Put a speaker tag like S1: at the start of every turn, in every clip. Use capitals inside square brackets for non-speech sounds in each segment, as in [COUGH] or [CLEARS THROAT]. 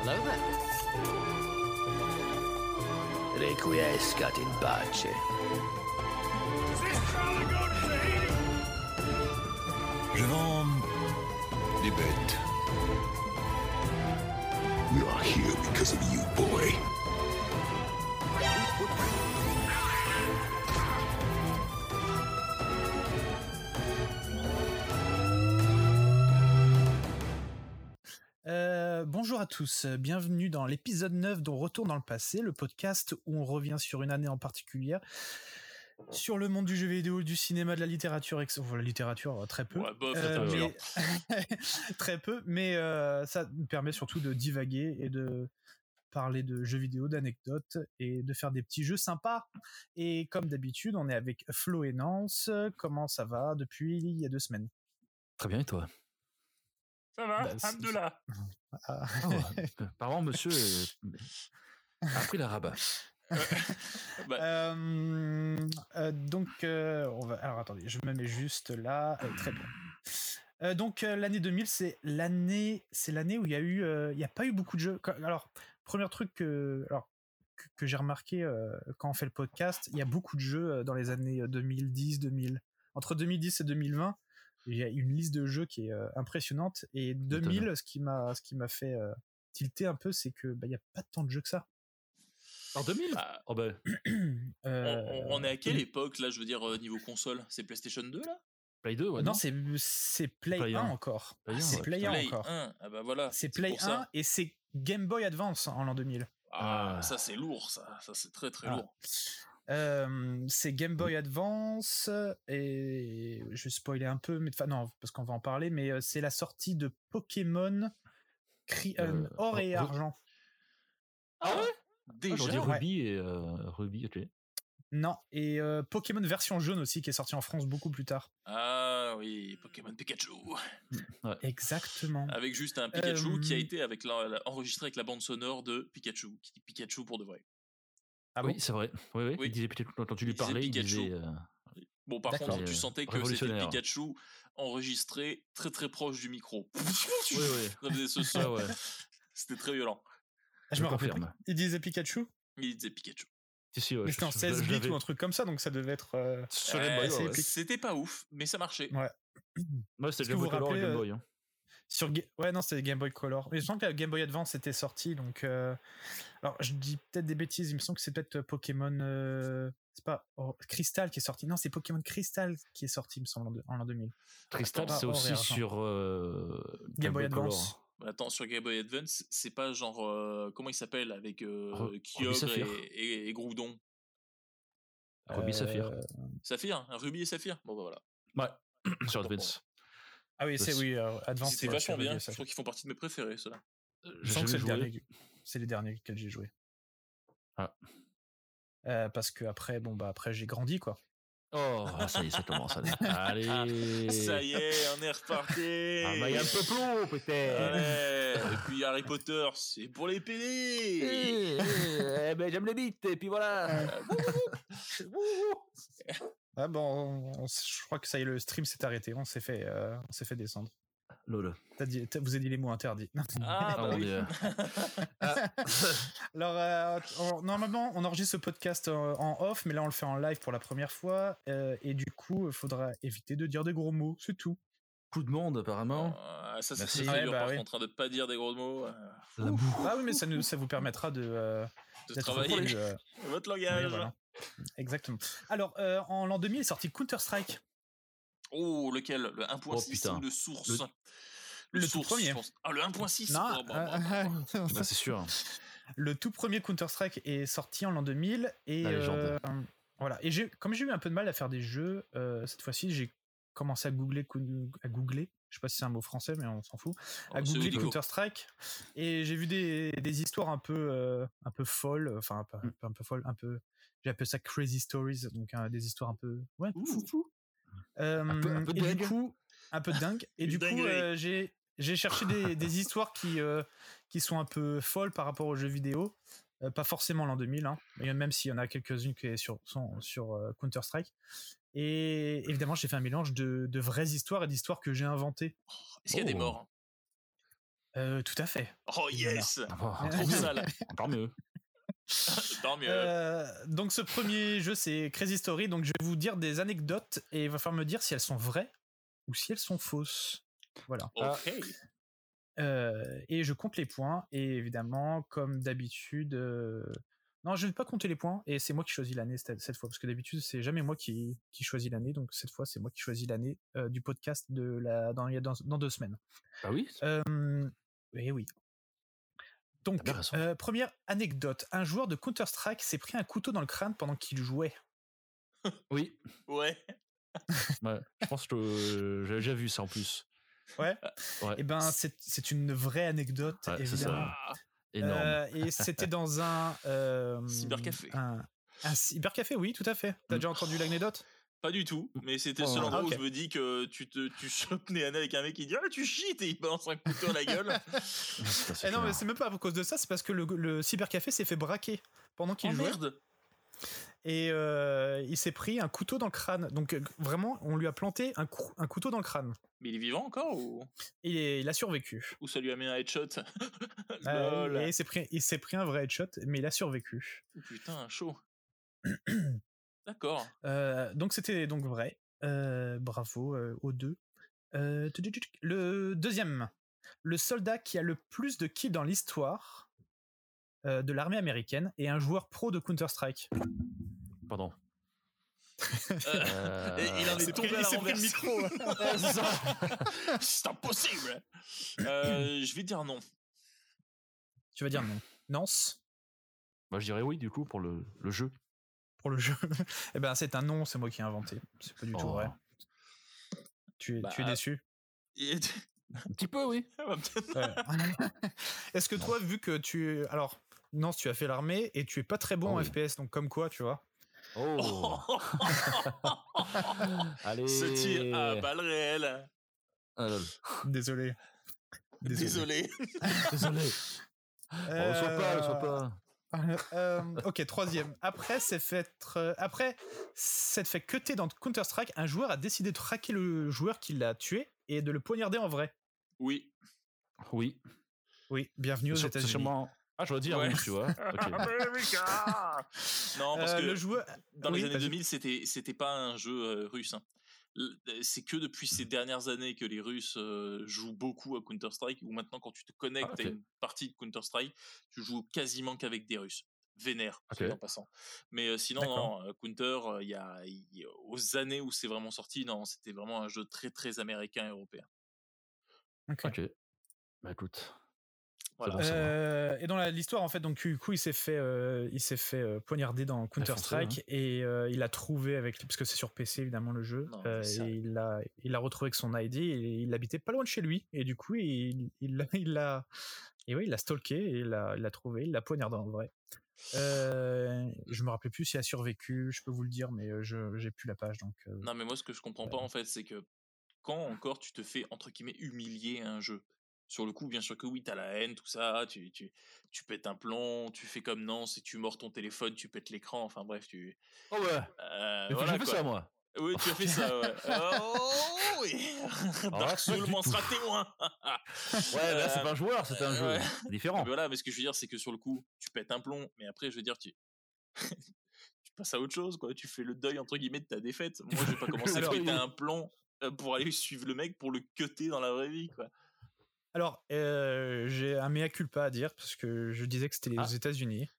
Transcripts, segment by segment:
S1: over.
S2: Requiescat in pace.
S3: Je vends des bêtes.
S4: We are here because of you, boy.
S5: Euh, bonjour à tous, euh, bienvenue dans l'épisode 9 dont Retour dans le passé, le podcast où on revient sur une année en particulier, sur le monde du jeu vidéo, du cinéma, de la littérature, etc. Enfin, la littérature, euh, très peu.
S6: Ouais, bof,
S5: Euh,
S6: attends,
S5: mais- [LAUGHS] très peu, mais euh, ça nous permet surtout de divaguer et de parler de jeux vidéo, d'anecdotes et de faire des petits jeux sympas. Et comme d'habitude, on est avec Flo et Nance. Comment ça va depuis il y a deux semaines
S7: Très bien, et toi
S6: Ça va,
S5: Bah, c'est-
S6: Abdullah.
S5: Ah,
S7: Apparemment, monsieur euh, a pris la rabat.
S5: Euh, euh, donc, euh, on va. Alors, attendez, je me mets juste là. Euh, très bien. Euh, donc euh, l'année 2000, c'est l'année, c'est l'année où il y a eu, euh, il n'y a pas eu beaucoup de jeux. Quand- Alors premier truc que, alors que, que j'ai remarqué euh, quand on fait le podcast, il y a beaucoup de jeux euh, dans les années euh, 2010, 2000, entre 2010 et 2020. Il y a une liste de jeux qui est euh, impressionnante. Et 2000, ce qui m'a, ce qui m'a fait euh, tilter un peu, c'est que bah, il n'y a pas tant de jeux que ça.
S7: En 2000
S6: Bah,
S7: Oh ben,
S6: on,
S5: Euh,
S6: on- on est à quelle époque, là, je veux dire, euh, niveau console C'est PlayStation 2, là
S7: Play 2, ouais.
S5: non, c'est c'est Play,
S7: Play
S5: 1
S7: un.
S5: encore.
S7: Play un,
S5: c'est
S7: ouais,
S5: Play 1
S6: Play
S5: encore.
S6: 1, ah bah voilà.
S5: C'est Play
S6: pour
S5: 1
S6: ça.
S5: et c'est Game Boy Advance en l'an 2000.
S6: Ah,
S7: Ah.
S6: ça c'est lourd, ça. Ça c'est très très
S5: Ah.
S6: lourd.
S5: Euh, c'est Game Boy Advance et je vais spoiler un peu, mais enfin non, parce qu'on va en parler, mais euh, c'est la sortie de Pokémon Cri- euh,
S7: Euh,
S5: Or et
S7: re-
S5: Argent.
S6: Ah ouais
S7: Ah, J'aurais
S6: Déjà
S7: dit
S5: ouais.
S7: Ruby et euh, Ruby, ok.
S5: Non, et euh, Pokémon version jaune aussi qui est sorti en France beaucoup plus tard.
S6: Ah oui, Pokémon Pikachu.
S5: Exactement.
S6: Avec juste un Pikachu
S5: Euh,
S6: qui a été avec la- la- enregistré avec la bande sonore de Pikachu, qui dit Pikachu pour de vrai.
S5: Ah
S7: oui,
S5: bon
S7: c'est vrai. Oui, oui.
S6: Oui.
S7: Il disait peut-être quand tu lui
S6: Il disait
S7: parlais, il
S6: Pikachu.
S7: disait. euh,
S6: Bon, par
S5: D'accord.
S6: contre,
S7: Et,
S6: tu
S7: euh,
S6: sentais que c'était le
S7: révolutionnaire.
S6: Pikachu enregistré très très proche du micro.
S7: Oui, oui.
S6: [LAUGHS] Ça faisait ce
S7: Ouais,
S6: son.
S7: ouais.
S6: [LAUGHS] C'était très violent.
S5: je me rappelle.
S7: confirme.
S5: Il disait Pikachu,
S6: Il disait Pikachu.
S7: Si, si, ouais,
S5: mais
S7: je-
S5: c'était en
S7: je-
S5: 16
S7: je
S5: bits
S7: l'avais.
S5: ou un truc comme ça, donc ça devait être. euh,
S7: [LAUGHS] Sur Game Boy,
S6: Euh,
S7: ouais, ouais.
S5: épique.
S6: C'était pas ouf, mais ça marchait.
S7: Ouais, c'était
S5: Est-ce
S7: Game
S5: que
S7: Boy
S5: vous
S7: Color et
S5: rappelez, euh,
S7: Game Boy. hein.
S5: Sur Ga- ouais non c'était Game Boy Color mais je sens que la Game Boy Advance était sortie donc euh, alors je dis peut-être des bêtises il me semble que c'est peut-être euh, Pokémon euh, c'est pas oh, Crystal qui est sorti non c'est Pokémon Crystal qui est sorti il me semble en deux- en l'an 2000
S7: Crystal,
S5: Attends,
S7: c'est
S5: Or et
S7: aussi
S5: Argent.
S7: sur euh,
S5: hein. Game Boy
S7: Color.
S5: Advance
S6: Bah, Attends, sur Game Boy Advance, c'est pas genre. euh, comment il s'appelle Avec euh,
S7: Re-
S6: Kyogre
S7: Ruby Saphir.
S6: et, et, et Groudon.
S7: Ruby Saphir.
S5: Euh,
S6: Saphir hein, Ruby et Saphir Bon, bah voilà.
S7: Ouais, sur Advance.
S5: ah oui c'est
S7: Aussi.
S5: oui euh, Advance
S6: C'était
S5: ouais,
S6: vachement
S5: c'est
S6: bien.
S5: ça.
S6: Je crois qu'ils font partie de mes préférés, ceux-là.
S5: je
S7: J'ai
S5: sens que
S7: jamais
S5: c'est le
S7: joué.
S5: dernier c'est les derniers auxquels j'ai joué
S7: Ah.
S5: Euh, parce que après bon bah après j'ai grandi quoi
S7: Oh, ça y est, ça commence.
S5: [LAUGHS]
S7: allez. Allez.
S6: Ça y est, on est reparti
S7: [LAUGHS] Ah, bah, il y a un peu plomb, peut-être.
S6: Ouais. Et puis Harry Potter, c'est pour les
S7: Eh,
S6: PD
S7: ben j'aime les bits et puis voilà.
S5: ah bon on- on- je crois que ça y est le stream s'est arrêté on s'est fait euh, on s'est fait descendre
S7: Lolo.
S5: T'as dit, t'as- vous avez dit les mots interdits.
S6: Ah,
S7: Oh,
S6: bah oui.
S7: euh,
S5: Alors, euh, on- normalement, on enregistre ce podcast euh, en off, mais là, on le fait en live pour la première fois. euh, et du coup, il faudra éviter de dire des gros mots, c'est tout.
S7: Coup de monde apparemment.
S6: Ah, ça, c'est
S7: Merci.
S6: très, très
S5: Ouais,
S6: dur,
S5: bah
S6: par
S5: oui.
S6: contre, hein, de pas dire des gros mots, euh,
S7: La boue.
S5: Ah oui, mais ça, nous, ça vous permettra de, euh,
S6: de
S5: d'être
S6: travailler
S5: plus, euh,
S6: [LAUGHS] votre
S5: oui,
S6: langage.
S5: voilà. Exactement. Alors, euh, en l'an 2000 est sorti Counter-Strike.
S6: Oh, lequel Le 1.6
S7: putain.
S6: ou le source
S7: Le-
S5: le tout
S6: source,
S5: premier.
S6: je pense. Ah, le 1.6
S5: Non,
S6: oh, bah, bah,
S5: [LAUGHS]
S6: bah, bah.
S5: Ah,
S7: Bah, c'est sûr.
S5: le tout premier Counter-Strike est sorti en l'an 2000. Et,
S7: La légende.
S5: euh, voilà. Et j'ai- comme j'ai eu un peu de mal à faire des jeux, euh, cette fois-ci, j'ai commencé à googler, Coun- à googler. Je sais pas si c'est un mot français, mais on s'en fout. à
S6: Oh, c'est
S5: googler
S6: rigolo.
S5: Counter Strike et j'ai vu des, des histoires un peu euh, un peu folles enfin un peu,
S7: Mm.
S5: un peu- un peu folles un peu j'ai appelé ça crazy stories donc hein, des histoires un peu ouais
S6: Ouh.
S5: foufou. Euh,
S7: Un peu- un peu
S5: et du
S7: dingue.
S5: coup un peu
S7: [LAUGHS]
S5: dingue et
S6: Une
S5: du coup
S6: dinguerie.
S5: euh, j'ai j'ai cherché des, des histoires qui euh, qui sont un peu folles par rapport aux jeux vidéo Euh, pas forcément l'an 2000 hein. Mais il y en- même s'il y en a quelques-unes qui est sur sont sur euh, Counter Strike et évidemment j'ai fait un mélange de, de vraies histoires et d'histoires que j'ai inventées
S6: Est-ce qu'il y a des
S7: Oh.
S6: morts
S5: euh, Euh, tout à fait.
S6: Oh yes
S7: Ah Encore
S5: Trop
S6: Trouve
S5: [LAUGHS]
S7: mieux.
S6: ça là.
S7: Encore mieux.
S6: Tant mieux.
S5: Euh, donc ce premier jeu c'est Crazy Story, donc je vais vous dire des anecdotes et il va falloir me dire si elles sont vraies ou si elles sont fausses. Voilà.
S6: ok.
S5: Euh, et je compte les points et évidemment comme d'habitude... euh, Non je ne vais pas compter les points et c'est moi qui choisis l'année cette, cette fois parce que d'habitude c'est jamais moi qui, qui choisis l'année donc cette fois c'est moi qui choisis l'année euh, du podcast de la, dans, il y a dans- dans deux semaines.
S7: Bah oui.
S6: [LAUGHS]
S5: Euh, eh oui. Donc,
S7: bien raison.
S5: euh, première anecdote. Un joueur de Counter-Strike s'est pris un couteau dans le crâne pendant qu'il jouait.
S7: Oui.
S6: Ouais.
S7: Ouais. Je pense que euh, j'avais déjà vu ça en plus.
S5: Ouais.
S7: Ouais.
S5: Eh ben, c'est c'est une vraie anecdote,
S7: Ouais, c'est
S5: évidemment.
S7: ça. [LAUGHS] Énorme. [LAUGHS]
S5: Euh, et c'était dans un... euh,
S6: Cybercafé.
S5: Un, un cybercafé, oui, tout à fait. T'as
S7: Mm.
S5: déjà entendu l'anecdote
S6: Pas du tout, mais c'était le seul
S7: Oh,
S6: endroit
S5: ah, ok.
S6: où je me dis que tu te tu [LAUGHS] chopes Néana avec un mec qui dit Ah, tu chites et il balance un couteau à la
S5: [LAUGHS]
S6: gueule.
S7: Putain, c'est
S5: Eh non,
S7: clair.
S5: mais c'est même pas à cause de ça, c'est parce que le, le cybercafé s'est fait braquer pendant qu'il
S6: oh
S5: jouait.
S6: merde
S5: Et euh, il s'est pris un couteau dans le crâne. Donc, euh, vraiment, on lui a planté un, cou- un couteau dans le crâne.
S6: Mais il est vivant encore ou,
S5: Et il est- il a survécu.
S6: ou ça lui a mis un headshot
S5: Euh,
S6: [LAUGHS] Lol. Oh,
S5: et il s'est pris, il s'est pris un vrai headshot, mais il a survécu.
S6: Putain,
S5: [CLEARS THROAT]
S6: chaud. D'accord.
S5: Euh, donc c'était donc vrai. Euh, bravo euh, aux deux. Euh, tuc, tuc, tuc. le deuxième, le soldat qui a le plus de kills dans l'histoire euh, de l'armée américaine est un joueur pro de Counter Strike.
S7: Pardon.
S6: Euh,
S7: Euh,
S6: [LAUGHS] Et il en est
S5: s'est
S6: tombé
S5: pris-
S6: à
S5: il
S6: la
S5: s'est pris
S6: [LAUGHS]
S5: le
S6: renverse. C'est impossible. Euh, je vais dire non.
S5: Tu vas dire non. Nance
S7: Moi, je dirais oui, du coup, pour le,
S6: [LAUGHS]
S7: le jeu.
S5: pour le jeu. [LAUGHS] eh ben c'est un non, c'est moi qui ai inventé. C'est pas du tout
S7: Oh.
S5: vrai. Tu es, tu es
S6: Bah,
S5: déçu.
S6: Et- [LAUGHS]
S7: Un petit peu, oui.
S6: Ah bah, peut-être-
S5: Ouais. Est-ce que toi, vu que tu, alors Nance, tu as fait l'armée et tu es pas très bon
S7: Oh
S5: en
S7: oui.
S5: FPS, donc comme quoi, tu vois.
S7: Oh.
S6: [LAUGHS]
S7: Allez.
S6: Ce tir à balles réelles.
S7: Ah, lol.
S5: Désolé.
S6: Désolé. [LAUGHS]
S7: Désolé. Oh, sois pas,
S6: Euh,
S7: sois pas.
S5: Euh, ok, troisième. Après, c'est fait. euh, après, cette fait cuter dans Counter Strike, un joueur a décidé de traquer le joueur qui l'a tué et de le poignarder en vrai.
S6: Oui.
S7: Oui.
S5: Oui, bienvenue aux
S7: C'est sûr- c'est
S5: États-Unis.
S7: sûrement. Ah, j'aurais dit
S6: Ouais. Ah,
S7: oui, tu vois.
S6: [LAUGHS]
S7: Ok.
S6: America Non, parce
S5: Euh,
S6: que
S5: le joueur.
S6: dans
S5: oui,
S6: les années
S5: vas-y.
S6: 2000, c'était c'était pas un jeu euh, russe. hein. L- C'est que depuis ces dernières années que les Russes euh, jouent beaucoup à Counter Strike. Ou maintenant, quand tu te connectes
S7: Ah, ok.
S6: à une partie de Counter Strike, tu joues quasiment qu'avec des Russes. Vénère,
S7: Ok.
S6: soit en passant. Mais euh, sinon, non, euh, Counter, euh, il y a, il y a- aux années où c'est vraiment sorti, non, c'était vraiment un jeu très très américain européen.
S5: Ok.
S7: Ok. Bah écoute.
S6: Voilà.
S7: bon, ça va.
S5: Euh, et dans la- l'histoire, en fait, donc du coup, il s'est fait, euh, il s'est fait euh, poignarder dans Counter Strike
S6: hein.
S5: et euh, il a trouvé avec, parce que c'est sur PC évidemment le jeu,
S6: Non,
S5: euh,
S6: mais ça-
S5: et il l'a, il l'a retrouvé avec son ID et il habitait pas loin de chez lui et du coup, il, il, l'a- il l'a, et oui, il l'a stalké et il l'a, il l'a trouvé, il l'a poignardé en vrai. Euh, je me rappelais plus s'il a survécu, je peux vous le dire, mais euh, je, j'ai plus la page donc. euh,
S6: Non, mais moi, ce que je comprends pas, en fait, c'est que quand encore tu te fais, entre guillemets, humilier à un jeu, sur le coup, bien sûr que oui, t'as la haine, tout ça, tu, tu, tu pètes un plomb, tu fais comme non, si tu mords ton téléphone, tu pètes l'écran, enfin bref, tu.
S7: Oh ouais.
S6: Euh,
S7: Mais
S6: voilà
S7: j'ai fait
S6: quoi.
S7: ça, moi.
S6: Oui, tu as fait ça,
S7: [LAUGHS]
S6: ouais. Oh, oui [LAUGHS]
S7: pas
S6: Dark Soul
S7: du
S6: m'en
S7: tout.
S6: sera témoin
S7: Ouais, mais là, c'est
S6: Euh,
S7: pas un joueur, c'est un
S6: euh,
S7: jeu.
S6: ouais.
S7: C'est
S6: [LAUGHS]
S7: différent.
S6: Mais voilà, mais ce que je veux dire, c'est que sur le coup, tu pètes un plomb, mais après, je veux dire, tu. [LAUGHS] tu passes à autre chose, quoi. Tu fais le deuil, entre guillemets, de ta défaite. Moi,
S7: [LAUGHS]
S6: je vais pas commencer à
S7: Alors,
S6: péter
S7: oui.
S6: un plomb euh, pour aller suivre le mec pour le cutter dans la vraie vie, quoi.
S5: Alors, euh, j'ai un mea culpa à dire parce que je disais que c'était
S7: Ah.
S5: aux États-Unis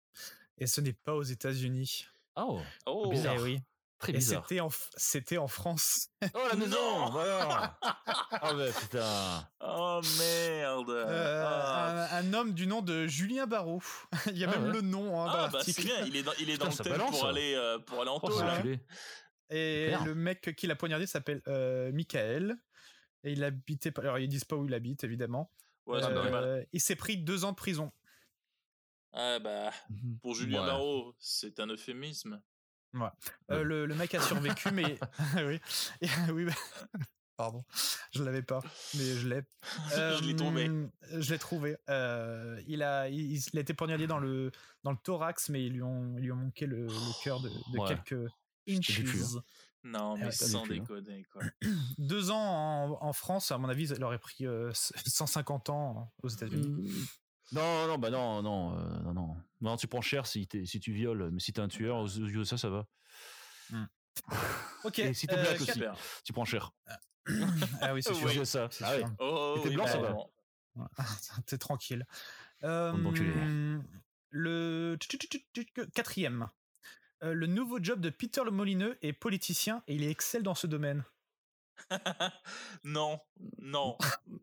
S5: et ce n'est pas aux États-Unis.
S7: Oh,
S6: Oh
S7: Bizarre.
S5: Eh oui.
S7: très
S5: Et
S7: bizarre.
S5: c'était en, f- c'était en France.
S7: Oh, la maison
S6: Non [LAUGHS]
S7: Voilà Ah ouais, putain
S6: Oh merde
S5: Euh,
S6: Ah,
S5: un, un homme du nom de Julien Barrault. [LAUGHS] Il y a
S7: Ah
S5: même
S7: ouais.
S5: le nom hein, dans
S6: Ah, bah c'est
S5: l'article.
S6: bien, il est dans, il est
S7: Putain,
S6: dans
S7: ça
S6: le thème
S7: balance,
S6: pour
S7: hein.
S6: aller, euh, pour aller en
S7: Oh,
S6: tôle.
S7: c'est
S5: là.
S7: enculé.
S5: Et
S7: Super.
S5: le mec qui l'a poignardé s'appelle euh, Michael. Et il habitait. pas- Alors ils disent pas où il habite évidemment.
S6: Ouais, c'est
S5: Euh,
S6: pas mal.
S5: il s'est pris deux ans de prison.
S6: Ah bah, pour Julien
S7: Mhm. Ouais.
S6: Barrault, c'est un euphémisme. [LAUGHS]
S5: Euh,
S7: Ouais.
S5: le, le mec a survécu, mais [LAUGHS] oui, Et- oui. bah, Pardon, je l'avais pas, mais je l'ai.
S6: [LAUGHS] Je l'ai tombé.
S5: Euh, Je l'ai trouvé. Euh, il a, il, il a été poignardé dans le, dans le thorax, mais ils lui ont, ils lui ont manqué le, le cœur de, de
S7: Ouais.
S5: quelques
S7: l'ai vu,
S5: inches.
S6: Non, mais
S5: ouais,
S7: ça
S6: sans
S7: non plus, hein.
S6: déconner,
S7: [LAUGHS]
S6: quoi.
S5: Deux ans en, en France, à mon avis, ça aurait pris euh, 150 ans aux États-Unis.
S7: Non, non, bah non, non, euh, non, non. Non, tu prends cher si, t'es- si tu violes, mais si t'es un tueur, aux aux yeux de ça, ça va.
S5: Ok.
S7: Mmh. Et si t'es
S5: euh,
S7: black
S5: quatre-
S7: aussi.
S6: Super.
S7: tu prends cher.
S5: Ah
S7: [LAUGHS]
S5: oui, c'est
S7: Tu
S5: sûr.
S7: fais ça.
S5: c'est
S7: Ah
S5: sûr. [LAUGHS]
S7: ouais.
S6: Oh,
S7: Et t'es
S6: oui,
S7: blanc,
S6: bah,
S7: ça va.
S6: non.
S5: T'es tranquille. Euh,
S7: Bon, tu
S5: le tchut, tchut, tchut, tchut, que- quatrième. Euh, le nouveau job de Peter Le Molineux est politicien et il excelle dans ce domaine.
S6: non, non,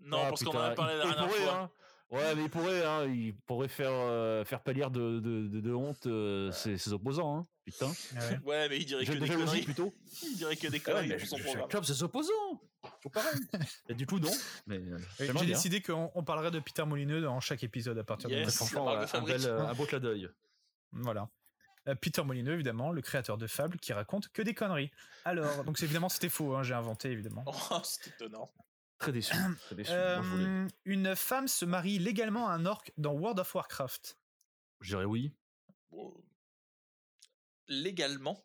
S6: non,
S7: Ah,
S6: parce qu'on en
S7: putain,
S6: a parlé
S7: il-
S6: la
S7: il
S6: dernière
S7: pourrait,
S6: fois.
S7: hein. Ouais, mais il pourrait, hein, il pourrait faire, euh, faire pâlir de, de, de- de honte euh, ses, ses opposants. Hein. Putain.
S5: Ah
S6: Ouais, mais il dirait
S7: J'ai
S6: que des
S7: déjà le
S6: conneries. Ah
S7: plutôt.
S6: Il dirait
S7: Ah
S6: que des conneries pour son programme.
S7: Club, ses opposants. Faut pareil.
S5: [LAUGHS]
S7: Et du coup, non. Mais euh,
S5: Oui,
S7: j'aimerais
S5: J'ai
S7: bien.
S5: décidé qu'on on parlerait de Peter Molineux dans chaque épisode à partir
S7: Ouais,
S6: Yes.
S5: de maintenant.
S7: franchement,
S6: la marque de
S7: un,
S6: fabrique.
S7: bel, euh, un beau clin d'œil.
S5: Voilà. Euh, Peter Molineux, évidemment, le créateur de Fable, qui raconte que des conneries. Alors, donc c'est- évidemment, c'était faux, hein, j'ai inventé, évidemment.
S6: [LAUGHS] Oh, c'est étonnant.
S7: Très déçu. Très déçu. Moi, je, voulais-
S5: Euh, une femme se marie légalement à un orc dans World of Warcraft.
S7: je dirais oui.
S6: Bon. Légalement,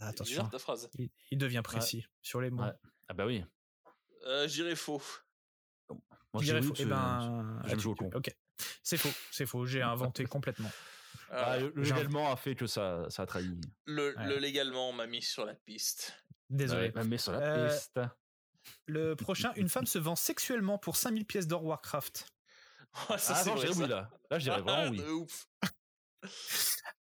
S6: c'est
S5: Attention,
S6: bizarre ta phrase.
S5: il, il devient précis sur les mots.
S7: Ouais. Ah bah oui.
S6: Euh, J'irais faux.
S7: Moi,
S5: Tu
S7: je dirais
S5: dirais
S7: oui,
S5: faux.
S7: parce
S5: Eh
S7: que-
S5: ben,
S7: j'aime jouer au
S5: tu-
S7: con.
S5: Ok, c'est faux, c'est faux. J'ai
S7: [LAUGHS]
S5: inventé complètement.
S7: Ah,
S6: Euh,
S7: le-
S5: j'ai un-
S7: légalement a fait que ça, ça a trahi.
S6: le,
S5: ouais.
S6: le légalement m'a mis sur la piste. [LAUGHS]
S5: Désolé.
S7: Ouais, Ah, mais sur la
S5: Euh,
S7: piste.
S5: Le prochain, une femme se vend sexuellement pour 5000 pièces d'or Warcraft.
S6: Oh, ça,
S7: ah
S6: c'est
S7: non, je
S6: vrai,
S7: dirais
S6: ça.
S7: oui là. Là, je dirais vraiment
S6: [LAUGHS]
S7: oui.
S6: De ouf.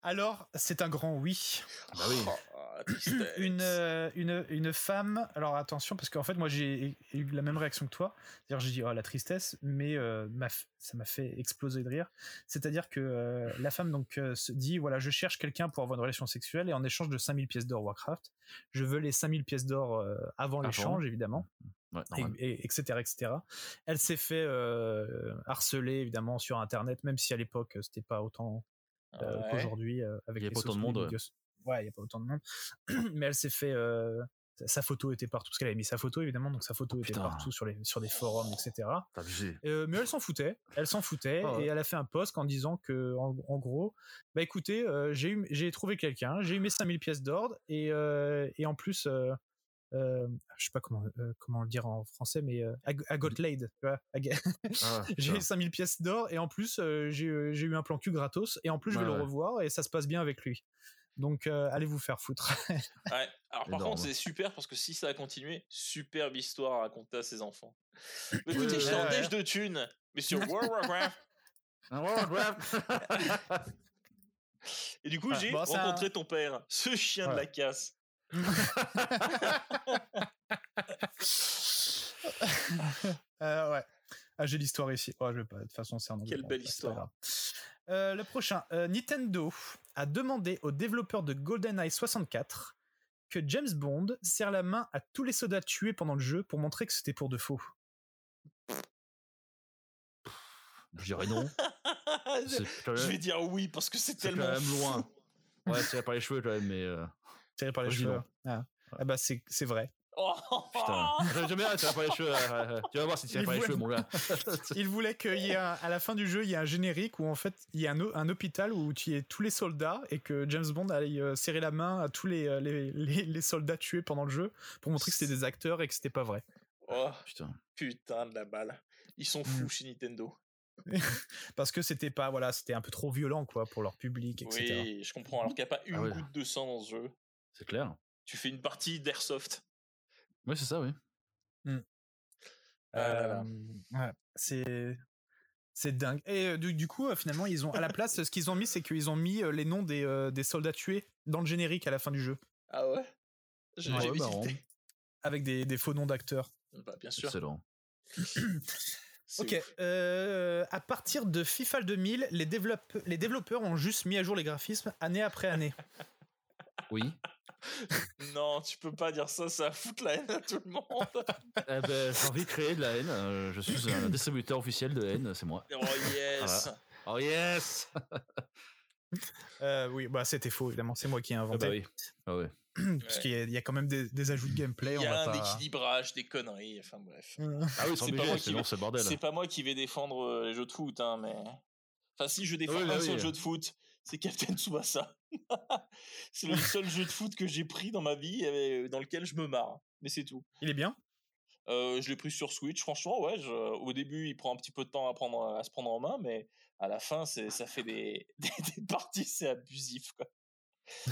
S5: Alors, c'est un grand oui.
S7: Ah bah oui.
S6: Oh, la
S7: [CLEARS THROAT]
S6: tristesse.
S5: [CLEARS THROAT] Une, euh, une, une femme. Alors attention, parce qu'en fait, moi, j'ai eu la même réaction que toi. C'est-à-dire, j'ai dit, oh, la tristesse, mais euh, ma f- ça m'a fait exploser de rire. C'est-à-dire que euh, la femme donc euh, se dit, voilà, je cherche quelqu'un pour avoir une relation sexuelle et en échange de 5000 pièces d'or Warcraft, je veux les 5000 pièces d'or euh, avant
S7: Avant.
S5: l'échange, évidemment.
S7: Ouais,
S5: et,
S7: normal.
S5: et- etc., etc. Elle s'est fait euh, harceler évidemment sur Internet, même si à l'époque euh, c'était pas autant euh,
S6: Ouais.
S5: qu'aujourd'hui euh, avec
S7: Il y a
S5: les
S7: pas autant
S5: sociaux,
S7: de monde,
S5: les
S7: ouais.
S5: médias so- Ouais, il y a pas autant de monde. [CLEARS THROAT] Mais elle s'est fait euh, sa- sa photo était partout parce qu'elle avait mis sa photo évidemment, donc sa photo était
S7: Oh, putain.
S5: partout sur les sur des forums, etc.
S7: T'as abusé.
S5: Euh, mais elle s'en foutait, elle s'en foutait
S7: Ah ouais.
S5: et elle a fait un post en disant que en, en gros, bah écoutez, euh, j'ai eu- j'ai trouvé quelqu'un, j'ai eu mes 5000 pièces d'ordre et euh, et en plus euh, euh, je sais pas comment euh, comment le dire en français mais euh, I, I got laid, tu vois. I get- [LAUGHS]
S7: [LAUGHS] Ah,
S5: j'ai
S7: putain.
S5: eu 5000 pièces d'or et en plus euh, j'ai eu j'ai eu un plan cul gratos et en plus je vais
S7: Ouais,
S5: le
S7: ouais.
S5: revoir et ça se passe bien avec lui. Donc euh, allez vous faire foutre.
S6: Ouais. Alors par
S7: Énorme.
S6: contre, c'est super parce que si ça a continué, superbe histoire à raconter à ses
S7: [CLEARS THROAT]
S6: enfants. Mais écoutez,
S7: Ouais,
S6: j'étais en
S5: ouais,
S6: déj de thunes, mais
S7: [LAUGHS]
S6: sur World of Warcraft.
S7: Ah, ouais, grave.
S6: Et du coup,
S5: Ouais.
S6: j'ai
S5: Bon, ça-
S6: rencontré ton père, ce chien de
S5: Ouais.
S6: la casse.
S5: Euh, ouais. Ah, j'ai l'histoire ici. Oh, je vais pas. De toute façon, c'est en anglais,
S6: Quelle
S5: bon,
S6: belle
S5: c'est pas
S6: histoire.
S5: grave. Euh, le prochain. Euh, Nintendo a demandé aux développeurs de GoldenEye 64 que James Bond serre la main à tous les soldats tués pendant le jeu pour montrer que c'était pour de faux.
S7: [LAUGHS] Je dirais [LAUGHS] non. C'est quand
S6: Je vais
S7: même,
S6: dire oui parce que c'est
S7: c'est quand
S6: tellement
S7: même
S6: fou.
S7: loin. Ouais, c'est par les cheveux quand même, mais. euh,
S5: Tiré par les
S7: Moi, je dis
S5: cheveux.
S7: non.
S5: Ah. Ah bah c'est c'est vrai.
S6: [LAUGHS] Oh,
S7: Putain. J'aime bien, tu vas pas les cheveux. euh, euh, Tu vas voir si tu vas
S5: Il
S7: pas les
S5: voit-
S7: cheveux, mon [LAUGHS] gars.
S5: Il voulait qu'il y ait un- à la fin du jeu, il y ait un générique où en fait il y a un, ho- un hôpital où tu y es tous les soldats et que James Bond allait euh, serrer la main à tous les, euh, les, les- les soldats tués pendant le jeu pour montrer que c'était des acteurs et que c'était pas vrai.
S6: Oh,
S7: Putain.
S6: putain de la balle. Ils sont fous chez Nintendo.
S5: Parce que c'était pas, voilà, c'était un peu trop violent quoi pour leur public, etc.
S6: Oui, je comprends. Alors qu'il n'y a pas une
S7: ouais.
S6: goutte de sang dans ce jeu.
S7: C'est clair.
S6: Tu fais une partie d'airsoft.
S7: Oui, c'est ça, oui.
S6: Ah là là.
S5: Euh, ouais, c'est. C'est dingue. Et euh, du, du coup, euh, finalement, ils
S6: [LAUGHS]
S5: ont à la place, ce qu'ils ont mis, c'est qu'ils ont mis euh, les noms des, euh, des soldats tués dans le générique à la fin du jeu,
S6: Ah ouais J'ai
S7: Ouais,
S6: j'ai
S7: marrant.
S6: hésité.
S5: avec des, des faux noms d'acteurs.
S6: Bah, bien sûr.
S7: Excellent.
S6: c'est
S5: Ok,
S6: ouf.
S5: euh, à partir de FIFA 2000, les, développe- les développeurs ont juste mis à jour les graphismes année après année.
S6: [LAUGHS]
S7: Oui.
S6: Non, tu peux pas dire ça, ça va foutre la haine à tout le monde.
S7: Eh ben, j'ai envie de créer de la haine. euh, Je suis [LAUGHS] un distributeur officiel de haine, c'est moi.
S6: Oh yes
S7: Oh yes
S5: [LAUGHS] Euh, oui, bah c'était faux évidemment, c'est moi qui ai
S7: Ah
S5: inventé.
S7: bah oui. Ah ouais.
S5: [CLEARS THROAT] Parce
S6: Ouais.
S5: qu'il y, a- il y a quand même des, des ajouts de gameplay.
S6: Il
S5: on
S6: y
S5: va
S6: a un
S5: pas-
S6: déséquilibrage, des conneries, enfin bref.
S7: Ah oui, c'est
S6: C'est pas moi
S7: obligé,
S6: qui
S7: sinon
S6: vais-
S7: c'est le bordel.
S6: C'est pas moi qui vais défendre euh, les jeux de foot, hein, mais. Enfin, si je défends
S7: oui, bah
S6: un
S7: oui.
S6: seul jeu de foot, c'est Captain Tsubasa. [LAUGHS] c'est le seul jeu de foot que j'ai pris dans ma vie et euh, dans lequel je me marre. Mais c'est tout.
S5: [LAUGHS] Il est bien
S6: Euh, je l'ai pris sur Switch. Franchement, ouais, je- au début, il prend un petit peu de temps à, prendre, à se prendre en main, mais à la fin, c'est- ça fait des, [LAUGHS] des- des parties, c'est abusif. Quoi.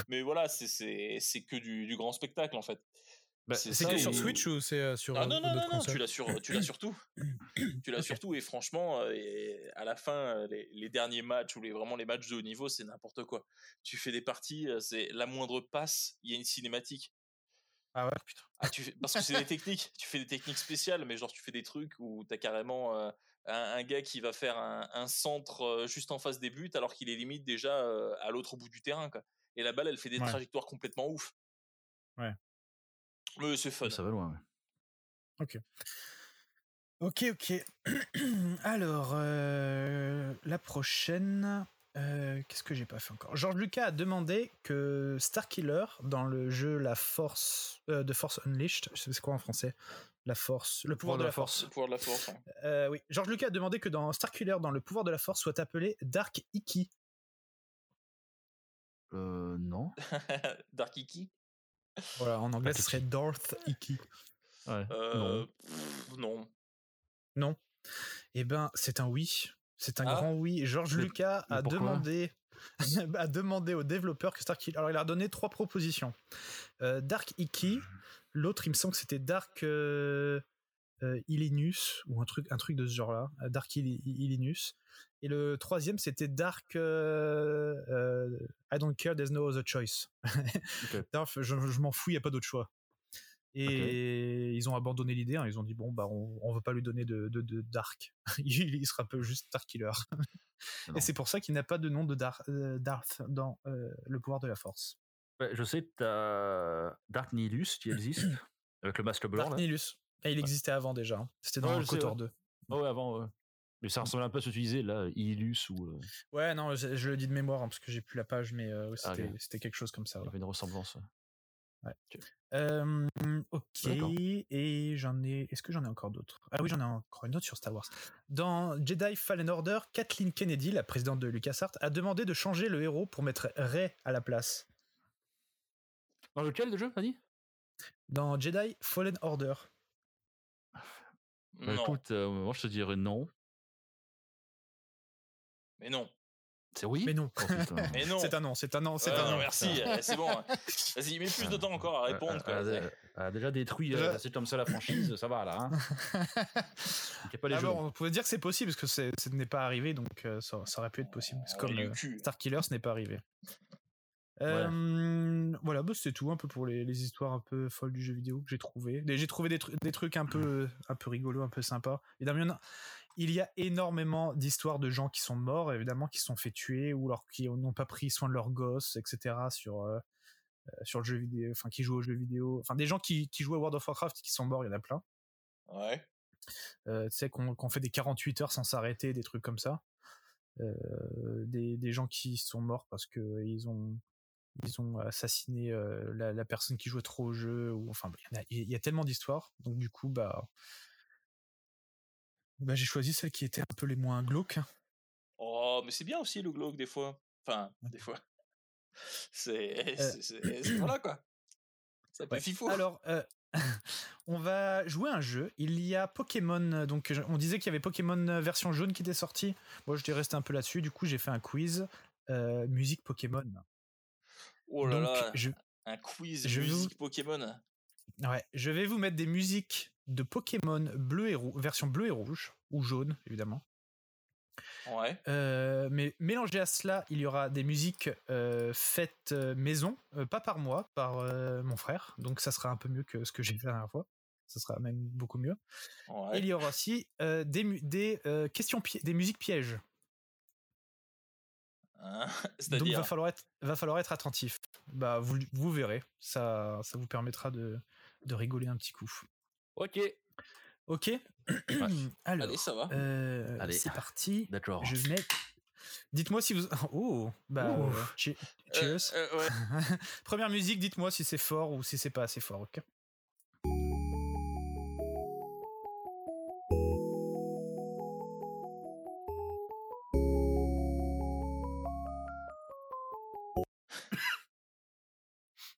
S6: Mais voilà, c'est- c'est c'est que du, du grand spectacle, en fait.
S7: Bah,
S6: C'est
S1: C'est
S6: ça,
S1: que
S6: et-
S1: sur Switch ou c'est euh, sur
S6: Ah
S1: euh,
S6: non, non,
S1: d'autres
S6: non, non, tu
S1: consoles
S6: l'as sur, tu
S1: [CLEARS THROAT]
S6: l'as surtout. tu l'as
S1: Ok.
S6: surtout, et franchement, euh, et à la fin, euh, les, les derniers matchs ou les, vraiment les matchs de haut niveau, c'est n'importe quoi. Tu fais des parties, euh, c'est la moindre passe, il y a une cinématique.
S5: Ah ouais, putain.
S6: Ah, tu fais- Parce que c'est des techniques, tu fais des techniques spéciales, mais genre tu fais des trucs où t'as carrément euh, un, un gars qui va faire un, un centre euh, juste en face des buts alors qu'il est limite déjà euh, à l'autre bout du terrain. Quoi. Et la balle, elle fait des
S5: Ouais.
S6: trajectoires complètement ouf.
S5: Ouais.
S6: Mais c'est fun.
S7: Ça va loin. ouais.
S5: Ok, ok. [CLEARS THROAT] Alors, euh, la prochaine. euh, Qu'est-ce que j'ai pas fait encore George Lucas a demandé que Starkiller, dans le jeu La Force euh, de Force Unleashed, je sais pas c'est quoi en français La Force, le pouvoir de la Force.
S6: Le pouvoir de la force. hein. ouais.
S5: Euh, oui, George Lucas a demandé que dans Starkiller, dans le pouvoir de la Force, soit appelé Dark Iki.
S7: Euh, non.
S6: Dark Iki
S5: Voilà, en anglais,
S7: Dark
S5: Bah, ce serait Darth Iki.
S7: Ouais.
S6: Euh, pff, non.
S5: Eh ben, c'est un oui. C'est un
S6: Ah.
S5: grand oui. George
S7: Mais-
S5: Lucas
S7: mais
S5: a
S7: pourquoi
S5: demandé, [LAUGHS] a demandé aux développeurs que Starkiller. Alors, il leur a donné trois propositions. Euh, Dark
S7: Mmh.
S5: Iki, l'autre, il me semble que c'était Dark euh, euh, Illinus, ou un truc, un truc de ce genre-là. euh, Dark Illi- Illinus. Et le troisième, c'était Dark. euh, euh, I don't care, there's no other choice. [LAUGHS] Dark, je, je m'en fous, il n'y a pas d'autre choix. Et ils ont abandonné l'idée, hein, ils ont dit bon, bah, on ne veut pas lui donner de, de, de Dark [LAUGHS] il, il se rappelle juste Star Killer.
S7: Ah Non.
S5: Et c'est pour ça qu'il n'a pas de nom de Dar- euh, Darth dans euh, Le pouvoir de la force.
S7: Ouais, je sais, t'as Dark Nihilus qui existe avec le masque blanc.
S5: Dark
S7: là.
S5: Nihilus. Et Ah, il existait avant déjà. hein. C'était dans
S7: Ouais,
S5: le
S7: je sais,
S5: Kotor
S7: ouais.
S5: 2.
S7: Ah ouais, avant. ouais. Mais ça ressemble un peu à ce que tu disais là, Ilus ou. euh,
S5: Ouais, non, je, je le dis de mémoire hein, parce que j'ai plus la page, mais euh, ouais,
S7: Ah,
S5: c'était
S7: ok.
S5: c'était quelque chose comme ça.
S7: Il y
S5: ouais.
S7: avait une ressemblance. ouais.
S5: Euh, ok,
S7: D'accord.
S5: et j'en ai. Est-ce que j'en ai encore d'autres Ah oui, j'en ai encore une autre sur Star Wars. Dans Jedi Fallen Order, Kathleen Kennedy, la présidente de LucasArts, a demandé de changer le héros pour mettre Rey à la place.
S7: Dans lequel de jeu, t'as dit
S5: Dans Jedi Fallen Order.
S7: Bah,
S6: non.
S7: Écoute, euh, moi je te dirais non.
S6: Mais non.
S7: C'est oui
S5: Mais non.
S7: Oh, putain.
S6: [LAUGHS] Mais non.
S5: C'est un non, c'est un non, c'est
S6: Ouais,
S5: un
S6: non,
S5: non. [LAUGHS] Euh,
S6: merci. euh, c'est bon. hein. Vas-y, mets plus de
S7: Ah,
S6: temps encore à répondre. quoi.
S7: Elle a- elle a- elle a déjà détruit, euh, c'est comme ça la franchise, ça va là. Hein. Il y a pas les
S5: Ah
S7: jeux.
S5: bon, on pouvait dire que c'est possible parce que c'est- ce n'est pas arrivé, donc euh, ça, ça aurait pu être possible. C'est
S6: On
S5: comme
S6: a eu
S5: euh,
S6: le cul.
S5: Starkiller, ce n'est pas arrivé. Euh, voilà, bah, c'est tout un peu pour les, les histoires un peu folles du jeu vidéo que j'ai trouvé. Des- J'ai trouvé des, tru- des trucs un peu, un peu rigolos, un peu sympas. Évidemment, il y en a- il y a énormément d'histoires de gens qui sont morts, évidemment, qui se sont fait tuer ou alors qui n'ont pas pris soin de leurs gosses, etc. sur, euh, euh, sur le jeu vidéo, enfin, qui jouent au jeu vidéo. Enfin, des gens qui, qui jouent à World of Warcraft et qui sont morts, il y en a plein.
S6: Ouais.
S5: Euh, tu sais, qu'on qu'on fait des 48 heures sans s'arrêter, des trucs comme ça. Euh, des, des gens qui sont morts parce que ils ont, ils ont assassiné euh, la, la personne qui jouait trop au jeu. Ou, enfin, il y, en a- il y a tellement d'histoires. Donc, du coup, bah, bah, j'ai choisi celles qui étaient un peu les moins glauques. hein.
S6: Oh, mais c'est bien aussi le glauque des fois. Enfin, des fois. [LAUGHS] C'est. eh, c'est- c'est- c'est- Voilà quoi. Ça peut
S5: Euh, Ouais.
S6: fifou.
S5: Alors, euh, [LAUGHS] on va jouer à un jeu. Il y a Pokémon. euh, Donc, je- on disait qu'il y avait Pokémon euh, version jaune qui était sortie. Moi, je t'ai resté un peu là-dessus. Du coup, j'ai fait un quiz euh, musique Pokémon.
S6: oh là
S5: Donc,
S6: là.
S5: je-
S6: Un quiz
S5: je vous-
S6: musique Pokémon.
S5: Ouais, je vais vous mettre des musiques de Pokémon bleu et rou- version bleu et rouge, ou jaune, évidemment.
S6: Ouais.
S5: Euh, mais mélangé à cela, il y aura des musiques euh, faites euh, maison, euh, pas par moi, par euh, mon frère. Donc ça sera un peu mieux que ce que j'ai fait la dernière fois. Ça sera même beaucoup mieux. Et
S6: Ouais.
S5: il y aura aussi euh, des, mu- des euh, questions, pi- des musiques pièges.
S6: Hein, [LAUGHS]
S5: Donc va
S6: C'est-à-dire.
S5: falloir être, va falloir être attentif. Bah vous, vous verrez, ça, ça vous permettra de, de rigoler un petit coup.
S7: Ok,
S5: Ok. [CLEARS THROAT] Alors.
S6: Allez, ça va.
S5: Euh,
S7: Allez.
S5: c'est parti.
S7: d'accord.
S5: Je mets. Dites-moi si vous. [LAUGHS] Oh, bah.
S7: Ouh.
S5: euh, che- cheers.
S6: Euh, euh, ouais.
S5: Première musique, dites-moi si c'est fort ou si c'est pas assez fort, ok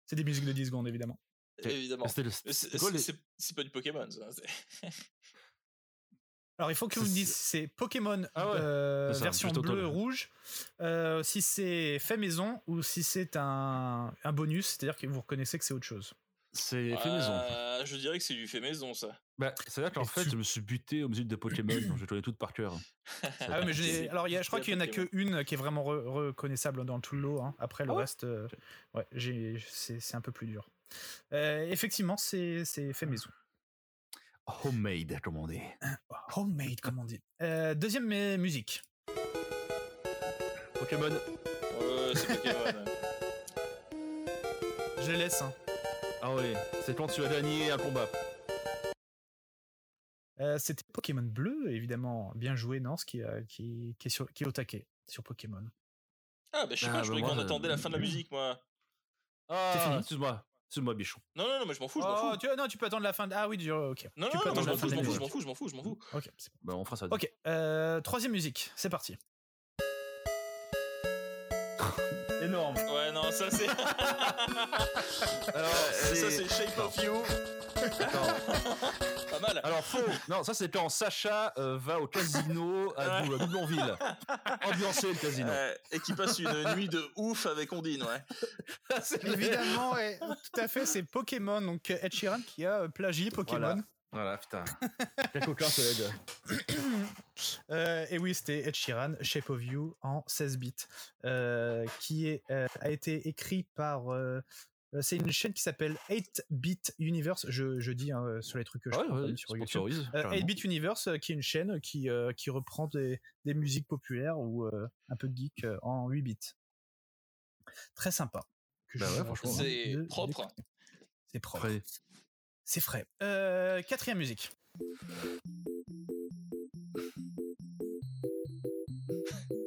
S5: C'est des musiques de 10 secondes, évidemment.
S6: Évidemment.
S7: C'était le-
S6: C'est-
S7: c'était quoi
S6: C'est
S7: les-
S6: c'est- c'est pas du Pokémon, ça. c'est-
S5: Alors, il faut que vous me
S7: C'est-
S5: dites si c'est Pokémon
S7: Ah ouais.
S5: euh,
S7: Ça, ça,
S5: version
S7: plutôt
S5: bleu
S7: toi.
S5: rouge, euh, si c'est fait maison ou si c'est un, un bonus, c'est-à-dire que vous reconnaissez que c'est autre chose.
S7: C'est fait maison.
S6: Ah, je dirais que c'est du fait maison, ça.
S7: Bah, C'est-à-dire qu'en
S5: Et
S7: fait,
S5: tu-
S7: je me suis buté aux musiques de Pokémon, donc je les connais toutes par cœur.
S5: Ah ouais, mais je, n'ai-
S6: C'est-
S5: alors, il y a- je crois
S6: c'est
S5: qu'il y en a
S6: Pokémon.
S5: que une qui est vraiment re- reconnaissable dans tout le lot. hein. Après, le
S7: Ah ouais
S5: reste, euh, ouais, j'ai- c'est c'est un peu plus dur. Euh, effectivement, c'est c'est fait maison.
S7: Homemade, comme on dit.
S5: Homemade, comme on dit. Euh, deuxième mais, musique.
S7: Pokémon.
S6: Ouais, c'est Pokémon. [LAUGHS] ouais.
S5: Je laisse. hein.
S7: Ah ouais, c'est quand tu as gagné un combat.
S5: Euh, C'était Pokémon bleu, évidemment. Bien joué, Nance, qui, euh, qui, qui est, sur, qui est au taquet sur Pokémon.
S6: Ah, bah je sais
S7: Ah,
S6: pas,
S7: bah,
S6: je croyais
S7: moi,
S6: qu'on
S7: euh,
S6: attendait la fin de la musique, moi.
S5: C'est
S7: Ah,
S5: fini.
S7: excuse-moi. Excuse-moi, bichon.
S6: Non, non, non, mais je m'en fous, je m'en
S5: Oh,
S6: fous.
S5: tu, non, tu peux attendre la fin. De, ah oui, du, ok.
S6: Non,
S5: tu
S6: non,
S5: peux
S6: non,
S5: attendre
S6: je
S5: la
S6: m'en
S5: fin
S6: fous,
S5: de
S6: je
S5: la
S6: m'en fous, je
S5: musique.
S6: m'en fous, je m'en fous, je m'en fous.
S5: Ok, c'est bon.
S7: Bah, on fera ça.
S5: Ok, euh, troisième musique, c'est parti.
S7: Énorme.
S6: Ouais, non, [LAUGHS] ça c'est.
S7: [LAUGHS] Alors,
S6: ça c'est Shape of You. Euh,
S7: Attends.
S6: [LAUGHS] Pas mal.
S7: Alors faux. Non, ça c'est quand Sacha euh, va au casino à, Dou- à [LAUGHS] Doublonville. Ambiancé le casino.
S6: Euh, et qui passe [LAUGHS] une nuit de ouf avec Ondine, ouais.
S7: C'est
S5: [LAUGHS]
S7: le-
S5: Évidemment, ouais, tout à fait, c'est Pokémon. Donc euh, Ed Sheeran qui a euh, plagié Pokémon.
S7: Voilà, putain. [LAUGHS] Quel coquin ce LED.
S5: Euh, et oui, c'était Ed Sheeran, Shape of You en 16 bits, euh, qui est, euh, a été écrit par. euh, euh, c'est une chaîne qui s'appelle 8-Bit Universe. Je, je dis hein, sur les trucs que je
S7: Ah Ouais,
S5: trouve
S7: ouais,
S5: sur YouTube.
S7: sponsorise.
S5: Euh,
S7: carrément.
S5: 8-Bit Universe, euh, qui est une chaîne qui, euh, qui reprend des, des musiques populaires ou euh, un peu geek euh, en 8 bits. Très sympa. Que
S7: Bah
S5: je
S7: ouais,
S5: vous
S7: franchement.
S5: recommande
S6: C'est
S5: de-
S6: propre.
S5: d'écouter. C'est propre.
S7: Après,
S5: C'est frais. Euh, quatrième musique.
S6: [LAUGHS]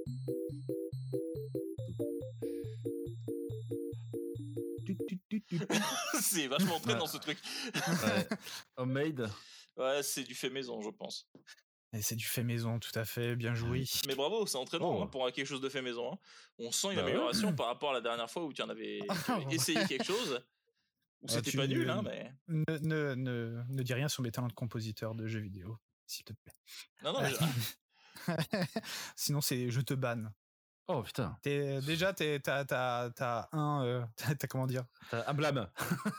S6: c'est vachement près
S7: Ouais.
S6: dans ce truc.
S7: [LAUGHS] ouais. Homemade.
S6: Ouais, c'est du fait maison, je pense.
S5: Et c'est du fait maison, tout à fait, bien joué.
S6: Mais bravo, c'est entraînant
S7: Oh.
S6: hein, pour quelque chose de fait maison. hein. On sent une
S7: Bah Ah, ouais.
S6: amélioration
S7: [LAUGHS]
S6: par rapport à la dernière fois où tu en avais, tu avais
S5: bon.
S6: essayé quelque chose. Où
S5: Ah,
S6: c'était
S5: tu-
S6: pas nul, hein, mais.
S5: Ne, ne, ne, ne dis rien sur mes talents de compositeur de jeux vidéo, s'il te plaît.
S6: Non, non, mais.
S7: Ah,
S5: [LAUGHS] Sinon, c'est je te banne.
S7: Oh putain.
S5: T'es- déjà, t'es- t'as t'as- t'as un. euh, [LAUGHS] t'as t'as comment dire
S7: T'as un blâme.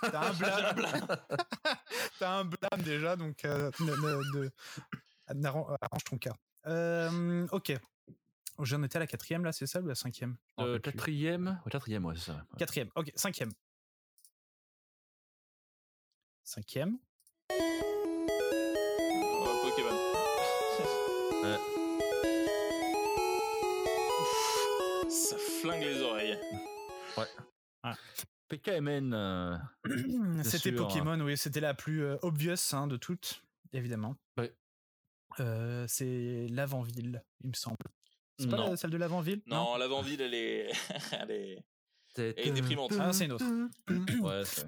S5: T'as un blâme. [LAUGHS] T'as un blâme déjà, donc euh, ne- ne- ne- n'arran- arrange ton cas. Euh, ok. J'en étais à la quatrième, là, c'est ça, ou la cinquième Je m'en
S7: Euh,
S5: rappelle plus.
S7: quatrième. Ouais, quatrième, ouais, c'est ça. ouais.
S5: Quatrième, ok, cinquième. Cinquième.
S6: euh,
S7: [LAUGHS]
S6: Pokémon. Ça flingue les oreilles.
S7: PKMN. euh,
S5: C'était
S7: sûr.
S5: Pokémon, oui, c'était la plus euh, obvious hein, de toutes, évidemment.
S7: Ouais.
S5: Euh, c'est l'avant-ville, il me semble. C'est pas
S6: Non.
S5: la- celle de l'avant-ville
S6: Non, l'avant-ville, elle est. [LAUGHS] elle est.
S7: Et
S6: est
S7: Euh,
S6: déprimante.
S5: Ah, c'est une autre.
S7: Ouais, c'est-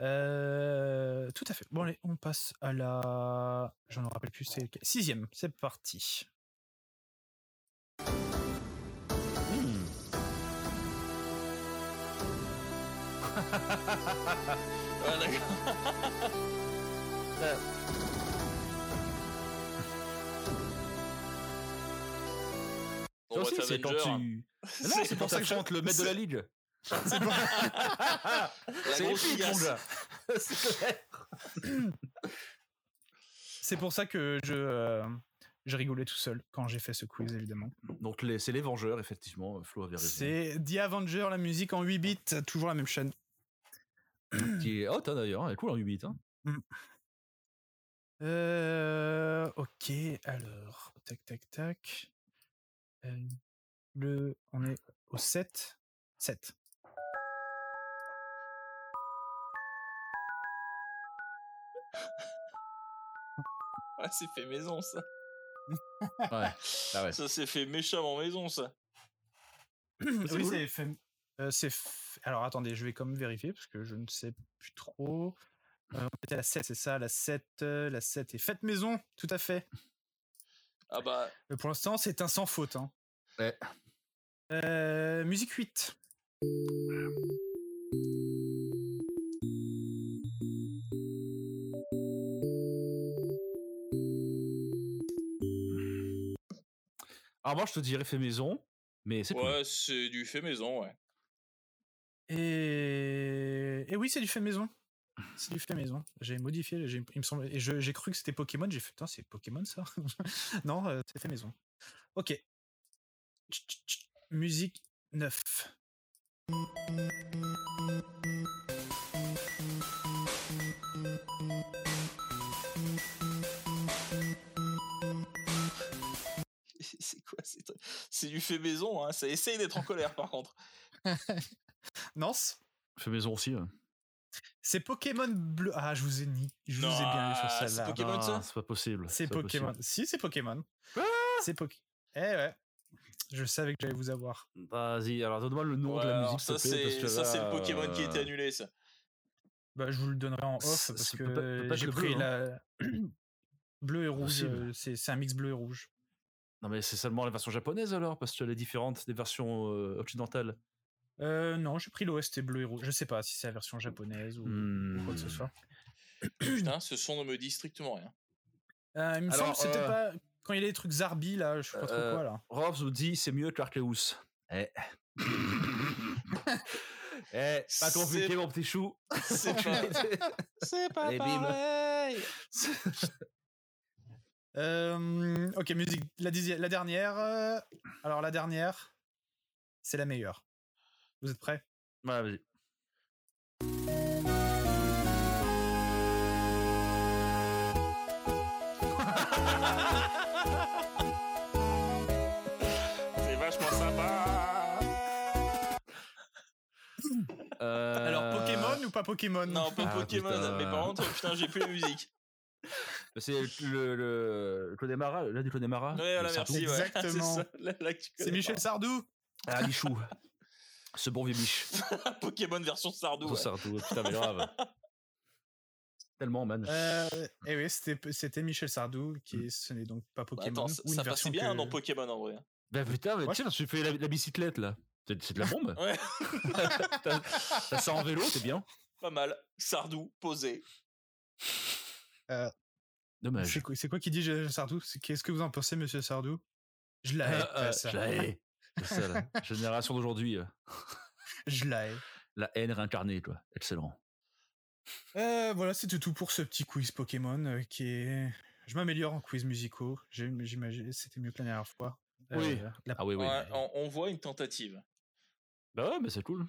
S5: Euh, tout à fait. Bon, allez, on passe à la. J'en me rappelle plus, c'est. Sixième, c'est parti.
S7: Hmm.
S6: Ouais, Ah, d'accord.
S7: Ça aussi, c'est quand tu. [LAUGHS]
S6: [LAUGHS]
S7: Non, hein. c'est pour ça que je chante le maître de la ligue. C'est pour... C'est
S6: grosse
S7: épique, mon
S6: ligasse.
S7: gars. [LAUGHS] C'est clair.
S5: C'est pour ça que je, euh, je rigolais tout seul quand j'ai fait ce quiz, évidemment.
S7: Donc les- c'est les Vengeurs, effectivement. Flo avait raison.
S5: C'est The Avenger, la musique en 8 bits, toujours la même chaîne.
S7: Qui est hot, hein, d'ailleurs. Elle est cool en 8 bits. Hein.
S5: Euh, ok, alors, tac, tac, tac. Euh, le, on est au 7. 7.
S6: Ah, c'est fait maison, ça.
S7: Ouais. Ah ouais.
S6: Ça, c'est fait méchamment maison, ça.
S5: Mmh, oui,
S7: cool.
S5: c'est fait- euh, c'est f- Alors, attendez, je vais quand même vérifier parce que je ne sais plus trop. Euh, on était à la 7, c'est ça, la 7, euh, la 7 et faites maison, tout à fait.
S6: Ah bah,
S5: Euh, Pour l'instant, c'est un sans faute. Hein.
S7: Ouais.
S5: Euh, musique 8.
S7: Alors moi, je te dirais fait maison, mais c'est
S6: Ouais, c'est du fait maison, ouais.
S5: Et... et oui, c'est du fait
S7: [LAUGHS]
S5: maison. C'est du fait maison. J'ai modifié, j'ai- il me semble, et je- j'ai cru que c'était Pokémon. J'ai fait, putain, c'est Pokémon ça [LAUGHS] Non, euh, c'est fait maison. Ok. Tch, tch, tch. Musique 9.
S6: C'est quoi ces trucs C'est du fait maison, hein. Ça essaye d'être en colère, par contre.
S5: Nance
S7: Fait maison aussi. hein. ouais.
S5: C'est Pokémon bleu. Ah, je vous ai ni, je vous
S6: Non,
S5: ai bien eu sur
S6: ah, c'est
S5: celle-là.
S6: Pokémon,
S7: Ah,
S6: ça
S7: C'est pas possible.
S5: C'est
S7: pas possible. Ah!
S5: Pokémon. Si, c'est Pokémon. c'est Pokémon. Eh ouais. Je savais que j'allais vous avoir.
S7: Vas-y, alors donne-moi le nom
S6: Ouais,
S7: de la
S6: alors
S7: musique.
S6: ça,
S7: s'il te plaît, parce
S6: c'est
S7: que
S6: ça,
S7: là,
S6: c'est le Pokémon qui
S7: euh,
S6: était annulé, ça.
S5: Bah, je vous le donnerai en off
S7: Ça,
S5: parce
S7: ça peut pas- peut pas
S5: que
S7: être
S5: j'ai
S7: le
S5: pris
S7: bleu, hein.
S5: la [CLEARS THROAT] bleu et rouge.
S7: Possible.
S5: euh, C'est c'est un mix bleu et rouge.
S7: Non, mais c'est seulement la version japonaise alors, parce qu'elle est différente des versions euh, occidentales.
S5: Euh, non, j'ai pris l'OST bleu et rouge. Je sais pas si c'est la version japonaise ou,
S7: Hmm.
S5: ou quoi que ce soit.
S6: Putain, ce son ne me dit strictement rien.
S5: Euh, il me semble
S7: Alors,
S5: que c'était
S7: euh,
S5: pas quand il y a les trucs Zarbi là, je sais pas trop
S7: euh,
S5: quoi là.
S7: Robs nous dit c'est mieux que l'Arcleus.
S6: [LAUGHS]
S7: Eh. eh, pas compliqué
S6: C'est-
S7: mon petit chou.
S6: [LAUGHS] C'est pas, [LAUGHS] c'est pas
S7: Et bim. [LAUGHS]
S6: pareil.
S5: Euh, ok, musique. La, dixi- la dernière. euh, alors la dernière, c'est la meilleure. Vous êtes prêts
S7: Voilà, vas-y.
S6: C'est vachement sympa.
S7: Euh,
S5: Alors Pokémon ou pas Pokémon
S6: Non, pas
S7: Ah,
S6: Pokémon,
S7: putain.
S6: mais par contre, putain, j'ai plus la [LAUGHS] musique.
S7: C'est le, le, le Connemara, là du Connemara.
S6: Ouais,
S7: le
S6: voilà,
S7: Sardou.
S6: merci. ouais. [LAUGHS]
S5: Exactement.
S6: C'est ça, là- là que tu
S5: C'est
S6: connais
S5: Michel
S6: pas.
S5: Sardou.
S7: Ah, Michou. Ce bon vieux biche.
S6: Pokémon version Sardou.
S7: Tout
S6: ouais.
S7: ça, tout. Putain,
S6: [LAUGHS]
S7: mais grave. Tellement, man.
S5: et Euh, eh oui, c'était c'était Michel Sardou qui ce n'est donc pas
S6: Bah,
S5: Pokémon.
S6: attends, ça,
S5: ou une
S6: ça passait
S5: version
S6: bien hein,
S5: que-
S6: dans Pokémon en vrai.
S7: Bah putain, mais
S5: Ouais.
S7: tiens, tu fais la, la bicyclette là. C'est c'est de la bombe.
S6: Ouais.
S7: [LAUGHS] T'as t'as ça en vélo, t'es bien.
S6: Pas mal. Sardou, posé.
S7: Dommage.
S5: C'est quoi, c'est quoi qui dit Michel Sardou C'est- Qu'est-ce que vous en pensez, Monsieur Sardou Je la hais,
S7: Euh, euh,
S5: ça.
S7: je la hais. C'est ça, la génération d'aujourd'hui, euh,
S5: Je la hais.
S7: la haine réincarnée, quoi. Excellent.
S5: Euh, voilà, c'était tout pour ce petit quiz Pokémon euh, qui est. Je m'améliore en quiz musicaux. J'ai- J'imagine c'était mieux que la dernière fois.
S7: Oui.
S5: la-
S7: Ah oui, oui.
S6: Ouais, on, on voit une tentative.
S7: Bah ouais, mais c'est cool.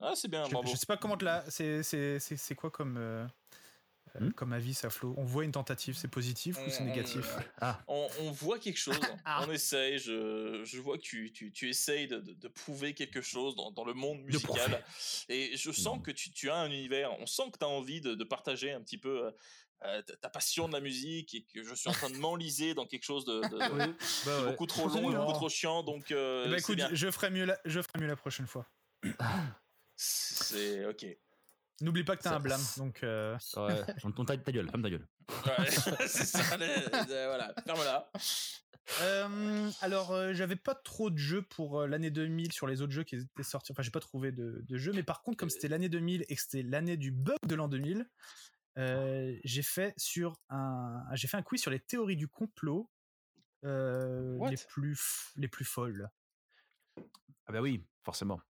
S6: Ah, c'est bien,
S5: je,
S6: bravo.
S5: je sais pas comment te la. C'est c'est- c'est- c'est quoi comme euh, euh,
S7: Hmm
S5: comme avis ça Flo On voit une tentative, c'est positif ou c'est
S6: On-
S5: négatif Eh
S6: On, on voit quelque
S5: [LAUGHS]
S6: chose,
S5: Ah.
S6: on essaye, je, je vois que tu, tu, tu essayes de, de- de prouver quelque chose dans, dans le monde musical. Et
S5: Mm.
S6: je sens
S7: Non.
S6: que tu, tu as un univers, on sent que tu as envie de, de partager un petit peu euh, euh, ta, ta passion de la musique et que je suis en train de m'enliser dans quelque chose de,
S5: [LAUGHS]
S6: de- de-
S7: [LAUGHS] Oui, bah
S6: de
S7: ouais.
S6: beaucoup trop long et
S5: Non.
S6: beaucoup trop chiant. Donc, euh,
S5: Eh ben,
S6: c'est
S5: écoute,
S6: bien.
S5: je ferai mieux la, je ferai mieux la prochaine fois.
S6: C'est ok.
S5: N'oublie pas que t'as
S7: Ça-
S5: un blâme, donc. euh,
S7: Ouais. [LAUGHS] On- on ta, ta gueule, ferme ta gueule.
S6: Ouais, [LAUGHS] c'est ça. le- le- voilà, ferme-la.
S5: Euh, alors, euh, j'avais pas trop de jeux pour euh, l'année 2000 sur les autres jeux qui étaient sortis. Enfin, j'ai pas trouvé de, de jeux, mais par contre, comme c'était l'année 2000 et que c'était l'année du bug de l'an 2000, euh, j'ai fait sur un, j'ai fait un quiz sur les théories du complot euh,
S6: What
S5: les plus f- les plus folles,
S7: Ah bah oui, forcément.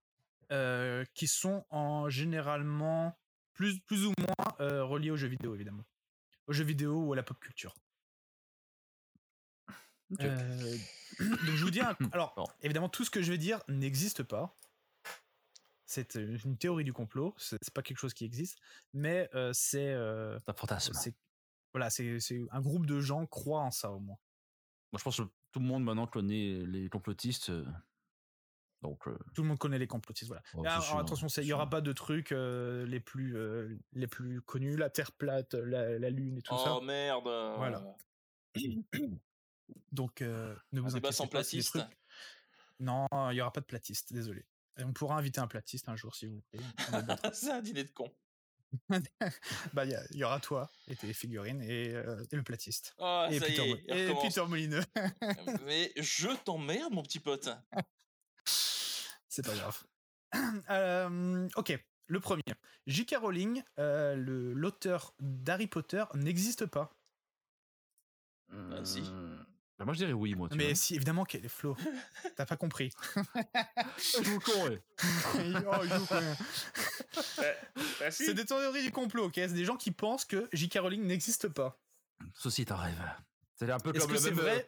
S5: euh, qui sont en généralement plus plus ou moins euh, reliées aux jeux vidéo évidemment, aux jeux vidéo ou à la pop culture. Euh, donc je vous dis un- alors
S7: Bon.
S5: évidemment tout ce que je vais dire n'existe pas c'est euh, une théorie du complot c'est c'est pas quelque chose qui existe mais euh, c'est euh,
S7: C'est un fantasme.
S5: c'est- voilà c'est c'est un groupe de gens croient en ça au moins
S7: Moi, je pense que tout le monde maintenant connaît les complotistes. euh, Donc, euh,
S5: tout le monde connaît les complotistes voilà
S7: bon,
S5: Ah, alors,
S7: c'est sûr,
S5: attention c'est- il y
S7: sûr.
S5: aura pas de trucs euh, les plus euh, les plus connus la terre plate la, la lune et tout
S6: oh
S5: ça
S6: merde.
S5: Voilà. donc euh, ne vous
S6: Un débat
S5: inquiétez
S6: sans
S5: pas, c'est des
S6: platiste.
S5: trucs- non il y aura pas de platiste désolé Et on pourra inviter un platiste un jour si vous voulez On
S6: [LAUGHS] [LAUGHS]
S5: est
S6: c'est un dîner de con.
S5: Bah, il y a- il y, aura toi et tes figurines et, euh, et le platiste.
S6: Ah,
S5: et,
S6: ça y
S5: Peter,
S6: est,
S5: Mo-
S6: il
S5: et
S6: recommence.
S5: Peter Molineux. [LAUGHS]
S6: Mais je t'emmerde, mon petit pote.
S5: C'est pas grave. [CLEARS THROAT] Euh, ok, le premier. J.K. Rowling, euh, le- l'auteur d'Harry Potter, n'existe pas.
S7: Hmm.
S6: Ah, si.
S7: Bah, Ah, moi, je dirais oui, moi. tu
S5: Mais
S7: vois.
S5: si, évidemment qu'elle
S6: [LAUGHS]
S5: est Flo. T'as pas compris.
S7: Je vous con, ouais.
S5: Oh, you, quoi.
S6: Bah, si.
S5: c'est des théories du complot, ok C'est des gens qui pensent que J.K. Rowling n'existe pas.
S7: [LAUGHS] Ceci est un rêve. C'est un peu
S5: Est-ce
S7: comme
S5: que
S7: le
S5: c'est
S7: même,
S5: vrai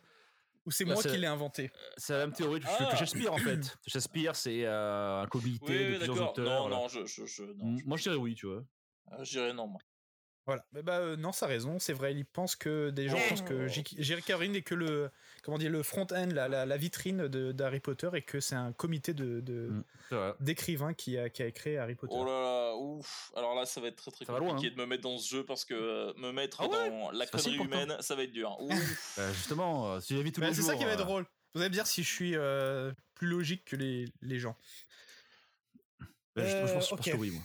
S5: ou c'est
S7: bah,
S5: moi
S7: c'est-
S5: qui l'ai inventé
S7: euh, C'est la même théorie que
S6: Ah.
S7: que Shakespeare, en [CLEARS THROAT] fait. Shakespeare, c'est euh, un comité
S6: Oui,
S7: de
S6: oui,
S7: plusieurs
S6: d'accord.
S7: auteurs.
S6: Non,
S7: voilà.
S6: non, je, je, je, non,
S7: Mm, Moi, je dirais oui, tu vois.
S6: je- je dirais non. moi.
S5: Voilà. Mais bah euh, non, ça a raison. C'est vrai. Ils pensent que des gens
S6: Oh.
S5: pensent que J.K. J.K. Rowling n'est que le comment dire le front end, la, la, la vitrine de- d'Harry Potter et que c'est un comité de de-
S7: Mm. C'est vrai.
S5: d'écrivains qui a qui a créé Harry Potter.
S6: Oh là là, ouf. Alors là, ça va être très très
S7: Ça va
S6: compliqué
S7: loin, hein.
S6: de me mettre dans ce jeu parce que euh, me mettre
S7: Ah ouais
S6: dans la
S7: C'est facile
S6: connerie
S7: pourtant.
S6: humaine, ça va être dur.
S7: [LAUGHS]
S6: Ouf.
S7: Euh, justement, euh, si j'avais tous
S5: Bah,
S7: les
S5: c'est
S7: jours...
S5: ça qui va être
S7: euh,
S5: drôle. Vous allez me dire si je suis euh, plus logique que les, les gens.
S7: bah, je, je pense,
S5: Euh,
S7: je pense
S5: ok.
S7: que oui, moi.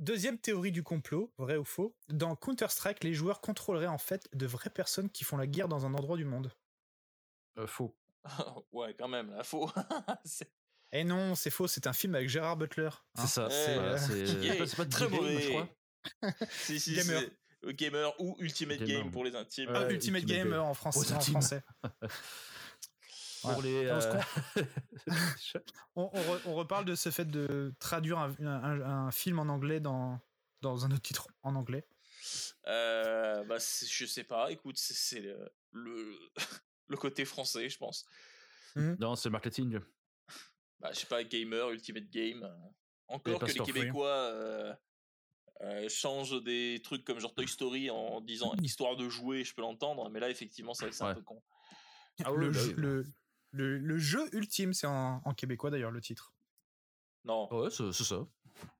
S5: Deuxième théorie du complot, vrai ou faux. Dans Counter-Strike, les joueurs contrôleraient en fait de vraies personnes qui font la guerre dans un endroit du monde.
S7: Euh, faux.
S6: ouais, quand même, là, faux. [LAUGHS] C'est-
S5: Eh non, c'est faux, c'est un film avec Gérard Butler. hein.
S7: C'est ça.
S6: Eh,
S7: c'est- voilà, c'est
S6: qui est
S7: Euh, c'est pas- c'est pas
S6: très
S7: du game,
S6: mauvais.
S7: je crois.
S6: [LAUGHS] si, si,
S5: Gamer.
S6: c'est- euh, Gamer ou Ultimate
S7: Gamer,
S6: Game pour les intimes.
S5: Ah,
S7: Ouais,
S5: Ultimate,
S7: Ultimate
S5: Game
S7: Game.
S5: euh, en, France,
S7: Aux
S5: en
S7: intimes.
S5: français.
S7: Pour les...
S5: On se
S7: euh,
S5: On, on re- on reparle de ce fait de traduire un, un- un film en anglais dans, dans un autre titre en anglais.
S6: Euh, bah, c'est- je sais pas, écoute, c'est- c'est le, le, [LAUGHS] le côté français, je pense.
S7: [LAUGHS] Non, c'est le marketing.
S6: Bah, je sais pas, Gamer, Ultimate Game. euh, Encore que les
S7: Pastor Free.
S6: Québécois euh, euh, changent des trucs comme genre Toy Story en
S7: [CLEARS THROAT]
S6: disant histoire de jouer, je peux l'entendre, mais là, effectivement, c'est vrai que c'est un
S7: Ouais.
S6: peu con.
S7: Ah ouais,
S5: le,
S7: bah
S5: jeu-
S7: oui.
S5: le- le- le jeu ultime, c'est en, en québécois d'ailleurs le titre.
S6: Non,
S7: Ouais, c'est c'est ça.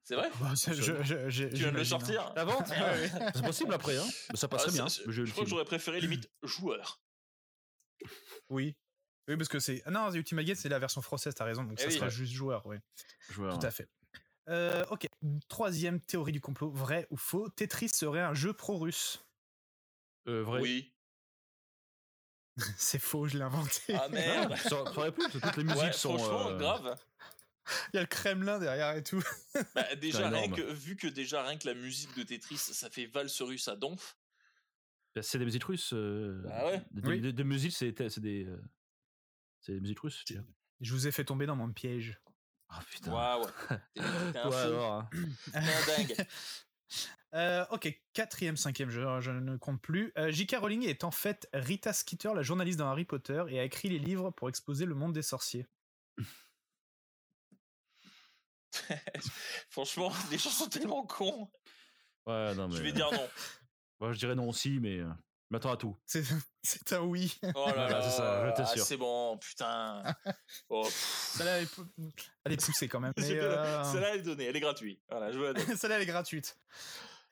S6: c'est vrai
S5: Bah, c'est- je- je- je-
S6: Tu viens de le
S5: j'imagine,
S6: sortir
S7: La vente
S6: Ah ouais.
S7: C'est possible après, hein Mais Ça
S6: Ah,
S7: passerait
S6: c'est-
S7: bien.
S6: c'est-
S7: le
S6: Je,
S7: jeu
S6: crois que
S7: ultime.
S6: j'aurais préféré
S7: [CLEARS THROAT]
S6: limite joueur.
S5: hein. Oui. Oui, parce que c'est. Ah non, Ultimate Game, c'est la version française, t'as raison, donc
S6: Eh
S5: ça
S6: oui.
S5: sera
S6: Ouais.
S5: juste joueur, oui.
S7: Joueur,
S5: Tout à fait. Euh, ok, troisième théorie du complot, vrai ou faux, Tetris serait un jeu pro-russe. [LAUGHS]
S7: Euh, vrai.
S6: Oui.
S5: C'est faux, je l'ai inventé.
S7: [CLEARS THROAT]
S6: Ah
S7: Ah,
S6: merde.
S7: ça, ça aurait pu, parce que toutes les musiques
S6: Ouais,
S7: sont.
S6: franchement,
S7: euh,
S6: grave.
S5: [LAUGHS] Il y a le Kremlin derrière et tout. [LAUGHS]
S6: Bah, déjà, rien
S7: énorme.
S6: que, vu que déjà rien que la musique de Tetris, ça fait valse russe à donf.
S7: bah, C'est des musiques russes. euh,
S6: Bah ouais.
S7: Des,
S5: Oui.
S7: des- des musiques, c'est c'est des. euh, C'est des musiques russes. je veux dire.
S5: Je vous ai fait tomber dans mon piège.
S7: Ah putain.
S6: Waouh. T'es t'es un
S7: [LAUGHS] Toi,
S6: fou,
S7: alors, hein.
S6: t'es un dingue.
S7: [LAUGHS]
S5: Euh, ok, quatrième, cinquième, je, je ne compte plus. Euh, J.K. Rowling est en fait Rita Skeeter, la journaliste dans Harry Potter, et a écrit les livres pour exposer le monde des sorciers.
S6: Franchement, [LAUGHS] les gens sont tellement cons.
S7: Ouais, non, mais.
S6: Je vais dire non.
S7: Ouais, Bah, je dirais non aussi, mais. euh, Mais attends à tout.
S5: C'est [LAUGHS] c'est un oui. [LAUGHS]
S6: Oh là
S7: Voilà,
S6: là,
S7: c'est ça, je
S6: ah,
S7: t'assure.
S6: c'est bon, putain.
S7: [LAUGHS]
S6: Oh, pff,
S5: Celle-là, elle est pou- elle est poussée quand même.
S6: [LAUGHS]
S5: mais, euh,
S6: celle-là, celle-là, elle est donnée, elle est gratuite. Voilà, je veux la donner.
S5: [LAUGHS] Celle-là, elle est gratuite.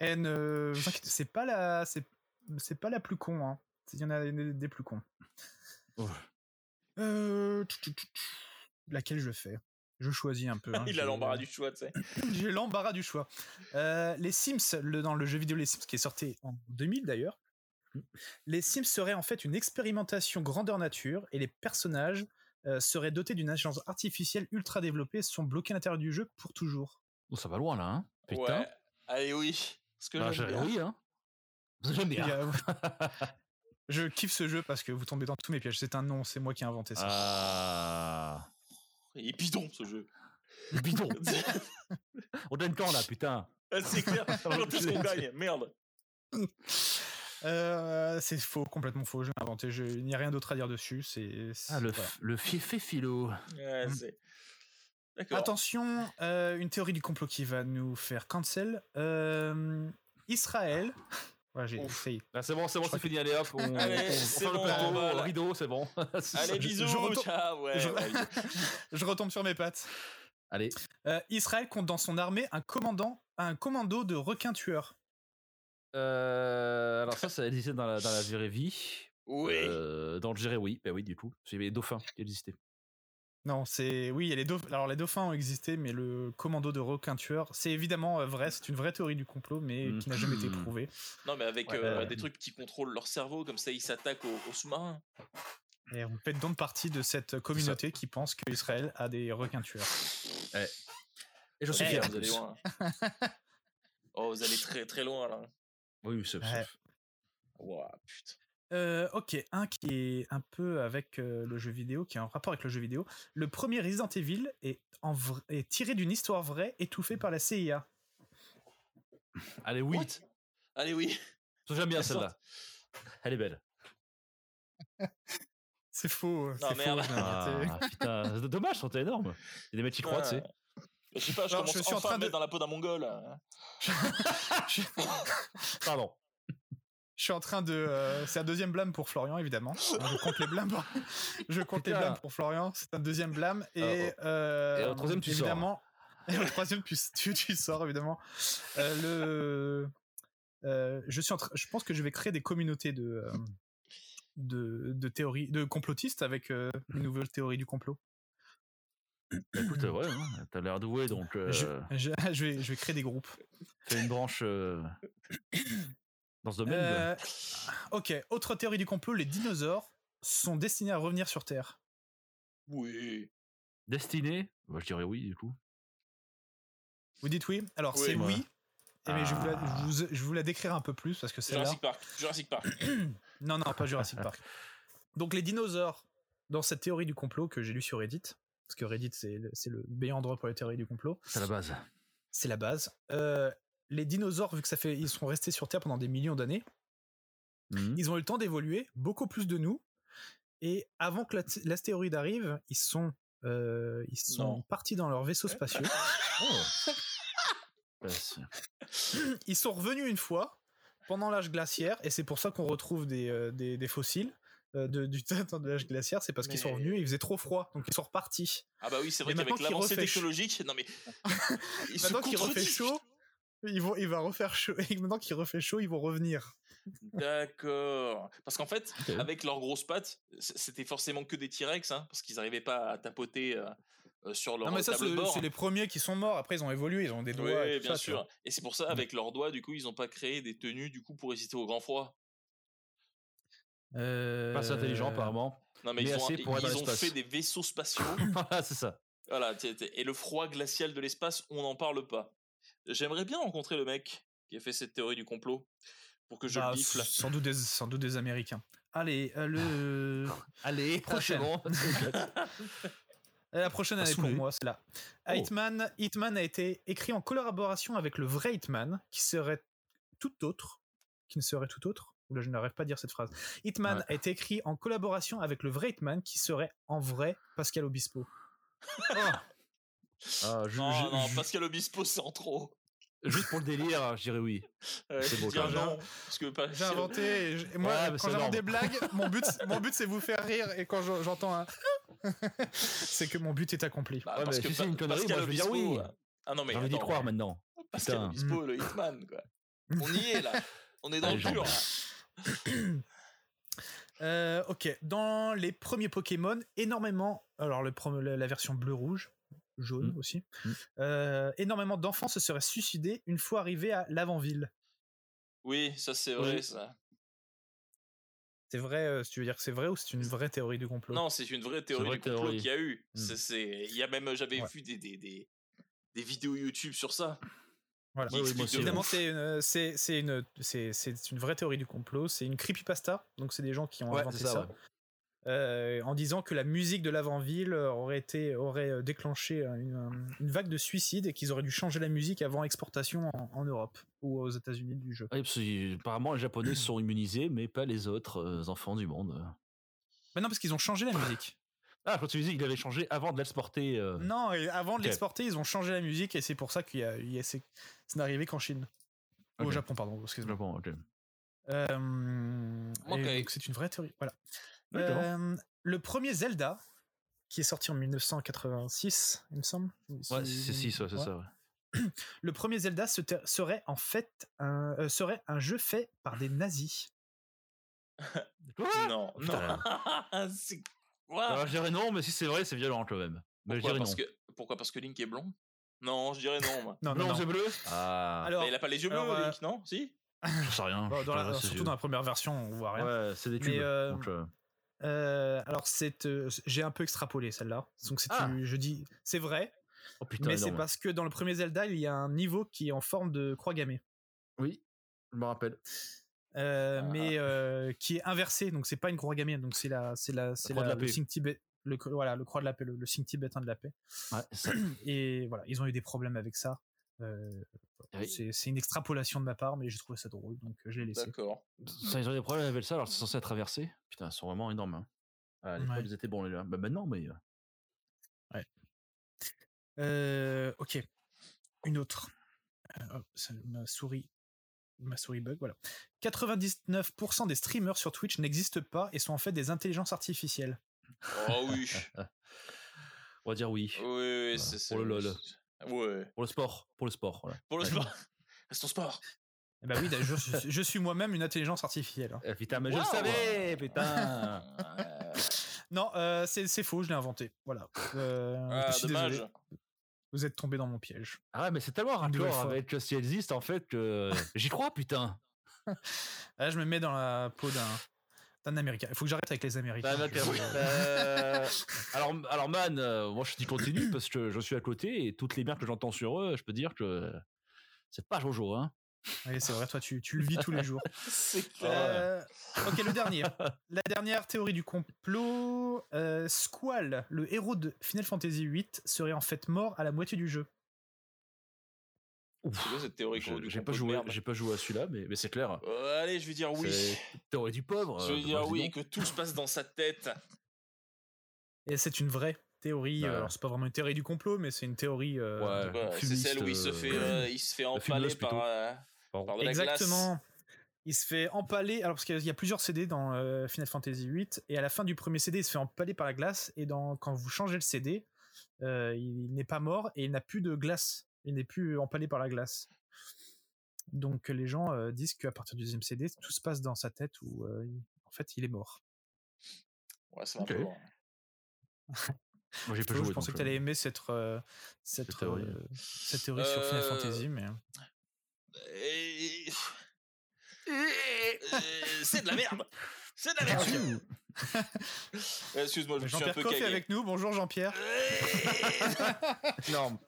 S5: Et ne vous inquiétez, c'est pas la, c'est, c'est pas la plus con. Hein. Il y en a des, des plus cons.
S7: Oh.
S5: Euh, tch, tch, tch, tch. laquelle je fais Je choisis un
S7: Ah,
S5: peu. hein.
S6: [LAUGHS] Il
S5: J'ai-
S6: a l'embarras du choix, tu sais.
S5: [LAUGHS] J'ai l'embarras du choix. Euh, les Sims, le, dans le jeu vidéo Les Sims qui est sorti en 2000 d'ailleurs, les Sims seraient en fait une expérimentation grandeur nature et les personnages euh, seraient dotés d'une intelligence artificielle ultra développée et sont bloqués à l'intérieur du jeu pour toujours.
S7: Oh, ça va loin là, hein. Putain.
S6: Ouais. Allez, oui. Parce que
S7: Bah,
S6: j'aime
S7: je dirais
S6: bien.
S7: oui, hein. J'aime
S5: Il y
S7: bien.
S5: a- euh,
S7: [LAUGHS]
S5: Je kiffe ce jeu parce que vous tombez dans tous mes pièges. C'est un nom, c'est moi qui ai inventé ça.
S7: Ah.
S6: Il est bidon, ce
S7: [LAUGHS]
S6: jeu.
S7: Le bidon.
S6: [LAUGHS]
S7: On donne quand là, putain.
S6: Ah, c'est
S7: [LAUGHS]
S6: clair. Quand est-ce qu'on gagne Merde.
S5: Euh, c'est faux, complètement faux. Je l'ai inventé. Je, il n'y a rien d'autre à dire dessus. C'est c'est-
S7: Ah, le,
S5: voilà.
S7: f- le fiefé philo.
S6: Ouais,
S7: Hmm.
S5: Mm.
S6: c'est- D'accord.
S5: Attention, euh, une théorie du complot qui va nous faire cancel. Euh,
S7: [LAUGHS]
S5: Israël. Ouais, j'ai
S6: Ouf.
S5: essayé.
S7: Là, c'est bon, c'est bon,
S5: crois
S7: c'est fini. Allez hop, on, on-
S6: Allez,
S7: on
S6: c'est
S7: ferme
S6: bon,
S7: le plateau,
S6: on va là.
S7: rideau, c'est bon. [LAUGHS] C'est ça.
S6: Allez,
S5: je-
S6: bisous.
S5: je retourne-
S6: ciao, ouais,
S5: je-
S6: ouais,
S7: [LAUGHS] Euh,
S5: Je retombe sur mes pattes.
S7: Allez.
S5: Euh, Israël compte dans son armée un commandant, un commando de requins tueurs.
S7: Euh, alors ça, ça existait dans la, dans la vraie vie.
S6: Oui.
S7: Euh, dans le géré, oui. Ben oui, du coup. Il y avait les dauphins qui existaient.
S5: Non, c'est oui, il y a les dauphins. Alors les dauphins ont existé, mais le commando de requins tueurs, c'est évidemment euh, vrai. C'est une vraie théorie du complot, mais qui n'a jamais été
S7: Mhm.
S5: prouvée.
S6: Non, mais avec
S7: Ouais,
S6: euh,
S7: ouais.
S6: des trucs qui contrôlent leur cerveau, comme ça, ils s'attaquent aux, aux sous-marins.
S5: Et on fait donc partie de cette communauté qui pense qu'Israël a des requins tueurs.
S7: Et j'en
S5: suis
S7: suis
S5: Eh,
S7: fier.
S5: fier,
S6: Vous allez
S7: [LAUGHS]
S6: loin. oh, vous allez très très loin là.
S7: Oui, c'est
S5: Ouais.
S6: Ouah, putain.
S5: Euh, ok, un qui est un peu avec euh, le jeu vidéo, qui est en rapport avec le jeu vidéo. Le premier Resident Evil est, en vra- est tiré d'une histoire vraie étouffée par la CIA.
S7: Allez, oui.
S6: What Allez, oui.
S7: J'aime bien
S6: La sorte.
S7: celle-là. Elle est belle.
S5: C'est faux. hein.
S6: Non,
S5: c'est faux,
S6: merde.
S5: je l'ai inventé.
S7: Ah, putain. C'est Dommage, quand t'es énorme. Il y a des mecs qui croient, tu sais.
S6: Je sais pas, je
S5: Alors,
S6: commence
S5: je suis en
S6: enfin
S5: train
S6: à me
S5: de-
S6: mettre dans la peau d'un mongol.
S7: Pardon.
S5: Je suis en train de. euh, c'est un deuxième blâme pour Florian,
S7: [LAUGHS]
S5: évidemment. Hein, Je compte les blâmes. Je compte les
S7: Putain. Ah, oh.
S5: blâmes pour Florian. C'est un deuxième blâme. Et, euh,
S7: Et au troisième, tu sors. hein.
S5: évidemment, Et au troisième, tu, tu, tu sors, évidemment. Euh, le. euh, je, suis en train- je pense que je vais créer des communautés de, euh, de, de théories, de complotistes avec euh,
S7: Hmm.
S5: les nouvelles théories du complot.
S7: Bah, écoute, euh, ouais, hein, t'as l'air doué, [LAUGHS] donc euh,
S5: Je, je- je [LAUGHS] vais, je vais créer des groupes.
S7: t'as une branche euh, dans ce domaine. quoi.
S5: Euh, ok, autre théorie du complot les dinosaures sont destinés à revenir sur Terre.
S6: Oui.
S7: Destiné Bah, Je dirais oui, du coup.
S5: Vous dites oui Alors
S6: Oui,
S5: c'est
S7: moi.
S5: oui. Et mais je, vous la,
S7: Ah.
S5: je vous- je vous la décrirai un peu plus parce que c'est là.
S6: Jurassic Ah. Park. Jurassic Park.
S5: Non, non,
S6: [LAUGHS]
S5: pas Jurassic Park. Donc les dinosaures, dans cette théorie du complot que j'ai lue sur Reddit, parce que Reddit c'est le- c'est le meilleur endroit pour les théories du complot,
S7: C'est la base.
S5: c'est la base. Euh, les dinosaures, vu que ça fait, ils sont restés sur Terre pendant des millions d'années,
S7: [LAUGHS] Mhm.
S5: ils ont eu le temps d'évoluer beaucoup plus de nous. Et avant que la- l'astéroïde arrive, ils sont, euh, ils sont
S6: Non.
S5: partis dans leurs vaisseaux spatiaux.
S7: Bah, c'est-
S5: ils sont revenus une fois pendant l'âge glaciaire et c'est pour ça qu'on retrouve des, euh, des, des fossiles euh, de, du temps de l'âge glaciaire. C'est parce qu'ils sont
S6: Mais-
S5: revenus et il faisait trop froid donc ils sont repartis.
S6: Ah bah oui, c'est vrai
S5: Mais
S6: qu'avec
S5: maintenant qu'il
S6: l'avancée
S5: refait chaud-
S6: technologique, non
S5: [LAUGHS]
S6: mais il se
S5: maintenant qu'il
S6: contredit.
S5: refait chaud, ils vont, il va refaire chaud. [LAUGHS] Et maintenant qu'il refait chaud, ils vont revenir.
S6: D'accord. Parce qu'en fait,
S7: Ok.
S6: avec leurs grosses pattes, c- c'était forcément que des T-Rex, hein, parce qu'ils n'arrivaient pas à tapoter euh, euh, sur leur
S5: non, mais ça,
S6: table
S5: c'est
S6: bord.
S5: c'est les premiers qui sont morts. Après, ils ont évolué, ils ont des doigts. et
S6: Oui,
S5: tout
S6: bien
S5: ça, tu vois.
S6: sûr. Et c'est pour ça, avec leurs doigts, du coup, ils n'ont pas créé des tenues du coup pour résister au grand froid.
S5: Euh,
S7: Pas assez intelligent, apparemment.
S6: Non, mais,
S7: Mais
S6: ils ont,
S7: assez pour aller dans
S6: ils ont
S7: l'espace.
S6: fait des vaisseaux spatiaux.
S7: [LAUGHS] voilà, c'est ça.
S6: voilà. t'es- t'es- Et le froid glacial de l'espace, on n'en parle pas. J'aimerais bien rencontrer le mec qui a fait cette théorie du complot pour que je
S5: Bah,
S6: le bifle.
S5: sans doute des, sans doute des Américains. Allez, euh,
S7: [LAUGHS]
S5: le.
S7: Allez, [LAUGHS]
S5: prochainement. La prochaine
S7: Ah,
S5: année pour
S7: saoulé.
S5: moi, c'est là.
S7: Oh.
S5: Hitman, Hitman a été écrit en collaboration avec le vrai Hitman, qui serait tout autre, qui ne serait tout autre. Là, je n'arrive pas à dire cette phrase. Hitman
S7: Ouais.
S5: a été écrit en collaboration avec le vrai Hitman, qui serait en vrai Pascal Obispo.
S7: Ah, ju-
S6: Non,
S7: ju- [LAUGHS]
S6: non,
S7: ju-
S6: Pascal Obispo, c'est en trop.
S7: Juste pour le délire, je dirais oui.
S6: Ouais,
S7: C'est
S6: je
S7: beau,
S6: dirais
S7: quand
S5: même.
S6: non, parce que pas-
S5: J'ai inventé. et je- et moi,
S7: Ouais, mais
S5: quand
S7: c'est
S5: j'invente
S7: énorme.
S5: des blagues, mon but, mon but, c'est vous faire rire. Et quand je- j'entends
S7: [LAUGHS]
S5: un, [LAUGHS] c'est que mon but est accompli.
S6: Bah,
S7: Ouais,
S6: parce
S7: mais
S6: que
S7: si c'est
S6: Pa-
S7: une connerie,
S6: Pascal
S7: moi, je vais dire
S6: Obispo,
S7: oui.
S6: euh, Ah non mais
S7: J'ai envie d'y
S6: attends,
S7: croire maintenant.
S6: Pascal
S7: putain.
S6: Obispo, le Hitman quoi. On y est là. On
S7: [LAUGHS]
S6: est dans
S7: Ah,
S6: le
S7: les
S6: dur.
S7: jambes.
S6: là.
S5: Euh, ok, dans les premiers Pokémon, énormément. Alors, le pro- la la version bleu-rouge, jaune
S7: Mm.
S5: aussi.
S7: Mm.
S5: euh, énormément d'enfants se seraient suicidés une fois arrivés à l'avant-ville.
S6: Oui, ça c'est vrai
S7: Oui.
S6: ça.
S5: C'est vrai, euh, si tu veux dire que c'est vrai ou c'est une vraie théorie du complot
S6: Non, c'est une vraie théorie
S7: vraie
S6: du complot
S7: théorie.
S6: qu'il y a eu.
S7: Mm.
S6: Ça, c'est il y a même j'avais
S5: Ouais.
S6: vu des, des des des vidéos YouTube sur ça.
S5: Voilà.
S6: qui
S7: Oui, oui,
S6: expliquent
S7: moi
S6: de
S7: aussi,
S5: Évidemment,
S6: ouf.
S5: c'est une, euh, c'est- c'est une, c'est- c'est une vraie théorie du complot. C'est une creepypasta. Donc, c'est des gens qui ont
S7: Ouais,
S5: inventé
S7: c'est
S5: ça.
S7: ça. ouais.
S5: euh, en disant que la musique de l'avant-ville euh, aurait, été, aurait euh, déclenché euh, une, euh, une vague de suicides et qu'ils auraient dû changer la musique avant exportation en, en Europe ou aux États-Unis du jeu.
S7: Ouais, Ah, parce que, euh, apparemment, les Japonais sont immunisés, mais pas les autres euh, enfants du monde.
S5: Mais non, parce qu'ils ont changé la musique.
S7: Ah, quand tu disais qu'il avait changé avant de l'exporter. euh,
S5: non, et avant de
S7: Ok.
S5: l'exporter, ils ont changé la musique et c'est pour ça qu'il y a, il y a- c'est, c'est n'arrivé qu'en Chine. Ou Au
S7: Ok.
S5: Japon, pardon,
S7: au
S5: excuse-moi.
S7: Japon, ok.
S5: Euh,
S6: Ok.
S5: et donc c'est une vraie théorie. Voilà.
S7: D'accord.
S5: Euh, le premier Zelda, qui est sorti en 1986, il me semble.
S7: Ouais, c'est si, ça, c'est
S5: Ouais.
S7: ça. ouais.
S5: Le premier Zelda se ter- serait en fait un, euh, serait un jeu fait par des nazis.
S6: Non,
S7: Putain.
S6: non. [LAUGHS] c'est quoi
S7: Alors, Bah, je dirais non, mais si c'est vrai, c'est violent quand même. Mais je
S6: Pourquoi
S7: dirais non.
S6: parce que pourquoi parce que Link est blond Non, je dirais non. [LAUGHS] moi.
S5: Non, non,
S7: Blanc,
S5: non.
S7: c'est bleu Ah,
S5: Alors,
S6: Mais il a pas les yeux bleus
S5: alors, euh,
S6: Link, non Si
S7: je sais rien.
S5: bon,
S7: je
S5: dans la- euh,
S7: dirais, c'est
S5: surtout
S7: vieux.
S5: dans la première version, on voit rien.
S7: Ouais, c'est des
S5: Mais,
S7: tubes.
S5: euh,
S7: donc, euh,
S5: Euh, alors, c'est, euh, j'ai un peu extrapolé celle-là. Donc, c'est
S7: Ah.
S5: une- je dis, c'est vrai,
S7: Oh putain,
S5: mais c'est
S7: énorme.
S5: parce que dans le premier Zelda, il y a un niveau qui est en forme de croix gammée.
S7: Oui, je me rappelle.
S5: euh,
S7: Ah.
S5: mais euh, qui est inversé, donc c'est pas une croix gammée, donc c'est la, c'est la, c'est
S7: croix de
S5: la-
S7: la
S5: le
S7: paix.
S5: signe tibet, le voilà, le croix de la paix, le, le signe tibétain de la paix.
S7: Ouais, [CLEARS THROAT] ça-
S5: Et voilà, ils ont eu des problèmes avec ça. Euh,
S7: Ah oui.
S5: c'est, c'est une extrapolation de ma part, mais j'ai trouvé ça drôle, donc euh, je l'ai laissé.
S7: [LAUGHS]
S6: D'accord.
S7: Ça, ils ont des problèmes avec ça, alors c'est censé être traversé. Putain, ils sont vraiment énormes. Hein. Ah, les
S5: Ouais.
S7: ils étaient bons, les gars. Bah, maintenant, mais. euh,
S5: Euh, ok, une autre. Euh, hop, ça, ma souris, ma souris bug, voilà. 99% des streamers sur Twitch n'existent pas et sont en fait des intelligences artificielles.
S6: Oh oui.
S7: On va dire oui.
S6: Oui, oui, c'est c'est-
S7: Ah, Pour le lol.
S6: c'est- Ouais.
S7: Pour le sport. Pour le sport. Voilà.
S6: Pour le
S7: Ouais.
S6: sport. [LAUGHS] C'est ton
S7: [LAUGHS]
S6: sport.
S5: Eh ben oui, je, je- je suis moi-même une intelligence artificielle. hein.
S7: Eh, putain, mais je
S6: Waouh.
S7: le [LAUGHS] savais, putain.
S6: Euh,
S5: Non, euh, c'est c'est faux, je l'ai inventé. Voilà. Euh,
S6: ah,
S5: je suis
S6: dommage.
S5: désolé, vous êtes tombé dans mon piège.
S7: ah ouais, mais c'est tellement
S5: Une nouvelle
S7: raccord
S5: fois.
S7: avec euh, si elle existe, en fait, que j'y crois, putain.
S5: Là, Ah, je me mets dans la peau d'un d'un Américain. Il faut que j'arrête avec les Américains.
S7: Bah, bah,
S5: je-
S7: oui. Euh, alors, alors, man, euh, moi je dis continue parce que je suis à côté et toutes les bières que j'entends sur eux, je peux dire que c'est pas Jojo. Hein. Ah
S5: Oui, c'est vrai, toi, tu, tu le vis tous les jours.
S6: [LAUGHS] C'est clair.
S5: Euh, ok, le dernier. La dernière théorie du complot. euh, Squall, le héros de Final Fantasy VIII, serait en fait mort à la moitié du jeu.
S6: C'est quoi cette théorie
S7: Je-
S6: gros, du
S7: J'ai
S6: complot
S7: pas,
S6: de
S7: joué-
S6: merde
S7: j'ai pas joué à celui-là, mais, mais c'est clair.
S6: Euh, Allez, je vais dire oui.
S7: C'est Théorie du pauvre.
S6: Je
S7: euh,
S6: vais
S7: moi,
S6: dire
S7: dis
S6: oui,
S7: donc.
S6: que tout se passe dans sa tête.
S5: Et c'est une vraie théorie.
S7: Ouais.
S5: Alors, c'est pas vraiment une théorie du complot, mais c'est une théorie. euh,
S7: Ouais,
S6: Bah, c'est
S7: fumiste,
S6: celle où il se
S7: euh,
S6: fait, euh, il se fait empaler
S7: fumeuse,
S6: par,
S7: plutôt.
S6: euh,
S7: Pardon.
S6: par de la
S5: Exactement.
S6: glace.
S5: Il se fait empaler, alors parce qu'il y a plusieurs CD dans euh, Final Fantasy VIII, et à la fin du premier CD, il se fait empaler par la glace, et dans, quand vous changez le CD, euh, il n'est pas mort, et il n'a plus de glace, il n'est plus empalé par la glace. Donc les gens euh, disent qu'à partir du deuxième CD, tout se passe dans sa tête, où euh, il- en fait il est mort.
S6: Ouais, c'est un
S7: Ok.
S6: peu lourd.
S7: Moi j'ai pas
S5: Flo,
S7: joué.
S5: je pensais
S7: donc,
S5: que tu allais aimer cette, euh, cette,
S7: Cette théorie.
S5: euh, cette théorie sur Final
S6: Euh,
S5: Fantasy, mais...
S6: Et- Euh, C'est de la
S7: [LAUGHS]
S6: merde. C'est de la
S7: Bah,
S6: merde. Euh, Excuse-moi, je me suis un
S5: Jean-Pierre
S6: peu
S5: Coff est
S6: cagué.
S5: avec nous, bonjour Jean-Pierre.
S7: Énorme.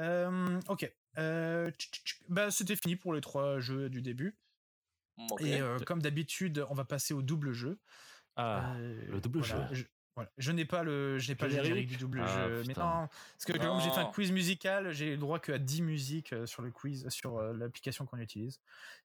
S5: Euh, ok. Euh, tch, tch, tch. bah, c'était fini pour les trois jeux du début.
S6: Ok.
S5: Et euh, comme d'habitude, on va passer au double jeu.
S7: Ah,
S5: Euh,
S7: le double
S5: voilà,
S7: jeu.
S5: Je, voilà. Je n'ai pas le, je n'ai pas le
S7: Générique
S5: générique du double
S7: Ah,
S5: jeu. Mais
S7: putain.
S5: non, parce que comme j'ai fait un
S6: Non.
S5: quiz musical, j'ai le droit que à 10 musiques euh, sur le quiz, sur euh, l'application qu'on utilise.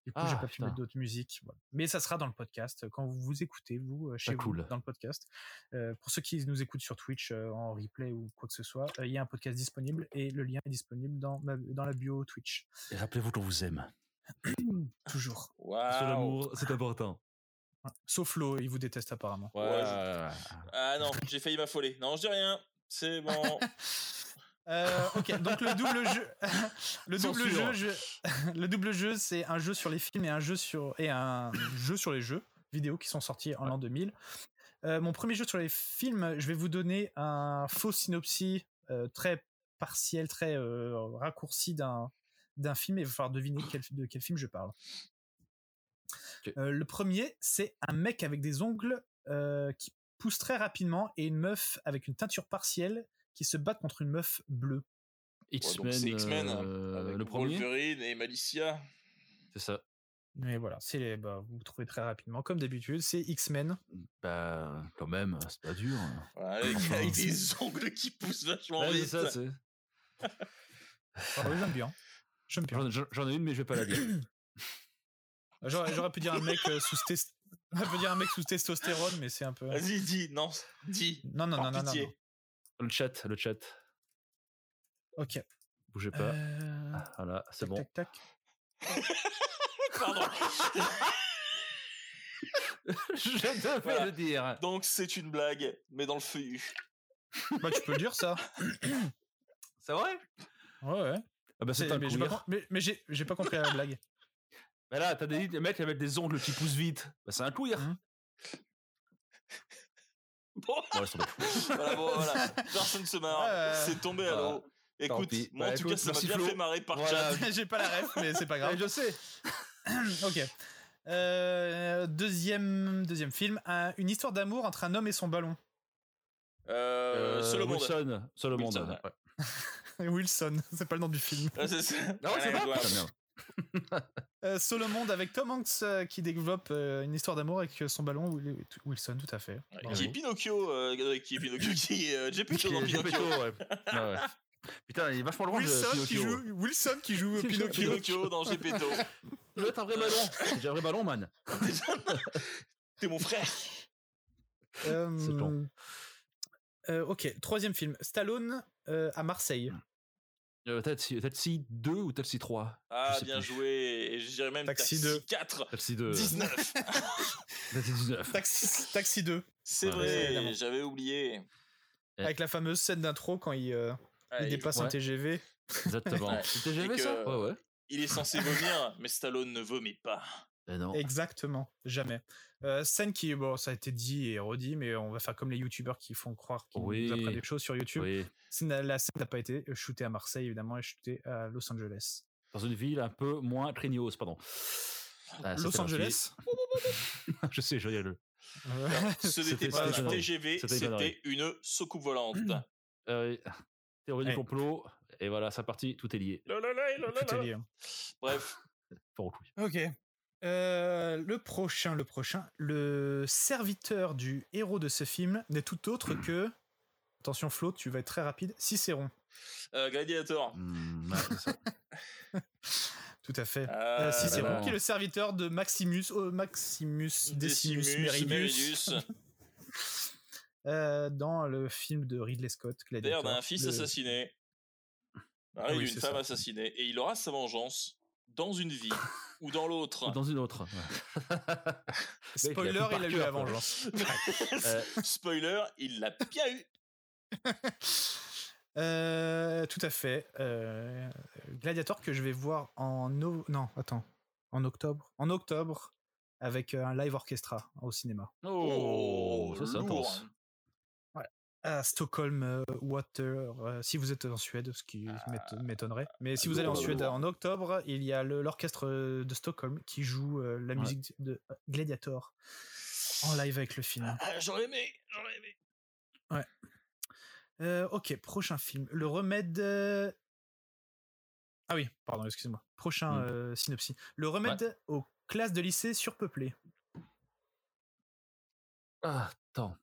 S5: Du coup,
S7: Ah,
S5: j'ai pas pu
S7: putain.
S5: mettre d'autres musiques. voilà. Mais ça sera dans le podcast quand vous vous écoutez vous euh, chez
S7: Ah, cool.
S5: vous dans le podcast. Euh, pour ceux qui nous écoutent sur Twitch euh, en replay ou quoi que ce soit, euh, il y a un podcast disponible et le lien est disponible dans ma- dans la bio Twitch.
S7: Et Rappelez-vous qu'on vous aime.
S5: Toujours.
S7: Parce que
S6: Waouh.
S7: l'amour, c'est important.
S5: Sauf Flo, il vous déteste apparemment.
S7: Ouais.
S6: Ah non, j'ai failli m'affoler. Non, je dis rien. C'est
S7: [LAUGHS]
S6: bon.
S5: Euh, ok, donc le double jeu, [LAUGHS] le double jeu,
S7: Censure.
S5: je- [LAUGHS] le double jeu, c'est un jeu sur les films et un jeu sur et un jeu sur les jeux vidéo qui sont sortis en l'an 2000. Euh, mon premier jeu sur les films, je vais vous donner un faux synopsis euh, très partiel, très euh, raccourci d'un d'un film et il va falloir deviner quel- de quel film je parle.
S7: Ok.
S5: Euh, le premier, c'est un mec avec des ongles euh, qui poussent très rapidement et une meuf avec une teinture partielle qui se battent contre une meuf bleue.
S7: X-Men.
S6: donc c'est X-Men,
S7: euh,
S6: Avec
S7: le premier.
S6: Wolverine et Malicia.
S7: C'est ça.
S5: Mais voilà, c'est les- bah, vous trouvez très rapidement, comme d'habitude, c'est X-Men.
S7: Bah, quand même, c'est pas dur.
S6: Voilà,
S7: [LAUGHS]
S6: les gars, avec des ongles qui poussent vachement
S7: Ouais,
S6: vite.
S7: c'est ça, c'est-
S5: Ah oui, j'aime bien. J'aime bien.
S7: J'en j'en- j'en ai une, mais je vais pas la dire.
S5: [LAUGHS] J'aurais j'aurais pu dire un mec euh, sous tes- [LAUGHS] j'aurais pu dire un mec sous testostérone, mais c'est un peu.
S6: Vas-y, dis, non, dis.
S5: Non non non
S6: Par
S5: non non.
S6: pitié.
S5: non.
S7: Le chat, le chat.
S5: Ok.
S7: Bougez pas.
S5: Euh,
S7: Voilà, c'est
S5: tac,
S7: bon.
S5: Tac tac.
S6: Pardon.
S7: [LAUGHS] je devais
S6: Voilà.
S7: le dire.
S6: Donc c'est une blague, mais dans le feuillu.
S5: Bah tu peux le dire ça.
S7: C'est vrai
S5: [LAUGHS] Ouais ouais.
S7: Ah bah c'est
S5: C'est-
S7: un
S5: mais j'ai pas
S7: couillard.
S5: com- mais- mais j'ai j'ai pas compris la
S7: [LAUGHS]
S5: blague.
S7: Bah là, t'as des mecs avec des ongles qui poussent vite. Bah c'est un couillard.
S5: Mhm.
S6: [LAUGHS] Bon,
S7: Ouais, c'est bon.
S6: voilà, bon,
S7: [LAUGHS]
S6: voilà. Personne se marre.
S5: Ouais.
S6: C'est tombé à
S7: Voilà.
S6: l'eau. Écoute,
S7: Bah, pis.
S6: moi, en
S7: Bah,
S6: tout
S7: écoute,
S6: cas, ça m'a
S7: merci,
S6: bien
S7: Flo.
S6: fait marrer par
S7: Voilà.
S6: chat.
S5: [LAUGHS] j'ai pas la ref, mais c'est pas grave.
S7: Ouais, Eh, je sais.
S5: [LAUGHS] ok. Euh, deuxième deuxième film, un- une histoire d'amour entre un homme et son ballon. [LAUGHS]
S6: Euh, Solo Monde.
S7: Wilson. Solo Monde.
S6: Wilson,
S7: Ouais.
S5: Wilson, c'est pas le nom du film.
S6: Ah, c'est ça.
S7: [LAUGHS] Ah ouais, c'est
S6: [LAUGHS] Allez,
S7: pas
S6: voilà.
S7: Putain, merde.
S5: Euh, Solo Monde avec Tom Hanks euh, qui développe euh, une histoire d'amour avec euh, son ballon Will- Wilson, tout à fait. Bravo.
S6: Qui est Pinocchio, euh, qui est Pinocchio, [LAUGHS] qui est euh, Gepetto dans
S7: Gepetto,
S6: Pinocchio.
S7: ouais. Ah ouais. Putain, il est vachement loin
S5: Wilson,
S7: de
S5: qui
S7: Pinocchio.
S5: joue, Wilson qui
S7: [LAUGHS]
S5: joue
S7: C'est
S5: Pinocchio.
S6: Pinocchio dans Gepetto.
S7: Il doit être un vrai ballon. J'ai un vrai ballon, man.
S6: T'es mon frère.
S5: Euh,
S7: C'est bon.
S5: euh, ok, troisième film. Stallone euh, à Marseille.
S7: Euh, Taxi Taxi 2 ou Taxi 3
S6: Ah,
S7: Je sais
S6: bien
S7: plus. Euh,
S6: joué. Et je dirais même
S5: Taxi
S6: Taxi,
S5: deux.
S6: 4.
S7: Taxi 2.
S6: 19.
S7: Taxi
S5: [LAUGHS]
S7: 19.
S5: Taxi, Taxi 2,
S6: C'est
S7: Ouais,
S6: vrai,
S5: évidemment.
S6: j'avais oublié.
S7: Ouais.
S5: avec la fameuse scène d'intro quand il, euh, il
S6: Ouais,
S5: dépasse
S7: ouais.
S5: un TGV.
S7: Exactement.
S6: Ouais.
S7: C'était
S6: Et
S7: jamais
S6: que-
S7: ça Ouais, ouais.
S6: Il est censé vomir, mais Stallone ne vomit pas.
S7: Eh non.
S5: Exactement, jamais. Euh, scène qui, bon, ça a été dit et redit, mais on va faire comme les youtubeurs qui font croire qu'ils
S7: Oui.
S5: nous apprennent des choses sur YouTube.
S7: Oui.
S5: Scène- La scène n'a pas été euh, shootée à Marseille, évidemment, et shootée à Los Angeles.
S7: Dans une ville un peu moins craignos, pardon. Euh, Ah,
S5: Los
S7: c'était ma fille.
S5: Angeles
S7: [LAUGHS] je sais, je rigole.
S5: Euh,
S6: Ce n'était
S7: C'était-
S6: pas
S7: c'était
S6: un
S7: une
S6: TGV,
S7: C'était une
S6: c'était
S7: connerie.
S6: une soucoupe volante. La,
S7: Euh, théorie
S5: Ouais.
S7: du complot. Et voilà, c'est parti. Tout est lié.
S6: la, la, la, la,
S5: tout est
S6: la.
S5: lié.
S6: Bref,
S7: Fort au couille. [LAUGHS]
S5: Ok. Euh, le prochain, le prochain, le serviteur du héros de ce film n'est tout autre que. [CLEARS THROAT] Attention Flo, tu vas être très rapide. Cicéron.
S6: euh, Gladiator.
S7: Hmm, ouais, c'est ça.
S5: Tout à fait.
S6: Ah,
S5: Euh, Cicéron,
S7: bah non.
S5: qui est le serviteur de Maximus, oh, Maximus Decimus, Meridius, euh, dans le film de Ridley Scott.
S6: D'ailleurs,
S5: Gladiator.
S6: d'un fils
S5: Le-
S6: assassiné, Ah, et
S5: Oui,
S6: d'une
S5: c'est
S6: femme
S5: ça.
S6: assassinée, et il aura sa vengeance dans une vie ou dans l'autre.
S7: Ou dans une autre. ouais. [LAUGHS]
S5: Spoiler, il
S7: Mec, il a
S5: a,
S7: tout par
S5: eu
S7: cœur,
S5: la
S7: quoi.
S5: vengeance.
S7: Euh,
S6: [LAUGHS] Spoiler, il l'a bien eu.
S5: Euh, tout à fait. Euh, Gladiator que je vais voir en no- non attends en octobre en octobre avec euh, un live orchestra au cinéma.
S7: Oh, ça c'est
S6: lourd.
S7: intense.
S5: à Stockholm euh, Water, euh, si vous êtes en Suède, ce qui m'éton- m'étonnerait. Mais si vous allez en Suède euh, en octobre, il y a le- l'orchestre euh, de Stockholm qui joue euh, la
S7: Ouais.
S5: musique de euh, Gladiator en live avec le film.
S6: Ah, j'aurais aimé, j'aurais aimé.
S5: Euh, ok, prochain film. Le remède. euh, Ah oui, pardon, excusez-moi. Prochain
S7: Mm.
S5: euh, synopsis. Le remède aux classes de lycée surpeuplées.
S7: Ah, attends.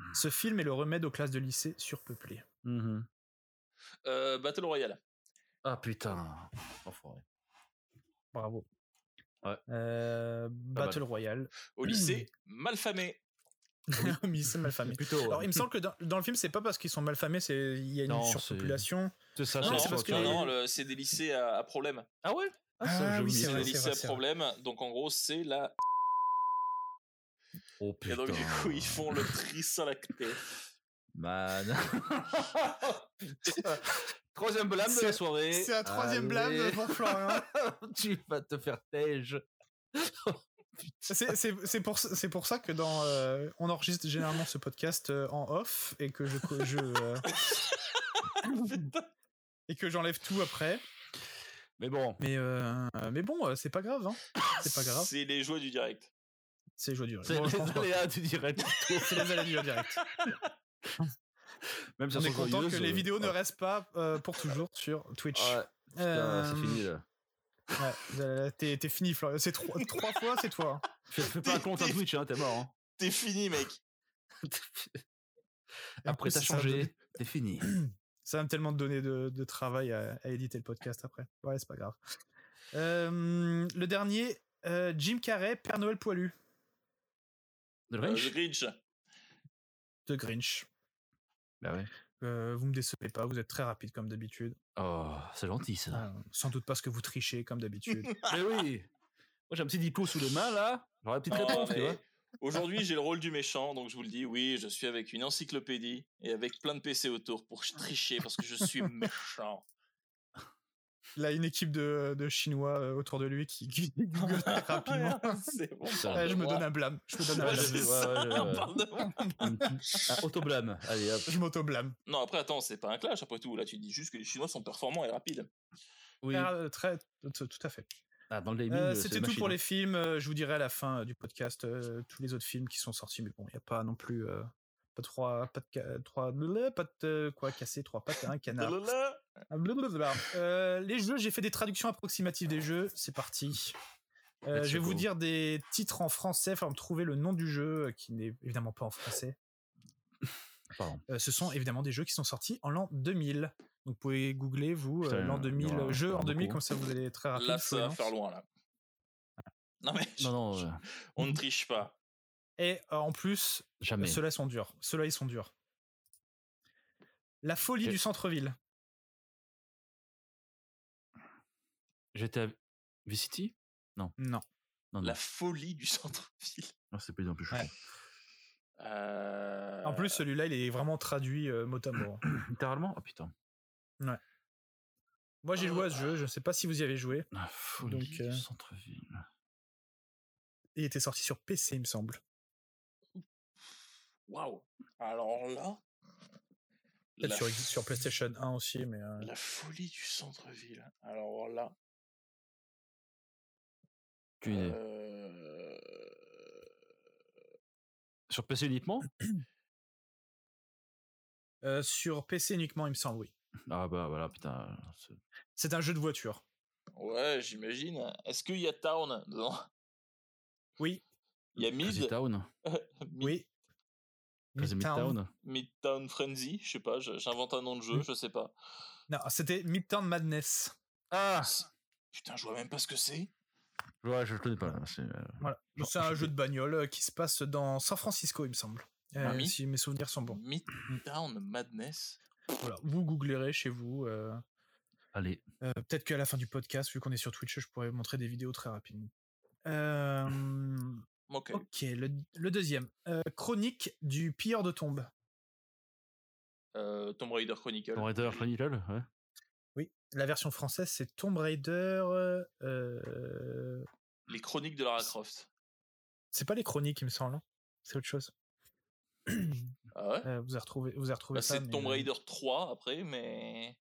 S7: Mm.
S5: Ce film est le remède aux classes de lycée surpeuplées.
S7: Mhm.
S6: Euh, Battle Royale.
S7: Ah putain. Enfoiré.
S5: Bravo.
S7: Ouais.
S5: Euh,
S7: mal.
S5: Battle
S7: [LAUGHS]
S5: Royale.
S6: Au lycée, malfamé.
S5: [LAUGHS] Miss Malfamé.
S7: Plutôt.
S5: Alors, il me semble que dans, dans le film, c'est pas parce qu'ils sont mal famés, c'est il y a une
S7: Non,
S5: surpopulation.
S7: C'est Ah, ça,
S6: Non,
S7: c'est
S6: non,
S7: ça,
S5: parce
S7: tu
S5: que
S7: vois.
S6: non,
S5: les-
S6: non, le- c'est des lycées à, à problème.
S7: Ah ouais
S5: Ah
S7: j'ai
S5: oui,
S7: oublié.
S5: c'est
S6: C'est
S5: vrai,
S6: des lycées
S5: vrai,
S6: à
S5: c'est vrai.
S6: problème. Donc en gros, c'est la.
S7: Oh putain.
S6: Et donc du coup, ils font le trisalacté.
S7: Man.
S5: [LAUGHS]
S7: [LAUGHS] Putain. Troisième blâme de la
S5: C'est-
S7: soirée. Allez,
S5: pour Florian.
S7: tu vas te faire tège.
S5: c'est c'est- c'est pour, ça- c'est pour ça que dans, euh, on enregistre généralement ce podcast euh, en off et que je, co- je euh, et que j'enlève tout après.
S7: Mais bon,
S5: Mais euh, mais bon, euh, c'est pas grave. hein. C'est pas grave.
S6: C'est les joies du direct.
S5: C'est hein, joie du
S7: c'est
S5: Bon, je pense
S7: les
S5: pas.
S7: aléas du direct. [LAUGHS]
S5: C'est les allées du direct.
S7: Même si
S5: On
S7: elles
S5: est
S7: sont
S5: content
S7: joyeuses,
S5: que les
S7: euh,
S5: vidéos ne
S7: ouais.
S5: restent pas euh, pour toujours sur Twitch.
S7: Ouais, putain,
S5: Euh,
S7: c'est fini là.
S5: ouais, euh, t'es t'es fini, Florian. C'est trois, trois fois, c'est toi. hein.
S7: Fais, fais pas un compte à Twitch, hein, t'es
S5: [LAUGHS]
S7: mort. hein.
S6: T'es fini, mec.
S5: Et en
S7: Après,
S5: plus,
S7: t'as
S5: ça va donner-
S7: changé,
S5: [CLEARS THROAT]
S7: t'es fini.
S5: Ça va me tellement donner de, de travail à, à éditer le podcast après. Ouais, c'est pas grave. Euh, le dernier, euh, Jim Carrey, Père Noël poilu
S7: De
S6: Euh,
S7: Grinch
S6: The Grinch.
S5: de Grinch.
S7: Bah ouais.
S5: Euh, vous me décevez pas, vous êtes très rapide comme d'habitude.
S7: Oh, c'est gentil ça.
S5: Euh, sans doute parce que vous trichez comme d'habitude.
S7: [LAUGHS] Mais oui. Moi, j'ai un petit dico sous les mains là. J'aurais la petite
S6: Oh,
S7: réponse, tu
S6: mais
S7: vois.
S6: Aujourd'hui, j'ai le rôle du méchant, donc je vous le dis, oui, je suis avec une encyclopédie et avec plein de PC autour pour ch- tricher parce que je suis
S5: [LAUGHS]
S6: méchant.
S5: Là, une équipe de, de Chinois euh, autour de lui qui, qui Google très rapidement.
S6: C'est bon,
S7: Ça,
S6: parle
S5: Ouais,
S6: de
S5: je me
S6: moi.
S5: donne un blâme. Je me donne un
S6: Ouais,
S7: Ouais,
S5: blâme.
S6: c'est
S7: j'avais-
S6: ça,
S7: ouais, ouais,
S6: on
S5: [LAUGHS]
S7: ouais.
S6: parle de moi.
S7: Un petit- un autoblâme. Allez, hop.
S5: Je m'auto-blâme.
S6: Non, après, attends, c'est pas un clash, après tout. Là, tu dis juste que les Chinois sont performants et rapides.
S7: Oui.
S5: Très- Ah, euh, très- tout tout à fait.
S7: Ah, dans le gaming,
S5: Euh,
S7: euh, c'est
S5: C'était tout
S7: machine.
S5: pour les films. Euh, je vous dirai à la fin euh, du podcast euh, tous les autres films qui sont sortis, mais bon, il n'y a pas non plus euh, pas de trois, pas de ca- trois, bleu, pas de euh, quoi casser trois pattes à un canard.
S6: Blablabla.
S5: Blablabla. Euh, les jeux, j'ai fait des traductions approximatives des jeux. C'est parti. Euh,
S7: Let's
S5: je vais vous
S7: go.
S5: dire des titres en français, enfin me trouver le nom du jeu euh, qui n'est évidemment pas en français.
S7: Pardon.
S5: Euh, ce sont évidemment des jeux qui sont sortis en l'an 2000. Donc vous pouvez googler vous euh,
S7: Putain,
S5: l'an
S7: il y en
S5: 2000
S7: aura-
S5: euh,
S7: il y
S5: jeu
S7: en
S5: en
S7: aura
S5: 2000
S7: beaucoup.
S5: comme ça vous allez être très rapide.
S6: Là,
S5: vous pouvez
S6: ça va
S5: lancer.
S6: faire loin, là. Non, mais
S7: Non, non, euh,
S6: [LAUGHS] on ne triche pas.
S5: Et euh, en plus,
S7: jamais.
S5: ceux-là sont durs. Ceux-là ils sont durs. La folie
S7: Ok.
S5: du centre-ville.
S7: J'étais à V-City
S5: Non.
S7: Non, non.
S6: La folie du centre-ville.
S7: Ah, c'est pas bien plus chaud.
S5: Ouais.
S6: Euh,
S5: En plus celui-là il est vraiment traduit euh, mot à mot.
S7: Littéralement Ah putain.
S5: Moi j'ai joué à ce jeu, je ne sais pas si vous y avez joué.
S7: La Ah, folie
S5: Donc, euh,
S7: du centre-ville.
S5: Il était sorti sur PC il me semble.
S6: Waouh. Alors là.
S5: Peut-être
S6: la
S5: sur, sur PlayStation 1 aussi, mais... euh,
S6: La folie du centre-ville. Alors là.
S7: Aucune idée.
S6: euh,
S7: Sur PC uniquement
S5: Euh, sur PC uniquement, il me semble, oui.
S7: Ah bah voilà, putain. c'est-
S5: C'est un jeu de voiture.
S6: Ouais, j'imagine. Est-ce qu'il y a Town dedans
S5: Oui.
S6: Il y a
S7: Crazy
S6: Mid.
S7: Town
S6: Mid-
S5: Oui.
S7: Crazy
S5: Midtown.
S7: Midtown
S6: Midtown Frenzy, je sais pas, je- j'invente un nom de jeu,
S5: Mm.
S6: je sais pas.
S5: Non, c'était Midtown Madness.
S7: Ah
S6: Putain, je vois même pas ce que c'est.
S7: Ouais, je le connais pas. c'est, euh,
S5: Voilà.
S7: Genre,
S5: C'est un
S7: c'était-
S5: jeu de bagnole euh, qui se passe dans San Francisco, il me semble. Euh,
S6: Ah oui.
S5: si mes souvenirs sont bons.
S6: Midtown Madness.
S5: Voilà. Vous googlerez chez vous. euh,
S7: Allez.
S5: euh, Peut-être qu'à la fin du podcast, vu qu'on est sur Twitch, je pourrais vous montrer des vidéos très rapidement. Euh,
S6: Ok.
S7: Oh.
S5: ok, le, le deuxième. Euh, chronique du pilleur de tombes.
S6: Euh, Tomb Raider Chronicle.
S7: Tomb Raider Chronicle Ouais.
S5: Oui, la version française, c'est Tomb Raider. euh, euh,
S6: Les chroniques de Lara Croft.
S5: C'est pas les chroniques, il me semble. hein. C'est autre chose.
S6: Ah ouais
S5: Euh, vous avez retrouvé, vous avez retrouvé
S6: Bah,
S5: ça.
S6: C'est
S5: mais,
S6: Tomb
S5: euh,
S6: Raider 3 après, mais.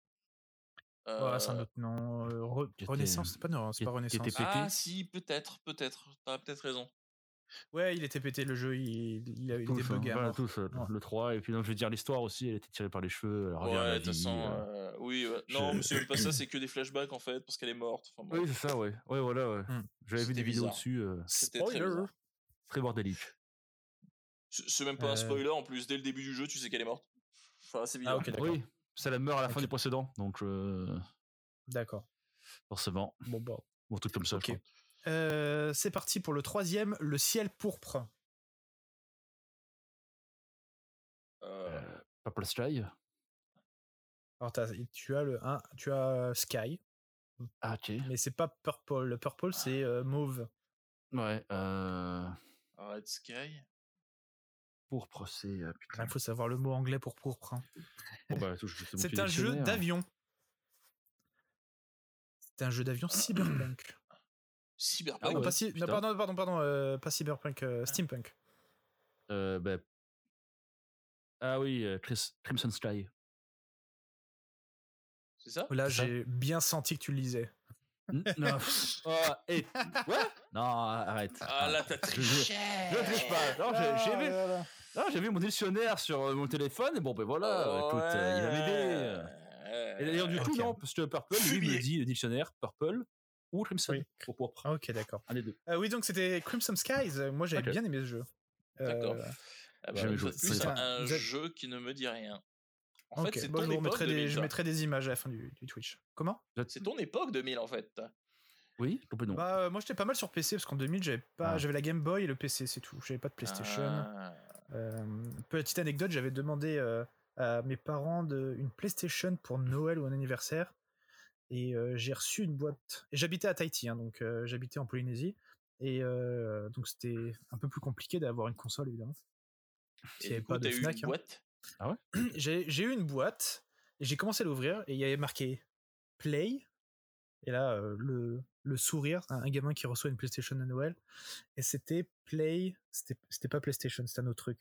S5: voilà, c'est un
S6: Euh,
S5: autre nom. euh, Re-
S7: Qui était-
S5: Renaissance, c'est pas, non, c'est
S7: qui-
S5: pas
S7: qui
S5: Renaissance.
S7: était-
S6: Ah
S7: pété.
S6: si, peut-être, peut-être. T'as peut-être raison.
S5: ouais, il était pété le jeu, il, il a eu des
S7: Tous, hein,
S5: bugs. à
S7: voilà,
S5: mort.
S7: tous, euh,
S5: Ouais.
S7: le 3, et puis donc, je veux dire, l'histoire aussi, elle était tirée par les cheveux, elle revient à
S6: Ouais,
S7: la
S6: de toute
S7: vie,
S6: façon,
S7: euh.
S6: euh, oui. ouais.
S7: je-
S6: Non, mais c'est même pas
S7: [LAUGHS]
S6: ça, c'est que des flashbacks en fait, parce qu'elle est morte. Enfin, bon,
S7: Oui, c'est ça, ouais. Ouais, voilà, ouais.
S5: Hmm.
S7: J'avais vu
S6: C'était
S7: des vidéos
S6: bizarre.
S7: dessus, euh,
S6: c'était très
S5: Spoiler.
S6: bizarre.
S7: très bordélique.
S6: C'est c'est même pas un
S5: Euh.
S6: spoiler en plus, dès le début du jeu, tu sais qu'elle est morte. Enfin, c'est
S5: Ah
S6: bizarre.
S5: ok, d'accord.
S7: Oui, ça la meurt à la fin
S5: Ok.
S7: du précédent, donc euh,
S5: D'accord.
S7: forcément,
S5: Bon bah.
S7: ou un truc comme ça. je
S5: Ok.
S7: crois.
S5: Euh, c'est parti pour le troisième, le ciel pourpre.
S6: Euh,
S7: Euh, pas Plus Sky.
S5: Alors t'as- tu as le 1, tu as Sky,
S7: Ah, ok.
S5: mais c'est pas Purple. Le Purple c'est euh, mauve.
S7: Ouais, euh,
S6: Red Sky.
S7: pourpre, c'est. euh, putain.
S5: Il faut savoir le mot anglais pour pourpre. hein.
S7: Bon, bah, tout, je vais monter
S5: [LAUGHS] C'est
S7: le
S5: un jeu
S7: dictionnaire.
S5: d'avion. C'est un jeu d'avion
S6: [CLEARS THROAT]
S5: cyberpunk.
S6: Cyberpunk.
S7: Ah
S5: non,
S7: ouais,
S5: pas ci- non,
S7: putain.
S5: pardon, pardon, pardon, euh, pas cyberpunk,
S6: Ah.
S5: euh, steampunk.
S7: Euh, bah, Ah oui, euh, Chris- Crimson Sky.
S6: C'est ça
S5: Là,
S7: C'est ça.
S5: j'ai bien senti que tu le lisais.
S7: N- non. Oh, et... ouais non, arrête.
S6: Ah là, t'as
S7: Je- je-
S6: triché
S7: Je ne triche pas. Non, Oh, j'ai-
S6: Ah,
S7: j'ai vu, non, j'ai vu mon dictionnaire sur euh, mon téléphone. Et bon, ben voilà, écoute, euh, il va m'aider.
S6: Oh, Ouais.
S7: Et d'ailleurs, du coup,
S5: Ok.
S7: non, parce que Purple, lui,
S6: Fumier.
S7: me dit le dictionnaire Purple ou Crimson
S5: Oui.
S7: pour pourpre.
S5: Ah, ok, d'accord.
S7: Un des deux.
S5: Euh, oui, donc c'était Crimson Skies. Euh, Moi, j'avais
S7: Ok.
S5: bien aimé ce jeu. Euh,
S6: D'accord. Ah bah,
S7: Jamais
S6: une
S7: joué.
S6: fois de plus,
S7: C'est
S6: un,
S5: pas-
S6: un
S5: vous êtes-
S6: jeu qui ne me dit rien. En
S5: ok,
S6: fait, c'est
S5: bon,
S6: ton
S5: je, vous
S6: époque
S5: remettrai des,
S6: 2000.
S5: je
S6: ça.
S5: mettrai des images à la fin du, du Twitch. Comment
S6: C'est ton époque 2000 en fait.
S7: Oui, complètement.
S5: Bah, euh, moi, j'étais pas mal sur PC parce qu'en 2000, j'avais pas,
S7: Ah.
S5: j'avais la Game Boy et le PC, c'est tout. J'avais pas de PlayStation.
S6: Ah.
S5: Euh, petite anecdote, j'avais demandé euh, à mes parents de, une PlayStation pour Noël ou un anniversaire. Et euh, j'ai reçu une boîte. Et j'habitais à Tahiti, hein, donc euh, j'habitais en Polynésie. Et euh, donc c'était un peu plus compliqué d'avoir une console, évidemment. S'il
S6: Et
S5: y avait
S6: du coup,
S5: pas de
S6: t'as eu
S5: Fnac,
S6: une
S5: hein.
S6: boîte.
S5: [CLEARS THROAT] J'ai j'ai eu une boîte, et j'ai commencé à l'ouvrir, et il y avait marqué Play. Et là, euh, le, le sourire, un, un gamin qui reçoit une PlayStation à Noël. Et c'était Play. C'était c'était pas PlayStation, c'était un autre truc.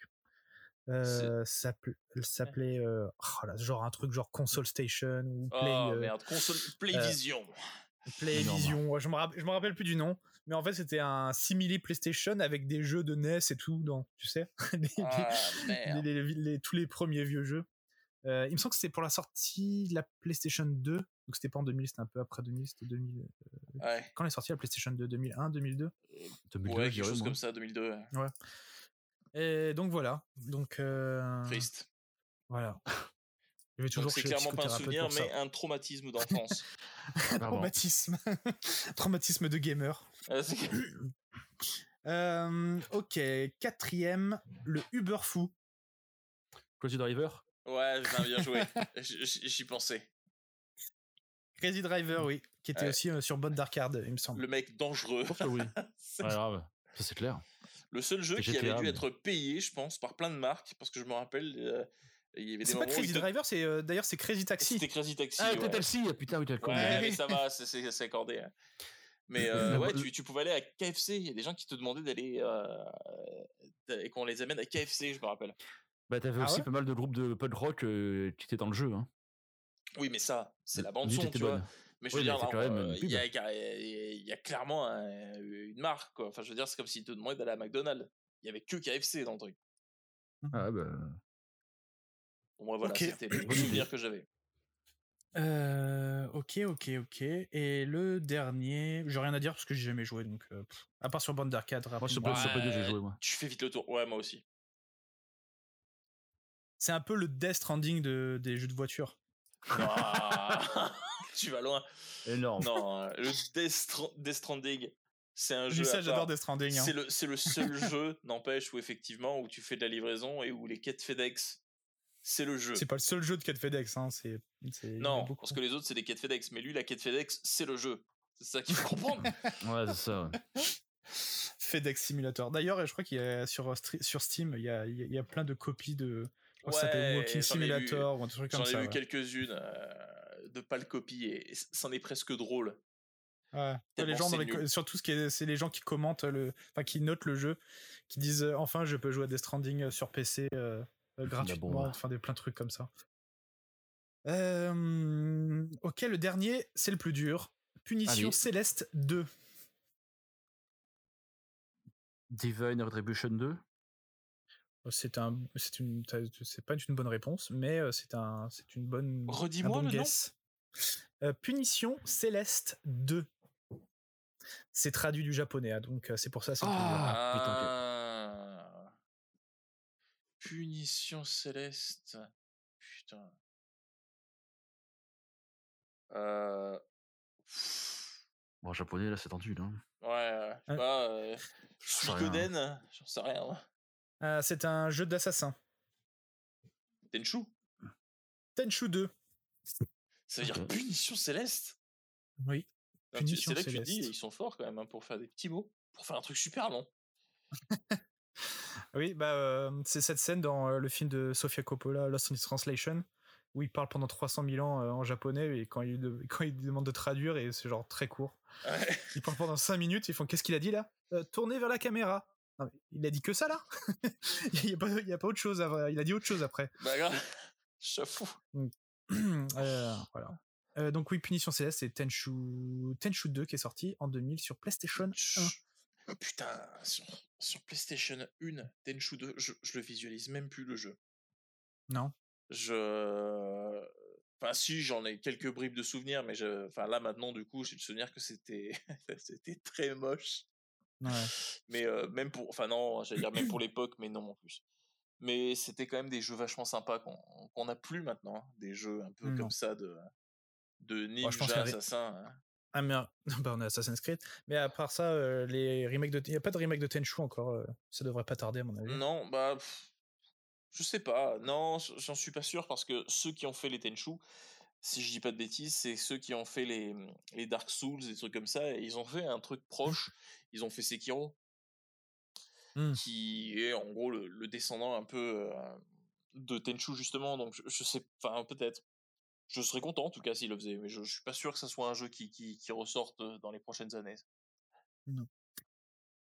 S5: Euh, ça s'appel- elle s'appelait euh, oh là, genre un truc genre console station ou
S6: Oh
S5: play, euh,
S6: merde, console
S5: euh, [LAUGHS]
S6: Playvision.
S5: Play
S7: Énorme.
S5: Vision. Ouais, Je me rapp- je me rappelle plus du nom, mais en fait c'était un simili PlayStation avec des jeux E de NES et tout dans, tu sais, [LAUGHS] des- des-
S6: Ah merde.
S5: les- les- les- tous les premiers vieux jeux. Euh, il me semble que c'était pour la sortie de la PlayStation 2. Donc c'était pas en 2000, c'était un peu après 2000, c'était 2000.
S6: Ouais,
S5: Quand elle est sortie la PlayStation 2 2001, 2002.
S6: ouais quelque chose comme ça, 2002.
S5: Ah.
S6: ouais.
S5: Et donc voilà. Donc euh,
S6: Triste.
S5: voilà.
S6: [LAUGHS]
S5: Je vais toujours
S6: Donc c'est
S5: chez le
S6: clairement pas un
S5: psychothérapeute
S6: souvenir,
S5: pour ça.
S6: mais un traumatisme d'enfance.
S5: traumatisme, [LAUGHS] traumatisme de gamer.
S6: Euh, c'est-
S5: Euh, ok, quatrième, le Uber fou.
S7: Crazy Driver.
S6: [LAUGHS] ouais, bien, bien joué. J- j- J'y pensais.
S5: Crazy Driver, oui, qui était
S6: Ouais.
S5: aussi euh, sur Bonne d'arcade, il me semble.
S6: Le mec dangereux.
S7: Je pense
S5: [LAUGHS]
S7: que oui. Ouais,
S6: C'est
S7: grave. Ça, c'est clair.
S6: Le seul jeu qui
S7: GTA,
S6: avait dû
S7: mais-
S6: être payé, je pense, par plein de marques, parce que je me rappelle, euh, il y avait des
S5: C'est pas
S6: moments où
S5: Crazy
S6: ils te-
S5: Driver, c'est euh, d'ailleurs c'est Crazy Taxi.
S6: C'était Crazy Taxi.
S7: Ah,
S6: ouais.
S7: Total Si ah, Putain, oui, t'as le con.
S6: Ouais,
S5: Ouais.
S6: mais ça va, c'est- c'est c'est accordé. hein. Mais euh,
S7: Mais
S6: ouais,
S7: moi,
S6: tu, tu pouvais aller à KFC. Il y a des gens qui te demandaient d'aller euh, d'a- et qu'on les amène à KFC, je me rappelle.
S7: Bah, t'avais
S5: Ah
S7: aussi
S5: ouais
S7: pas mal de groupes de punk rock euh, qui étaient dans le jeu. Hein.
S6: Oui, mais ça, c'est la bande
S7: Lui,
S6: son,
S7: t'étais
S6: tu vois.
S7: bonne.
S6: Mais je
S7: Oui,
S6: veux
S7: mais
S6: dire,
S7: c'est
S6: non,
S7: quand même
S6: euh,
S7: une
S6: il y, a- il y a clairement un- une marque. Quoi. Enfin, je veux dire, c'est comme s'ils te demandaient d'aller à McDonald's. Il y avait que KFC dans le truc.
S7: Ah, bah.
S6: Bon, moi, voilà,
S5: Mmh. Ok.
S6: c'était le
S7: Bonne
S6: souvenir que j'avais.
S5: Euh, ok, ok, ok. Et le dernier, j'ai rien à dire parce que j'ai jamais joué, donc euh, pff, à part sur Bande d'arcade.
S7: Moi, sur
S5: rapidement.
S7: Play- sur Play 2, j'ai
S6: Ouais.
S7: joué, moi.
S6: Tu fais vite le tour. Ouais, moi aussi.
S5: C'est un peu le Death Stranding de, des jeux de voiture. [LAUGHS]
S6: Ah, tu vas loin.
S7: Énorme.
S6: Non, euh, le Death, Stra- Death Stranding, c'est un jeu.
S5: Lui,
S6: à
S5: ça,
S6: part.
S5: j'adore Death Stranding. hein.
S6: C'est le, c'est le seul jeu, n'empêche, où effectivement, où tu fais de la livraison et où les quêtes FedEx, c'est le jeu.
S5: C'est pas le seul jeu de quête FedEx, hein. C'est c'est- il y en a
S6: Non,
S5: beaucoup. hein.
S6: parce que les autres, c'est des quêtes FedEx. Mais lui, la quête FedEx, c'est le jeu. C'est ça qu'il faut [LAUGHS] comprendre.
S7: Ouais, c'est ça. ouais.
S5: FedEx Simulator. D'ailleurs, je crois qu'il y a sur, Stre- sur Steam, il y a, il y a- il y a plein de copies de. je crois que ça s'appelle
S6: Ouais,
S5: Walking
S6: j'en ai vu.
S5: Simulator ou un truc
S6: J'en
S5: comme
S6: ai
S5: ça.
S6: vu
S5: ouais.
S6: quelques-unes euh, de pas le copier. et c- C'en est presque drôle.
S5: Ouais.
S6: Tellement
S5: Les gens dans
S6: c'est
S5: les co-
S6: nul.
S5: surtout ce qui est- c'est les gens qui commentent le, enfin qui notent le jeu, qui disent euh, enfin je peux jouer à Death Stranding euh, sur PC [LAUGHS] euh, euh, gratuitement,
S7: bah.
S5: enfin des plein de trucs comme ça. Euh, ok, le dernier, c'est le plus dur. Punition
S7: Allez.
S5: Céleste 2.
S7: Divine Retribution 2.
S5: Oh, C'est un, c'est une, t'as- c'est pas une bonne réponse, mais euh, c'est un, c'est une bonne. un
S6: Redis-moi
S5: bon
S6: le nom.
S5: guess. Euh, Punition Céleste 2. C'est traduit du japonais, hein, donc euh, c'est pour ça. c'est le plus dur.
S7: Ah, putain, quel-
S6: Ah. Punition céleste. Putain. Euh, pff,
S7: Bon, japonais, là, c'est tendu, là.
S6: Ouais, ouais, je sais
S5: Hein
S6: pas. euh,
S7: sais rien.
S6: Suikoden, j'en sais rien. hein. moi.
S5: Euh, c'est un jeu d'assassin.
S6: Tenchu
S5: Tenchu 2.
S6: Ça veut dire
S7: Ok.
S6: punition céleste
S5: Oui.
S6: Non, tu-
S5: Punition
S6: C'est là que tu te dis,
S5: céleste.
S6: ils sont forts quand même hein, pour faire des petits mots, pour faire un truc super long.
S5: Oui, bah, euh, c'est cette scène dans euh, le film de Sofia Coppola, Lost in Translation, où il parle pendant 300 000 ans euh, en japonais et quand il, de- [LAUGHS] quand il demande de traduire, et c'est genre très court.
S6: Ouais. [LAUGHS]
S5: Il parle pendant 5 minutes, ils font Qu'est-ce qu'il a dit là Euh, Tournez vers la caméra. Non, mais il a dit que ça là [LAUGHS] Il n'y a, pas- il y a pas autre chose. à- Il a dit autre chose après. [CLEARS THROAT]
S6: Bah, grave, je fous.
S5: Euh, voilà. Euh, donc, oui, Punition Céleste, c'est Tenchu... Tenchu 2 qui est sorti en 2000 sur PlayStation 1.
S6: Chut. Putain, sur, sur PlayStation 1, Tenchu 2, je, je le visualise même plus le jeu.
S5: Non.
S6: Je. Enfin, si, j'en ai quelques bribes de souvenirs, mais je... enfin, là maintenant, du coup, j'ai le souvenir que c'était [LAUGHS] c'était très moche.
S5: Ouais.
S6: Mais euh, même pour. Enfin, non, j'allais dire même pour l'époque, mais non en plus. Mais c'était quand même des jeux vachement sympas qu'on qu'on n'a plus maintenant. hein. Des jeux un peu
S5: Mmh, Non.
S6: comme ça de, de ninja,
S5: pense qu'il y avait-
S6: assassin. hein.
S5: Ah merde, [LAUGHS] bah on a Assassin's Creed. Mais à part ça, euh, les remakes de, il y a pas de remake de Tenchu encore. euh, ça devrait pas tarder à mon avis.
S6: Non, bah. pff, je sais pas. Non, j- j'en suis pas sûr parce que ceux qui ont fait les Tenchu, si je dis pas de bêtises, c'est ceux qui ont fait les, mmh, les Dark Souls, des trucs comme ça, et ils ont fait un truc proche. Ils ont fait Sekiro,
S5: Hmm.
S6: qui est en gros le, le descendant un peu euh, de Tenchu, justement. Donc je, je sais. Enfin, peut-être. Je serais content en tout cas s'ils le faisaient, mais je, je suis pas sûr que ça soit un jeu qui, qui, qui ressorte euh, dans les prochaines années.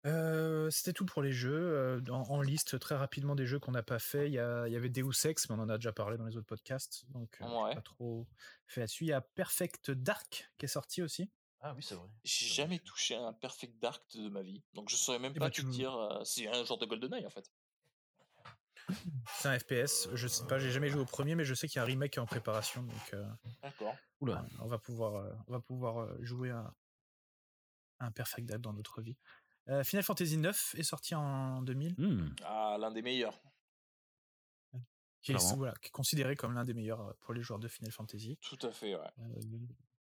S5: Euh, C'était tout pour les jeux. euh, en, en liste très rapidement des jeux qu'on n'a pas fait. Il y, a- il y avait Deus Ex, mais on en a déjà parlé dans les autres podcasts, donc euh, j'ai
S6: Ouais.
S5: pas trop fait là-dessus. Il y a Perfect Dark qui est sorti aussi.
S7: Ah, oui, c'est vrai.
S6: J'ai
S7: Dommage.
S6: jamais touché à un Perfect Dark de ma vie, donc je saurais même
S5: Eh
S6: pas
S5: ben,
S6: te
S5: tu-
S6: dire. euh, c'est un genre de GoldenEye en fait.
S5: C'est un FPS. Je sais pas, j'ai jamais joué au premier, mais je sais qu'il y a un remake qui est en préparation, donc euh,
S6: D'accord.
S7: Oula.
S5: on va pouvoir, euh, on va pouvoir euh, jouer à à un perfect date dans notre vie. Euh, Final Fantasy 9 est sorti en 2000,
S7: Hmm.
S6: Ah, l'un des meilleurs.
S5: qui est,
S7: Clairement.
S5: voilà, qui est considéré comme l'un des meilleurs euh, pour les joueurs de Final Fantasy,
S6: Tout à fait, ouais.
S5: euh,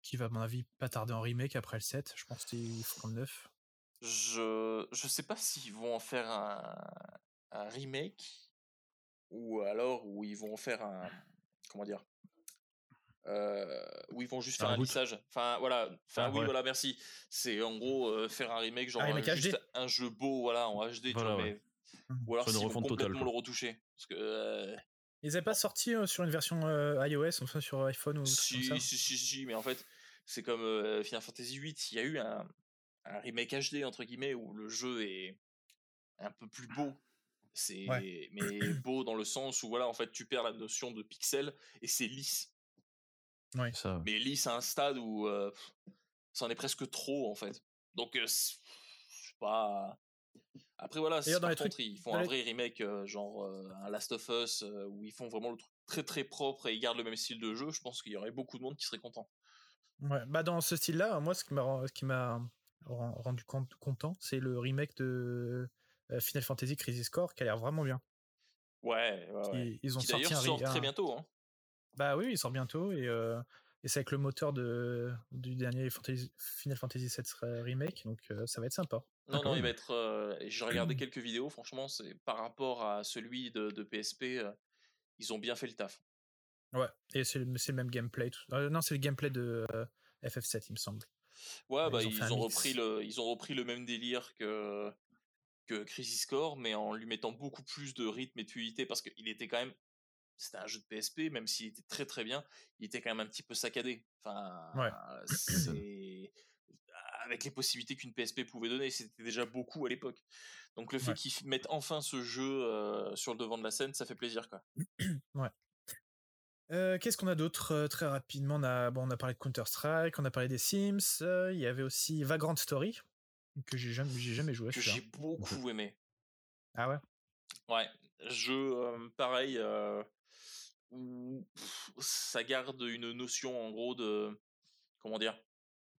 S5: qui va à mon avis pas tarder en remake après le 7. Je pense qu'il faut prendre le 9.
S6: Je, je sais pas s'ils vont en faire un, un remake ou alors où ils vont en faire un. Comment dire euh, où ils vont juste
S7: Un
S6: faire un
S7: reboot.
S6: lissage. Enfin voilà, enfin
S7: Ah,
S6: oui
S7: ouais.
S6: voilà merci. C'est en gros euh, faire un remake genre
S5: Un remake
S6: euh, juste
S5: HD.
S6: un jeu beau voilà en HD tu
S7: Voilà,
S6: vois,
S7: ouais.
S6: mais ou alors
S7: Sur une
S6: s'ils vont
S7: refonte
S6: complètement
S7: totale,
S6: le
S7: quoi.
S6: retoucher parce que euh,
S5: Ils avaient pas sorti euh, sur une version euh, iOS, enfin sur iPhone ou quelque chose
S6: Si,
S5: comme
S6: si,
S5: ça.
S6: si, si, mais en fait, c'est comme euh, Final Fantasy VIII, il y a eu un, un remake HD, entre guillemets, où le jeu est un peu plus
S5: Ah.
S6: beau. C'est
S5: Ouais. [CLEARS THROAT]
S6: mais beau dans le sens où voilà en fait tu perds la notion de pixel et c'est lisse
S7: Ça.
S6: mais lisse à un stade où euh, pff, c'en est presque trop en fait donc euh, c'est c'est pas après voilà si
S5: D'ailleurs, dans
S6: par
S5: les
S6: contre ils font un
S5: les-
S6: vrai remake euh, genre euh, un Last of Us euh, où ils font vraiment le truc très très propre et ils gardent le même style de jeu je pense qu'il y aurait beaucoup de monde qui serait content
S5: Ouais, bah dans ce style-là, moi, ce qui m'a ren- ce qui m'a ren- rendu compte, content, c'est le remake de euh, Final Fantasy Crisis Core qui a l'air vraiment bien.
S6: Ouais, ouais, ouais.
S5: Ils, ils ont
S6: Qui
S5: sorti un
S6: d'ailleurs
S5: re-
S6: sort très
S5: un-
S6: bientôt. Hein.
S5: Bah oui, il sort bientôt et, euh, et c'est avec le moteur de du dernier Fantasy- Final Fantasy VII remake, donc euh, ça va être sympa.
S6: Non,
S7: quand
S6: non, il
S7: même.
S6: va être. euh, J'ai
S5: [CLEARS THROAT]
S6: regardé quelques vidéos, franchement, c'est par rapport à celui de, de PSP, euh, ils ont bien fait le taf.
S5: Ouais. Et c'est le c'est le même gameplay. tout- euh, non, c'est le gameplay de euh, FF7, il me semble.
S6: Ouais,
S5: Ouais,
S6: bah
S5: ils ont
S6: ils,
S5: fait un
S6: ont
S5: mix.
S6: repris le, ils ont repris le même délire que que Crisis Core, mais en lui mettant beaucoup plus de rythme et de fluidité parce qu'il était quand même. C'était un jeu de PSP, même s'il était très très bien, il était quand même un petit peu saccadé. Enfin,
S5: [CLEARS THROAT] Ouais.
S6: c'est avec les possibilités qu'une PSP pouvait donner, c'était déjà beaucoup à l'époque. Donc le fait
S5: Ouais.
S6: qu'ils f- mettent enfin ce jeu euh, sur le devant de la scène, ça fait plaisir quoi.
S5: Euh, Qu'est-ce qu'on a d'autre euh, très rapidement on a, bon, on a parlé de Counter Strike, on a parlé des Sims. euh, Il y avait aussi Vagrant Story que j'ai jamais, j'ai jamais joué.
S6: que
S5: celui-là.
S6: j'ai beaucoup aimé.
S5: Ah ouais.
S6: Ouais, jeu euh, pareil euh, où pff, ça garde une notion en gros de comment dire,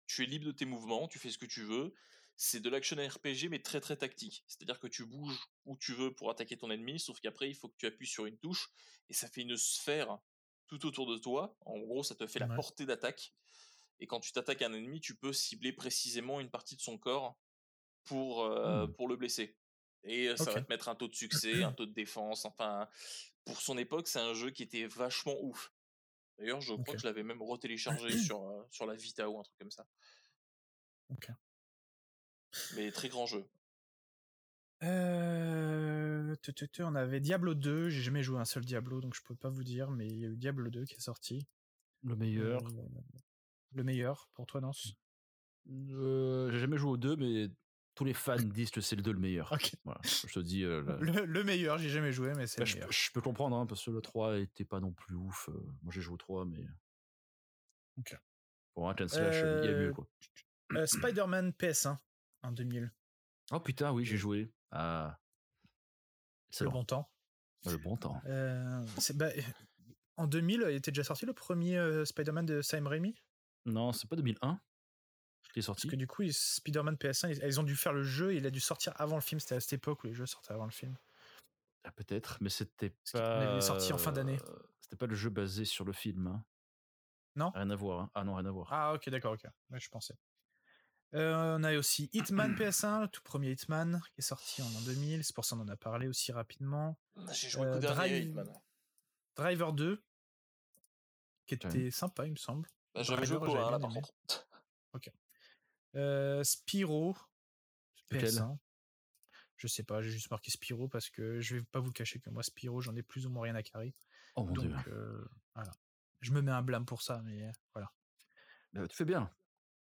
S6: tu es libre de tes mouvements, tu fais ce que tu veux. C'est de l'action RPG mais très très tactique. C'est-à-dire que tu bouges où tu veux pour attaquer ton ennemi, sauf qu'après il faut que tu appuies sur une touche et ça fait une sphère tout autour de toi. En gros, ça te fait la
S5: Ouais.
S6: portée d'attaque. Et quand tu t'attaques à un ennemi, tu peux cibler précisément une partie de son corps pour euh, pour le blesser et euh, ça va
S5: Mmh. Ok.
S6: te mettre un taux de succès,
S5: [CLEARS THROAT]
S6: un taux de défense. Enfin, pour son époque, c'est un jeu qui était vachement ouf. D'ailleurs, je crois
S5: Ok.
S6: que je l'avais même retéléchargé
S5: [CLEARS THROAT]
S6: sur, euh, sur la Vita ou un truc comme ça.
S5: Ok.
S6: Mais très grand jeu.
S5: Euh, tu, tu, tu, on avait Diablo 2, j'ai jamais joué à un seul Diablo, donc je peux pas vous dire, mais il y a eu Diablo 2 qui est sorti.
S7: Le meilleur.
S5: Euh, le meilleur pour toi, Nance
S7: Euh, J'ai jamais joué aux deux, mais tous les fans disent que c'est le deux le meilleur. Voilà, je te dis. euh, la-
S5: [LAUGHS] le, le meilleur, j'ai jamais joué, mais c'est
S7: Bah,
S5: le
S7: je,
S5: meilleur.
S7: je peux comprendre, hein, parce que le 3 était pas non plus ouf. euh, moi, j'ai joué au 3, mais.
S5: Ok.
S7: Pour un can slash, euh, il y a
S5: Euh,
S7: mieux, quoi.
S5: Euh, Spider-Man PS1 en 2000,
S7: Oh putain, oui, j'ai joué. Ah.
S5: c'est
S7: C'est
S5: le
S7: bon.
S5: bon temps.
S7: le bon temps.
S5: Euh, c'est- bah, en 2000, il était déjà sorti le premier euh, Spider-Man de Sam Raimi
S7: Non, c'est pas 2001 qui est sorti.
S5: Parce que du coup, ils- Spider-Man PS1, ils, ils ont dû faire le jeu et il a dû sortir avant le film. C'était à cette époque où les jeux sortaient avant le film.
S7: Ah, Peut-être, mais c'était
S5: qu'il
S7: pas.
S5: est sorti en fin d'année.
S7: euh, C'était pas le jeu basé sur le film. hein.
S5: Non
S7: Rien à voir. hein. Ah non, rien à voir.
S5: Ah ok d'accord ok Ouais, je pensais. Euh, on a aussi Hitman PS1, le tout premier Hitman qui est sorti en l'an 2000, c'est pour ça qu'on en a parlé aussi rapidement.
S6: J'ai joué
S5: Euh,
S6: coup dernier,
S5: Drive-
S6: Hitman. Bah,
S5: Driver 2 qui était
S7: Ouais.
S5: sympa il me semble.
S6: Bah, J'avais
S5: Driver,
S6: joué au
S5: j'avais
S6: hein, là
S5: bien
S6: par
S5: aimé.
S6: contre.
S5: Euh, Spyro
S7: Lequel
S5: PS1. Je sais pas, j'ai juste marqué Spyro parce que je vais pas vous le cacher que moi Spyro j'en ai plus ou moins rien à carrer.
S7: Oh mon
S5: Donc
S7: dieu.
S5: euh, voilà. Je me mets un blâme pour ça mais euh, voilà.
S7: Bah, tu fais bien.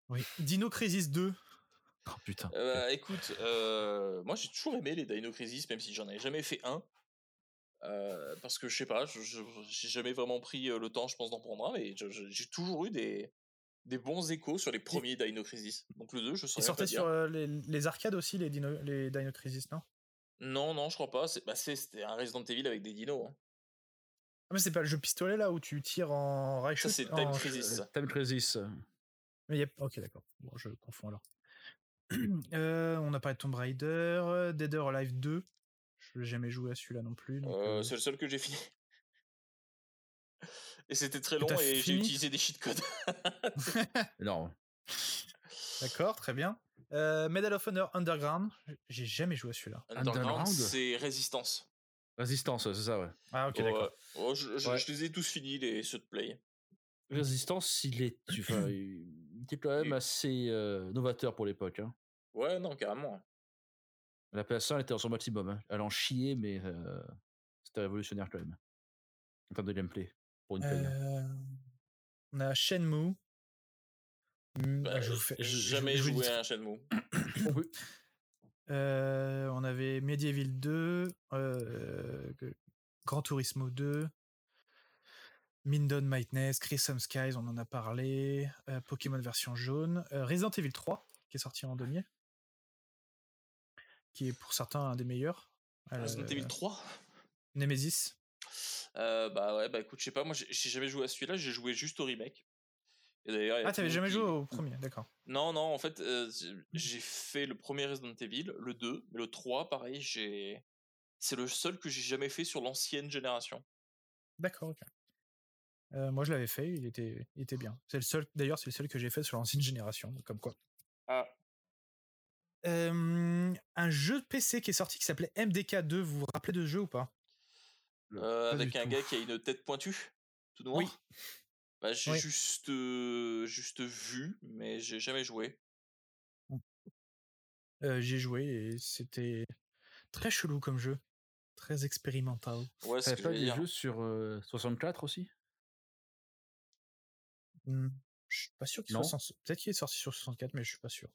S5: Oui. Dino Crisis 2.
S7: Oh putain.
S6: Euh, écoute, euh, moi j'ai toujours aimé les Dino Crisis, même si j'en ai jamais fait un. Euh, parce que je sais pas, je- je- j'ai jamais vraiment pris euh, le temps, je pense, d'en prendre un, mais je- je- j'ai toujours eu des, des bons échos sur les premiers Dino Crisis. Donc le 2, je
S5: Ils
S6: saurais pas
S5: sortaient
S6: dire.
S5: sur euh, les, les arcades aussi les Dino, les Dino Crisis, non
S6: Non, non, je crois pas. C'est- bah, c'est- C'était un Resident Evil avec des dinos. hein.
S5: Ah, mais c'est pas le jeu pistolet là où tu tires en
S6: Ça,
S5: rifle
S6: c'est
S5: en-
S6: Time Crisis. ça.
S7: Time Crisis.
S5: Mais y a- Ok, d'accord. Bon, je confonds alors. [CLEARS THROAT] Euh, on a parlé de Tomb Raider, euh, Dead or Alive 2. Je n'ai jamais joué à celui-là non plus. donc,
S6: Euh,
S5: euh,
S6: c'est le seul que j'ai fini. [LAUGHS] Et c'était très long
S5: t'as
S6: et j'ai
S5: fini
S6: utilisé des cheatcodes.
S7: Énorme.
S5: D'accord, très bien. Euh, Medal of Honor Underground. J'ai jamais joué à celui-là.
S6: Underground,
S7: Underground
S6: c'est Résistance.
S7: Résistance, ouais, c'est ça, ouais.
S5: Ah, ok,
S6: Ouais.
S5: d'accord.
S6: Ouais, je, je-
S7: Ouais.
S6: je les ai tous finis, les ceux de play.
S7: Résistance, il est, tu- [COUGHS] enfin, il était quand même
S6: Et-
S7: assez euh, novateur pour l'époque. hein.
S6: Ouais, non, carrément.
S7: La PS1 elle était en son maximum. hein. Elle en chiait, mais euh, c'était révolutionnaire quand même. En termes de gameplay. Pour une play. hein.
S5: Euh, on a Shenmue. Hmm,
S6: Bah,
S5: ah, je vous fais- je-
S6: j'ai
S5: je-
S6: jamais
S5: je vous
S6: joué
S5: dis-
S6: à un Shenmue. Mmh.
S5: Euh, on avait Medieval 2, euh, que- Gran Turismo 2, Mindon Mightness, Crimson Skies, on en a parlé, euh, Pokémon version jaune, euh, Resident Evil 3, qui est sorti en dernier, qui est pour certains un des meilleurs. Euh,
S6: Resident Evil 3
S5: Nemesis.
S6: Euh, Bah ouais, bah écoute, je sais pas, moi j'ai j'ai jamais joué à celui-là, j'ai joué juste au remake. Et d'ailleurs, il y a
S5: Ah,
S6: tout
S5: t'avais
S6: le monde
S5: jamais
S6: qui-
S5: joué au premier, d'accord.
S6: Non, non, en fait, euh, j'ai- j'ai fait le premier Resident Evil, le 2, mais le 3, pareil, j'ai. C'est le seul que j'ai jamais fait sur l'ancienne génération.
S5: D'accord, ok. Euh, moi je l'avais fait, il était, il était bien. C'est le seul, d'ailleurs, c'est le seul que j'ai fait sur l'ancienne génération, comme quoi.
S6: Ah,
S5: Euh, un jeu de PC qui est sorti qui s'appelait MDK2. Vous vous rappelez de ce jeu ou pas
S6: Euh,
S7: Pas du
S6: avec un
S7: tout.
S6: gars qui a une tête pointue, tout noir.
S5: Oui.
S6: Bah, j'ai
S5: Oui.
S6: juste, euh, juste vu, mais j'ai jamais joué.
S5: Euh, J'ai joué et c'était très chelou comme jeu. Très expérimental.
S6: Ouais, c'est
S7: T'avais
S6: ce que je
S7: pas
S6: voulais
S7: des
S6: dire.
S7: jeux sur euh, 64 aussi
S5: Hmm, Je suis pas sûr qu'il
S7: Non.
S5: soit sorti- Peut-être qu'il est sorti sur 64, mais je suis pas sûr.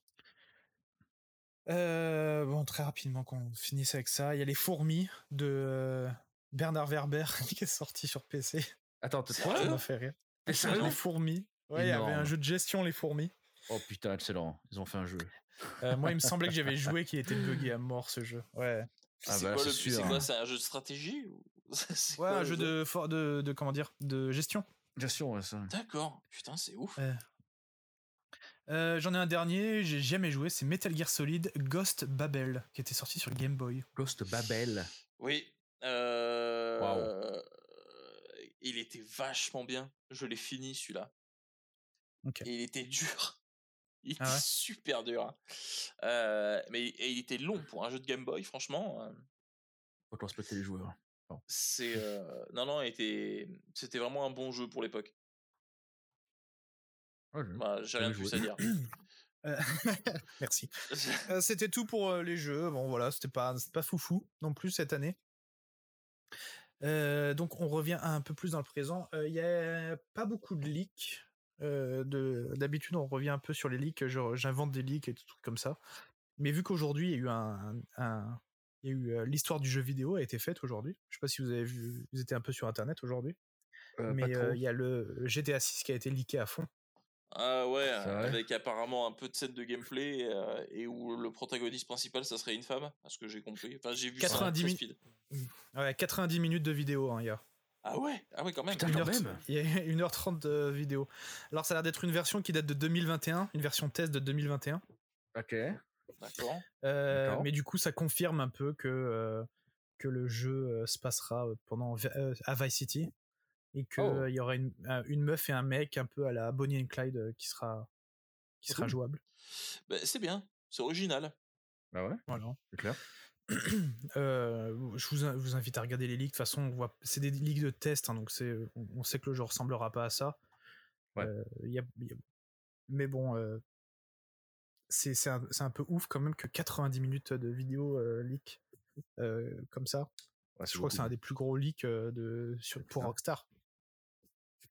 S5: Euh, bon, très rapidement qu'on finisse avec ça. Il y a les fourmis de euh, Bernard Werber [LAUGHS] qui est sorti sur PC.
S7: Attends, t'es
S5: Ça
S7: sérieux
S5: m'a fait rire.
S7: T'es sérieux
S5: les fourmis. Ouais, il y avait un
S7: Énorme.
S5: jeu de gestion, les fourmis.
S7: Oh putain, excellent. Ils ont fait un jeu.
S5: Euh, moi, il me semblait que j'avais joué qu'il était buggé à mort ce jeu. Ouais.
S7: Ah
S6: c'est
S7: bah,
S6: quoi
S7: c'est
S6: le but C'est
S7: sûr.
S6: quoi C'est un jeu de stratégie ou- [LAUGHS] c'est
S5: Ouais,
S6: quoi
S5: un
S6: le
S5: jeu de, for- de, de comment dire de gestion.
S7: Bien sûr, ouais, ça.
S6: D'accord, putain, c'est ouf.
S5: Euh, J'en ai un dernier, j'ai jamais joué, c'est Metal Gear Solid Ghost Babel qui était sorti sur Game Boy.
S7: Ghost Babel.
S6: Oui. euh, euh, Il était vachement bien. Je l'ai fini celui-là.
S5: Ok.
S6: Et il était dur. [LAUGHS] Il était
S5: Ah ouais
S6: super dur. hein. Euh, mais et il était long pour un jeu de Game Boy, franchement. euh,
S7: Faut qu'on respecte les joueurs.
S6: C'est euh, non non, il était c'était vraiment un bon jeu pour l'époque.
S7: Ouais, je-
S6: Bah, j'ai rien de
S7: Bien
S6: plus à
S7: joué.
S6: dire.
S7: [CLEARS THROAT]
S6: [LAUGHS]
S5: Euh, Merci. Euh, C'était tout pour euh, les jeux. Bon voilà, c'était pas c'était pas foufou non plus cette année. Euh, donc on revient à un peu plus dans le présent. Euh, Il y a pas beaucoup de leaks. Euh, de- D'habitude on revient un peu sur les leaks. genre, J'invente des leaks et tout trucs comme ça. Mais vu qu'aujourd'hui il y a eu un, un- il y a eu euh, l'histoire du jeu vidéo a été faite aujourd'hui. Je sais pas si vous avez vu, vous étiez un peu sur internet aujourd'hui.
S7: Euh, pas
S5: mais
S7: trop.
S5: euh, il y a le GTA 6 qui a été leaké à fond.
S6: Ah ouais,
S7: C'est vrai
S6: avec apparemment un peu de scène de gameplay euh, et où le protagoniste principal ça serait une femme, à ce que j'ai compris. Enfin, j'ai vu ça à
S5: 90
S6: Need for Speed.
S5: Ouais, 90 minutes de vidéo, hein, il y a.
S6: Ah ouais, ah ouais quand même.
S7: Putain,
S5: Une
S7: quand
S5: heure-
S7: même.
S5: Il y a [LAUGHS] 1h30 de vidéo. Alors ça a l'air d'être une version qui date de 2021, une version test de 2021.
S7: Ok.
S6: D'accord.
S5: Euh,
S7: D'accord.
S5: mais du coup, ça confirme un peu que, euh, que le jeu euh, se passera pendant euh, à Vice City et qu'il
S7: Oh.
S5: il y aura une, un- une meuf et un mec un peu à la Bonnie and Clyde euh, qui sera, qui sera
S7: Cool.
S5: jouable.
S6: Bah, c'est bien, c'est original.
S7: Ah ouais,
S5: Voilà.
S7: c'est clair.
S5: [CLEARS THROAT] Euh, je vous, in- vous invite à regarder les leaks. De toute façon, on voit, c'est des leaks de test, hein, donc c'est, on, on sait que le jeu ressemblera pas à ça.
S7: Ouais.
S5: Euh, y a- y a- mais bon, euh, c'est, c'est, un, c'est un peu ouf quand même que 90 minutes de vidéo euh, leak euh, comme ça.
S7: Ouais,
S5: Bah, je crois que c'est un des plus gros leaks euh, de, sur, pour
S7: Putain.
S5: Rockstar.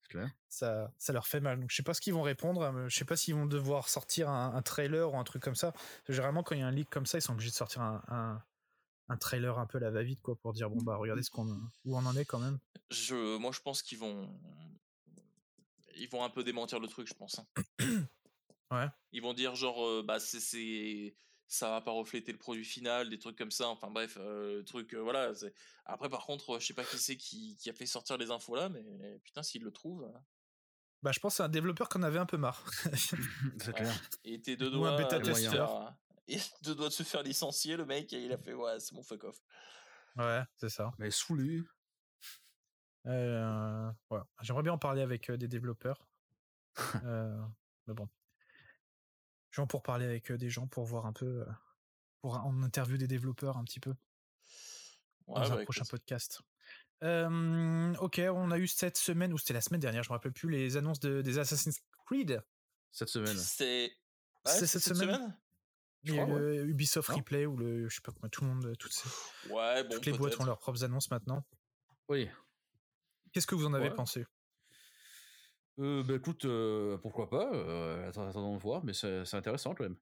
S7: C'est clair.
S5: Ça, ça leur fait mal. Donc je sais pas ce qu'ils vont répondre. hein, Je sais pas s'ils vont devoir sortir un, un trailer ou un truc comme ça. Parce que Généralement, quand il y a un leak comme ça, ils sont obligés de sortir un, un, un trailer un peu à la va-vite, quoi, pour
S7: Mmh.
S5: dire bon bah regardez ce qu'on où on en est quand même.
S6: Je, moi je pense qu'ils vont, ils vont
S7: [COUGHS]
S6: un peu démentir le truc, je pense. hein.
S5: Ouais.
S6: Ils vont dire genre euh, bah c'est c'est ça va pas refléter le produit final, des trucs comme ça. Enfin bref, euh, le truc, euh, voilà. c'est- Après, par contre, euh, je sais pas qui c'est qui, qui a fait sortir les infos là, mais putain, s'il le trouve. hein.
S5: Bah, je pense que c'est un développeur qui en avait un peu marre.
S7: C'est clair.
S6: Et t'es deux
S5: Ou
S6: doigts. euh,
S5: un bêta
S6: de se
S5: testeur.
S6: [LAUGHS] faire- et deux doigts de se faire licencier, le mec, et il a fait ouais, c'est mon fuck off.
S5: ouais, c'est ça.
S1: Mais saoulé.
S5: Euh, ouais. J'aimerais bien en parler avec euh, des développeurs. Euh, mais bon. Genre pour parler avec euh, des gens, pour voir un peu. euh, pour en interview des développeurs un petit peu
S6: Ouais,
S5: dans
S6: bah,
S5: un prochain
S6: écoute,
S5: podcast. Euh, ok, on a eu cette semaine, ou c'était la semaine dernière, je me rappelle plus, les annonces de, des Assassin's Creed.
S1: Cette semaine.
S6: C'est. Ouais,
S5: C'est
S6: c'est
S5: cette semaine Il y a eu
S1: crois,
S5: le Ubisoft
S1: Non
S5: Replay, ou le. Je sais pas comment, tout le monde. Toutes, ces-
S6: Ouais, bon,
S5: toutes les boîtes
S6: peut-être.
S5: ont leurs propres annonces maintenant.
S1: Oui.
S5: Qu'est-ce que vous en avez
S1: Ouais.
S5: pensé
S1: Euh, bah écoute, euh, pourquoi pas euh, attends- Attendons de voir, mais c'est c'est intéressant quand même.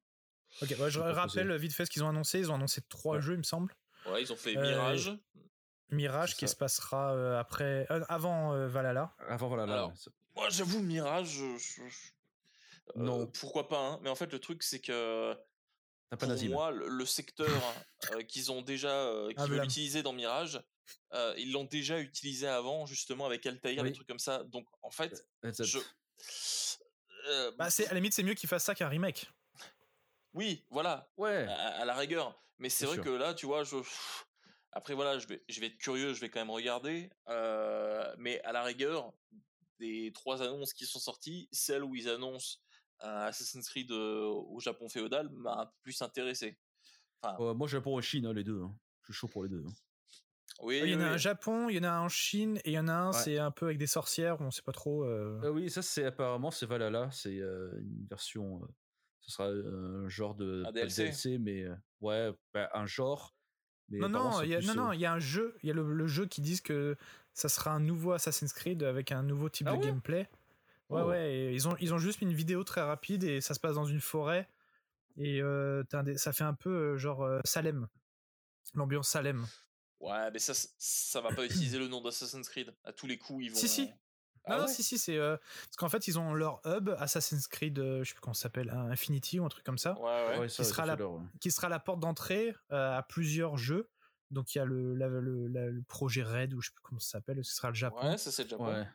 S5: Ok, ouais, je
S1: Proposer.
S5: rappelle vite fait ce qu'ils ont annoncé. Ils ont annoncé trois
S1: Ouais.
S5: jeux, il me semble.
S6: Ouais, ils ont fait
S5: Euh,
S6: Mirage.
S5: Mirage
S1: C'est
S5: qui
S1: ça. Ah,
S5: se passera euh, après, euh, avant euh, Valhalla.
S1: Avant, voilà. là,
S6: Alors,
S1: ouais, c'est-
S6: Moi, j'avoue, Mirage. je- je- je- euh,
S1: Non.
S6: pourquoi pas, hein. Mais en fait, le truc, c'est que.
S1: T'as pas
S6: pour
S1: d'asile.
S6: moi, le, le secteur euh, qu'ils ont déjà, euh, qu'ils
S5: Ah,
S6: veulent
S5: blâme.
S6: utiliser dans Mirage, euh, ils l'ont déjà utilisé avant, justement, avec Altair,
S1: Oui.
S6: des trucs comme ça. Donc, en fait,
S1: That's it.
S6: je. Euh,
S5: Bah, c'est, à la limite, c'est mieux qu'ils fassent ça qu'un remake.
S6: oui, voilà,
S1: Ouais.
S6: à, à la rigueur. Mais c'est
S1: Bien sûr.
S6: vrai que là, tu vois, je. Après, voilà, je vais, je vais être curieux, je vais quand même regarder. euh, mais à la rigueur, des trois annonces qui sont sorties, celle où ils annoncent un Assassin's Creed euh, au Japon féodal m'a un peu plus intéressé.
S1: Euh, moi, Japon et Chine, hein, les deux. hein. Je suis chaud pour les deux. hein.
S6: Oui,
S5: Ah, il y en a
S6: oui,
S5: un
S6: oui.
S5: au Japon, il y en a un en Chine, et il y en a un,
S1: Ouais.
S5: c'est un peu avec des sorcières, on sait pas trop. euh,
S1: Ah oui, ça c'est apparemment c'est Valhalla, c'est euh, une version, euh, ce sera euh, un genre de pas
S6: Un
S1: de
S6: DLC.
S1: mais euh, ouais, bah, un genre. Mais
S5: Non,
S1: apparemment,
S5: non,
S1: c'est
S5: il y a,
S1: plus,
S5: non,
S1: euh,
S5: non, il y a un jeu, il y a le, le jeu qui disent que ça sera un nouveau Assassin's Creed avec un nouveau type
S1: Ah
S5: de
S1: ouais
S5: gameplay. Ouais,
S1: Oh.
S5: ouais, et ils ont, ils ont juste mis une vidéo très rapide et ça se passe dans une forêt. Et euh, t'as un des- ça fait un peu euh, genre euh, Salem. L'ambiance Salem.
S6: Ouais, mais ça, c- ça
S5: [CLEARS THROAT]
S6: va pas utiliser le nom d'Assassin's Creed. À tous les coups, ils vont.
S5: Si, si.
S6: Ah
S5: non, non,
S6: ouais
S5: si, si, c'est. euh, parce qu'en fait, ils ont leur hub, Assassin's Creed, euh, je sais plus comment ça s'appelle, hein, Infinity ou un truc comme ça,
S6: Ouais, ouais.
S1: ouais, ça,
S5: qui sera
S1: ça
S5: la-
S1: fait leur, ouais.
S5: qui sera la porte d'entrée euh, à plusieurs jeux. Donc, il y a le, la- le, la- le projet Red, ou je sais plus comment ça s'appelle, ce sera le Japon.
S6: Ouais, ça c'est le Japon.
S1: Ouais.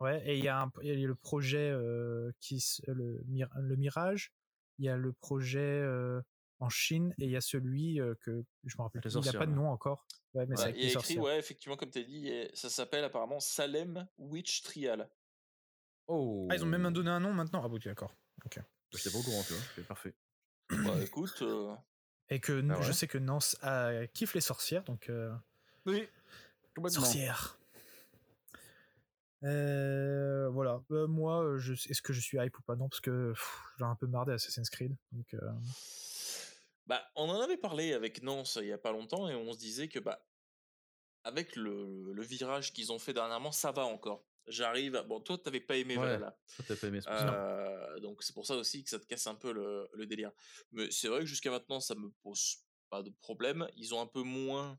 S5: Ouais, et il y, a un- il y a le projet euh, qui s- le, Mir- le Mirage, il y a le projet euh, en Chine et il y a celui euh, que je me rappelle
S1: Avec les
S5: plus, il n'a pas
S1: sorcières,
S5: de
S1: là.
S5: nom encore. Ouais, mais
S6: Ouais,
S5: c'est avec
S6: Bah, il y
S5: les
S6: a écrit,
S5: sorcières.
S6: ouais, effectivement, comme t'as dit, et ça s'appelle apparemment Salem Witch Trial.
S1: Oh.
S5: Ah, ils ont même donné un nom maintenant. Ah bon, d'accord.
S1: J'étais pas au courant, tu vois. C'est parfait.
S5: [CLEARS THROAT]
S6: bah écoute, euh,
S5: Et que
S1: Ah
S5: je
S1: ouais
S5: sais que Nance euh, kiffe les sorcières, donc euh,
S1: Oui. Complètement.
S5: sorcières. Euh, voilà. Euh, moi, euh, je, est-ce que je suis hype ou pas Non, parce que pff, j'en ai un peu marre des Assassin's Creed. Donc, euh,
S6: bah on en avait parlé avec Nance euh, il y a pas longtemps et on se disait que bah avec le, le virage qu'ils ont fait dernièrement, ça va encore. J'arrive. à- Bon, toi, t'avais pas aimé
S1: Ouais.
S6: Valhalla.
S1: Toi, t'as pas aimé ce
S6: Euh, donc c'est pour ça aussi que ça te casse un peu le, le délire. Mais c'est vrai que jusqu'à maintenant, ça me pose pas de problème. Ils ont un peu moins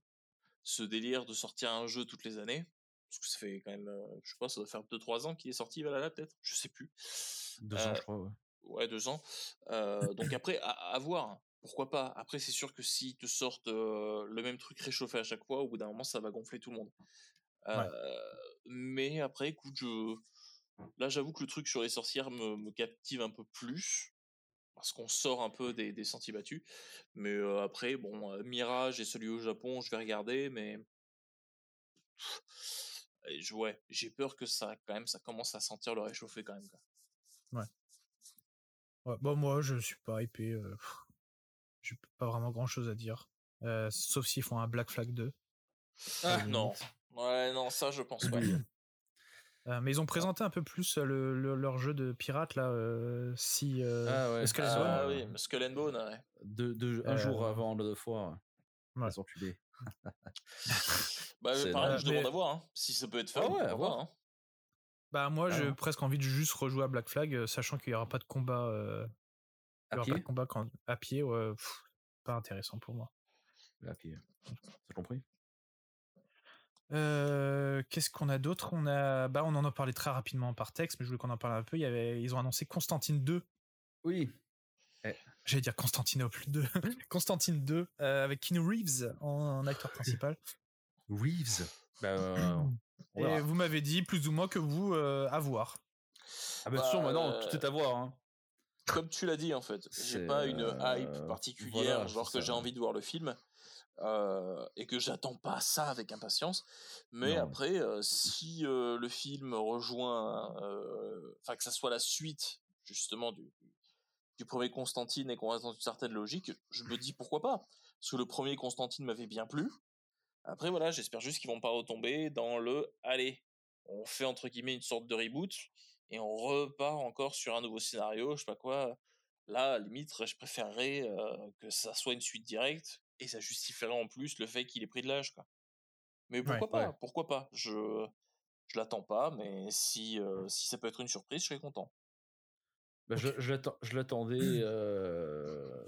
S6: ce délire de sortir un jeu toutes les années. Parce que ça fait quand même, euh, je sais pas, ça doit faire 2-3 ans qu'il est sorti, Valhalla peut-être Je sais plus.
S1: Deux ans,
S6: Euh,
S1: je crois. Ouais.
S6: Ouais, deux ans. Euh, donc après, à, à voir. Pourquoi pas Après, c'est sûr que s'ils te sortent euh, le même truc réchauffé à chaque fois, au bout d'un moment, ça va gonfler tout le monde. Euh, Mais après, écoute, je... là, j'avoue que le truc sur les sorcières me, me captive un peu plus. Parce qu'on sort un peu des, des sentiers battus. Mais euh, après, bon, euh, Mirage et celui au Japon, je vais regarder, mais. Et je- ouais, j'ai peur que ça, quand même, ça commence à sentir le réchauffé quand même. quoi.
S5: Ouais, bah moi, je suis pas hypé. Euh, pff, j'ai pas vraiment grand chose à dire. Euh, sauf s'ils font un Black Flag 2.
S1: Ah,
S6: non. Ouais, non, ça, je pense pas.
S5: Euh, mais ils ont présenté un peu plus euh, le, le- leur jeu de pirate là. euh, si. euh,
S1: Ah ouais.
S5: est-ce que les
S1: Ah,
S5: Zone
S6: Ah
S1: euh,
S6: oui, mais Skull and Bone, ouais.
S1: deux- deux- un
S5: Euh,
S1: jour avant le deux fois.
S5: ouais.
S1: Les enculés.
S6: Bah,
S1: C'est
S6: pareil,
S5: dingue.
S6: je demande
S5: Mais-
S6: à voir, hein. si ça peut être fait.
S1: Ah ouais, à voir.
S6: hein.
S5: Bah moi, j'ai
S1: Ah.
S5: presque envie de juste rejouer à Black Flag, euh, sachant qu'il y aura pas de combat. euh,
S1: À
S5: il y aura pas de
S1: pied.
S5: combat quand, à pied. ouais, pff, pas intéressant pour moi.
S7: Bah,
S1: À pied. T'as compris
S5: Euh, Qu'est-ce qu'on a d'autre On a, bah, on en a parlé très rapidement par texte, mais je voulais qu'on en parle un peu. Il y avait, ils ont annoncé Constantine 2.
S1: Oui.
S5: j'allais dire Constantinople 2, [LAUGHS] Constantine 2, euh, avec Keanu Reeves en, en acteur principal.
S1: Reeves. Bah, euh, on verra.
S5: Et
S6: Bah,
S5: vous m'avez dit plus ou moins que vous euh, à voir.
S1: Ah, bah,
S6: Bah,
S1: sûr, maintenant,
S6: euh,
S1: tout est à voir. Hein.
S6: Comme tu l'as dit, en fait, j'ai
S1: C'est,
S6: pas une
S1: euh,
S6: hype particulière,
S1: voilà,
S6: genre
S1: c'est
S6: que
S1: ça.
S6: j'ai envie de voir le film euh, et que j'attends pas ça avec impatience. Mais
S1: Non.
S6: après, euh, si euh, le film rejoint, euh, enfin que ça soit la suite justement du, du premier Constantine et qu'on reste dans une certaine logique, je me dis pourquoi pas. Parce que le premier Constantine m'avait bien plu. Après, voilà, j'espère juste qu'ils vont pas retomber dans le allez, on fait entre guillemets une sorte de reboot et on repart encore sur un nouveau scénario, je sais pas quoi. Là, à la limite, je préférerais euh, que ça soit une suite directe et ça justifierait en plus le fait qu'il ait pris de l'âge, quoi. Mais pourquoi pas
S1: ouais.
S6: Pourquoi pas Je je l'attends pas, mais si euh, si ça peut être une surprise, je serais content.
S7: Bah, je- je l'attends-
S6: [CLEARS THROAT]
S7: je l'attendais euh,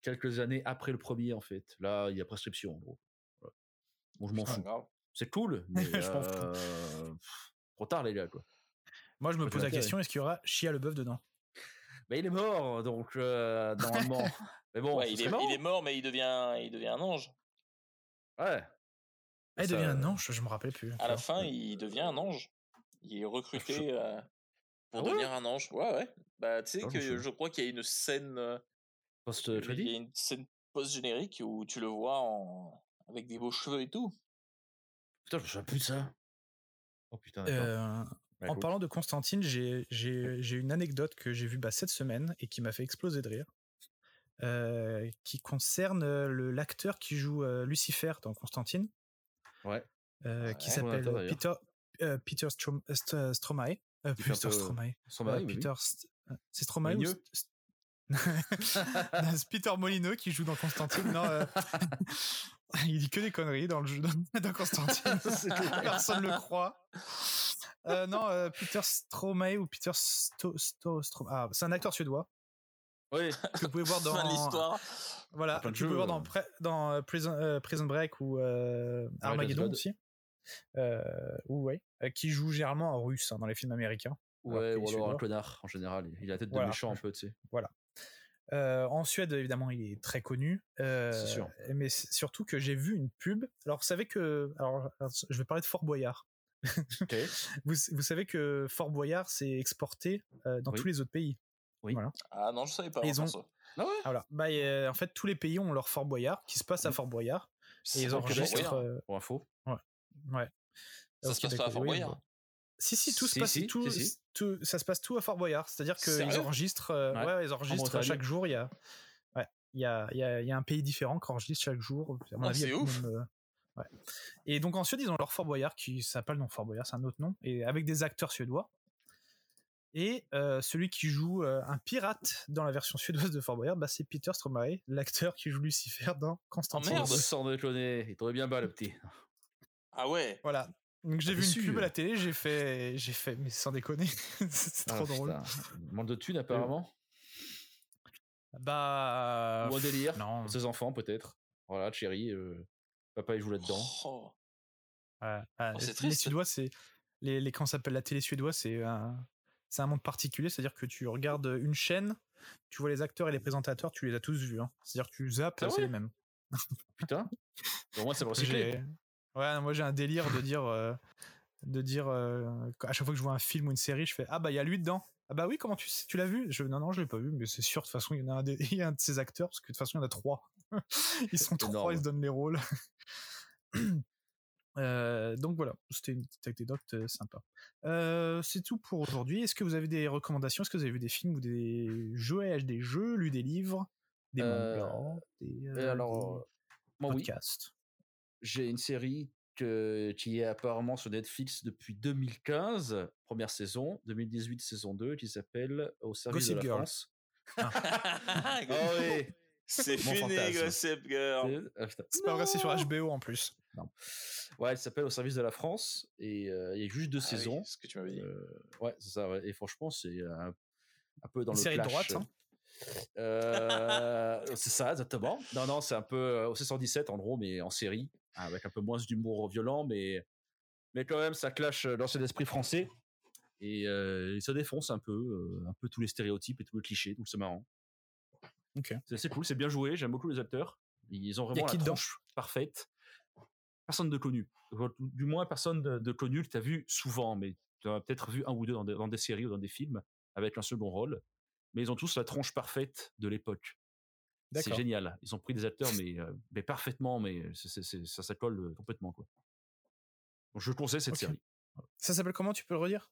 S7: quelques années après le premier, en fait. Là, il y a prescription, en gros. Voilà. Bon, je m'en
S6: C'est pas
S7: fous.
S6: grave.
S5: [LAUGHS]
S7: C'est cool, mais
S5: Je m'en fous.
S7: euh, pff, trop tard, les gars, quoi.
S5: Moi, je me
S7: Moi, j'ai
S5: pose la
S7: l'intérêt.
S5: question est-ce qu'il y aura Chia Leboeuf dedans
S7: Bah, il est mort, donc,
S6: [LAUGHS]
S7: euh, normalement. mais bon,
S6: Ouais,
S7: ce
S6: il, est,
S7: serait
S6: il
S7: marrant.
S6: est mort, mais il devient il devient un ange.
S7: Ouais.
S5: Elle
S7: Ça-
S5: devient un ange, je me rappelle plus.
S6: À la fin, il devient un ange. Il est recruté euh, pour
S7: Ah ouais
S6: devenir un ange. Ouais, ouais. Bah, tu sais
S7: Ah, je
S6: que
S7: me souviens.
S6: je crois qu'il y a une scène, euh, il y a
S7: Post-crédit
S6: une scène post-générique où tu le vois en... avec des beaux cheveux et tout. [LAUGHS]
S7: Putain, je me souviens plus de ça. Oh putain, d'accord.
S5: Euh,
S7: Bah,
S5: en
S7: cool.
S5: parlant de Constantine, j'ai- j'ai j'ai une anecdote que j'ai vue bah, cette semaine et qui m'a fait exploser de rire, euh, qui concerne euh, le l'acteur qui joue euh, Lucifer dans Constantine,
S7: Ouais.
S5: euh,
S6: Ouais.
S5: qui
S7: Jonathan,
S5: s'appelle
S7: d'ailleurs.
S5: Peter, euh, Peter Strom- euh, St- euh, Stromae. Euh,
S7: Peter,
S5: Peter
S7: euh,
S5: Stromae.
S7: Sans
S5: Ouais,
S7: barrer, mais oui.
S5: Peter St- euh, C'est Stromae ou
S7: Migneux.
S5: St- [LAUGHS] St- Non, c'est Peter Molyneux qui joue dans Constantine. Non, euh, [LAUGHS] il dit que des conneries dans le jeu dans [LAUGHS] Constantine.
S7: [LAUGHS]
S5: Personne le croit. Euh, non, euh, Peter Stromae ou Peter Sto, Sto- Stro- ah, c'est un acteur suédois
S7: Oui,
S5: que vous pouvez
S7: [LAUGHS]
S5: voir dans
S6: Fin de l'histoire.
S5: voilà,
S7: Plein
S5: que
S7: de
S5: vous pouvez voir
S7: jeux, euh.
S5: dans, Pre- dans euh, Prison, euh, Prison Break ou euh, Armageddon
S7: Blood.
S5: aussi. Euh, ou ouais, euh, qui joue généralement en russe hein, dans les films américains. Alors
S7: ouais,
S5: qu'il est
S7: ou alors un
S5: suédois.
S7: connard en général. Il- Il a la tête de
S5: Voilà.
S7: méchant un peu, tu sais.
S5: Euh, en Suède, évidemment, il est très connu. Euh,
S7: C'est sûr.
S5: Mais c- surtout que j'ai vu une pub. Alors, vous savez que. Alors, je vais parler de Fort Boyard.
S7: Ok.
S5: [LAUGHS] Vous, vous savez que Fort Boyard, c'est exporté euh, dans
S7: Oui.
S5: tous les autres pays.
S6: Ah non, je savais pas.
S5: Ils
S6: enfin,
S5: ont-
S6: ça.
S5: Ah, Voilà. Bah, euh, en fait, tous les pays ont leur Fort Boyard qui se passe à Fort Boyard. Et
S6: C'est
S5: ils
S6: pas au Québec,
S5: enregistrent.
S6: d'ailleurs.
S5: euh,
S7: Pour info.
S5: ouais.
S6: Ça se
S5: Au
S6: passe
S5: Québec,
S6: pas à Fort
S5: oui,
S6: Boyard.
S5: bon. Si, si, tout se
S7: Si,
S5: passe.
S7: si,
S5: tout,
S7: si, si.
S5: tout- ça se passe tout à Fort Boyard. C'est-à-dire qu'ils
S6: Sérieux
S5: enregistrent. euh,
S7: Ouais.
S5: ouais. ouais, ils enregistrent
S7: Bretagne.
S5: chaque jour. Il y a. ouais, il y a, il y a- il y a un pays différent qui enregistre chaque jour. À mon
S6: Oh,
S5: avis, il y a
S6: c'est
S5: plus
S6: ouf.
S5: même, euh, ouais. Et donc en Suède, ils ont leur Fort Boyard qui s'appelle non Fort Boyard, c'est un autre nom, et avec des acteurs suédois. Et euh, celui qui joue euh, un pirate dans la version [LAUGHS] suédoise de Fort Boyard, bah, c'est Peter Stromae, l'acteur qui joue Lucifer dans
S6: Oh,
S5: Constantine.
S6: merde.
S7: Sans déconner, il tombait bien bas, le petit.
S6: Ah ouais.
S5: Voilà. Donc j'ai
S7: Ah,
S5: vu
S7: déçu.
S5: une pub à la télé,
S7: [LAUGHS]
S5: j'ai fait, j'ai fait, mais sans déconner, [LAUGHS] c'est trop
S7: Ah,
S5: drôle.
S7: putain. Manque de thunes, apparemment.
S5: Bah.
S7: Ou un délire.
S5: Non.
S7: Pour ses enfants, peut-être. Voilà, Cherry. euh, Papa, il joue là-dedans. [LAUGHS]
S6: Oh. [LAUGHS]
S5: Ouais. Ah,
S6: Oh, c'est
S5: les- les
S6: triste.
S5: Suédois, c'est les, les comment ça s'appelle la télé suédoise, c'est un, c'est un monde particulier, c'est-à-dire que tu regardes une chaîne, tu vois les acteurs et les présentateurs, tu les as tous vus, hein. c'est-à-dire que tu zappes,
S7: Ah
S5: c'est
S7: ouais
S5: les mêmes.
S7: Putain. Au moins, c'est pour
S5: J'ai-
S7: recycler.
S5: Ouais, non, moi j'ai un délire de dire, euh, de dire euh, à chaque fois que je vois un film ou une série, je fais ah bah il y a lui dedans. Ah bah oui, comment tu sais- tu l'as vu Je non non, je l'ai pas vu, mais c'est sûr de toute façon il y en a un, des- [LAUGHS] il y a un de ses acteurs parce que de toute façon il y en a trois. [LAUGHS] ils sont trois,
S7: Énorme.
S5: ils se donnent les rôles. [CLEARS THROAT] Euh, donc voilà, c'était une petite anecdote euh, sympa. Euh, c'est tout pour aujourd'hui. Est-ce que vous avez des recommandations Est-ce que vous avez vu des films ou des jeux, eh, des jeux, lu des livres, des
S7: Euh,
S5: mangas, des,
S7: Et
S5: euh,
S7: alors,
S5: des
S7: euh, moi, oui.
S5: podcasts
S7: j'ai une série que- qui est apparemment sur Netflix depuis 2015, première saison, 2018 saison 2, qui s'appelle Au service
S5: Gossip
S7: de la
S5: Girl.
S7: France. Ah
S6: Oh,
S7: oui
S6: C'est
S7: Mon
S6: fini,
S7: fantasme.
S6: Gossip Girl.
S7: C'est- ah, putain.
S5: C'est pas vrai, c'est sur
S7: Non
S5: HBO en plus.
S7: Non. Ouais, elle s'appelle Au service de la France, et euh, il y a juste deux
S6: Ah oui,
S7: saisons.
S6: ce que tu m'avais dit.
S7: Euh, ouais, c'est ça, ouais. et franchement, c'est un, un peu dans
S5: Une
S7: le
S5: série de
S7: clash,
S5: droite, hein. [LAUGHS]
S7: euh, c'est ça, exactement. Non, non, c'est un peu euh, au 617 en gros, mais en série, avec un peu moins d'humour violent, mais, mais quand même, ça clash euh, l'ancien esprit français. Et, euh, et ça défonce un peu, euh, un peu tous les stéréotypes et tous les clichés, donc c'est marrant.
S5: Ok.
S7: C'est assez cool, c'est bien joué, j'aime beaucoup les acteurs. Ils ont
S5: Y a
S7: vraiment
S5: qui
S7: la
S5: dedans
S7: tranche parfaite. Personne de connu. Du moins, personne de, de connu que tu as vu souvent, mais tu as peut-être vu un ou deux dans des, dans des séries ou dans des films avec un second rôle. Mais ils ont tous la tranche parfaite de l'époque. C'est
S5: D'accord.
S7: génial. Ils ont pris des acteurs, mais, euh, mais parfaitement, mais c'est- c'est- c'est- ça, ça colle euh, complètement. Quoi. Donc, je conseille cette
S5: Ok.
S7: série.
S5: Ça s'appelle comment Tu peux le redire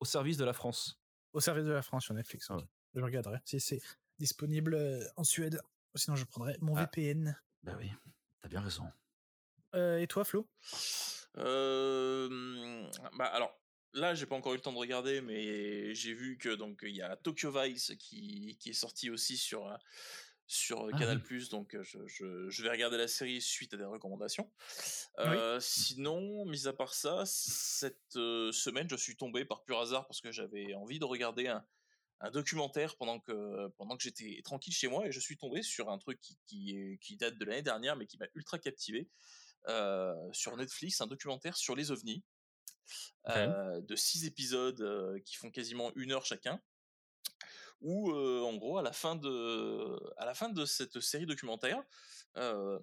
S7: Au service de la France.
S5: Au service de la France sur Netflix. ok.
S7: Ah ouais.
S5: Je regarderai si c'est disponible euh, en Suède. Sinon, je prendrai mon
S7: Ah.
S5: VPN.
S7: Bah oui, t'as bien raison.
S5: Euh, et toi, Flo
S6: Euh, bah alors là, j'ai pas encore eu le temps de regarder, mais j'ai vu que donc il y a Tokyo Vice qui, qui est sorti aussi sur euh, sur euh,
S7: Ah
S6: Canal+. Donc euh, je, je, je vais regarder la série suite à des recommandations. Euh, Sinon, mis à part ça, cette euh, semaine, je suis tombé par pur hasard parce que j'avais envie de regarder un un documentaire pendant que pendant que j'étais tranquille chez moi et je suis tombé sur un truc qui qui, est- qui date de l'année dernière mais qui m'a ultra captivé euh, sur Netflix un documentaire sur les ovnis euh, de six épisodes euh, qui font quasiment une heure chacun où euh, en gros à la fin de à la fin de cette série documentaire euh,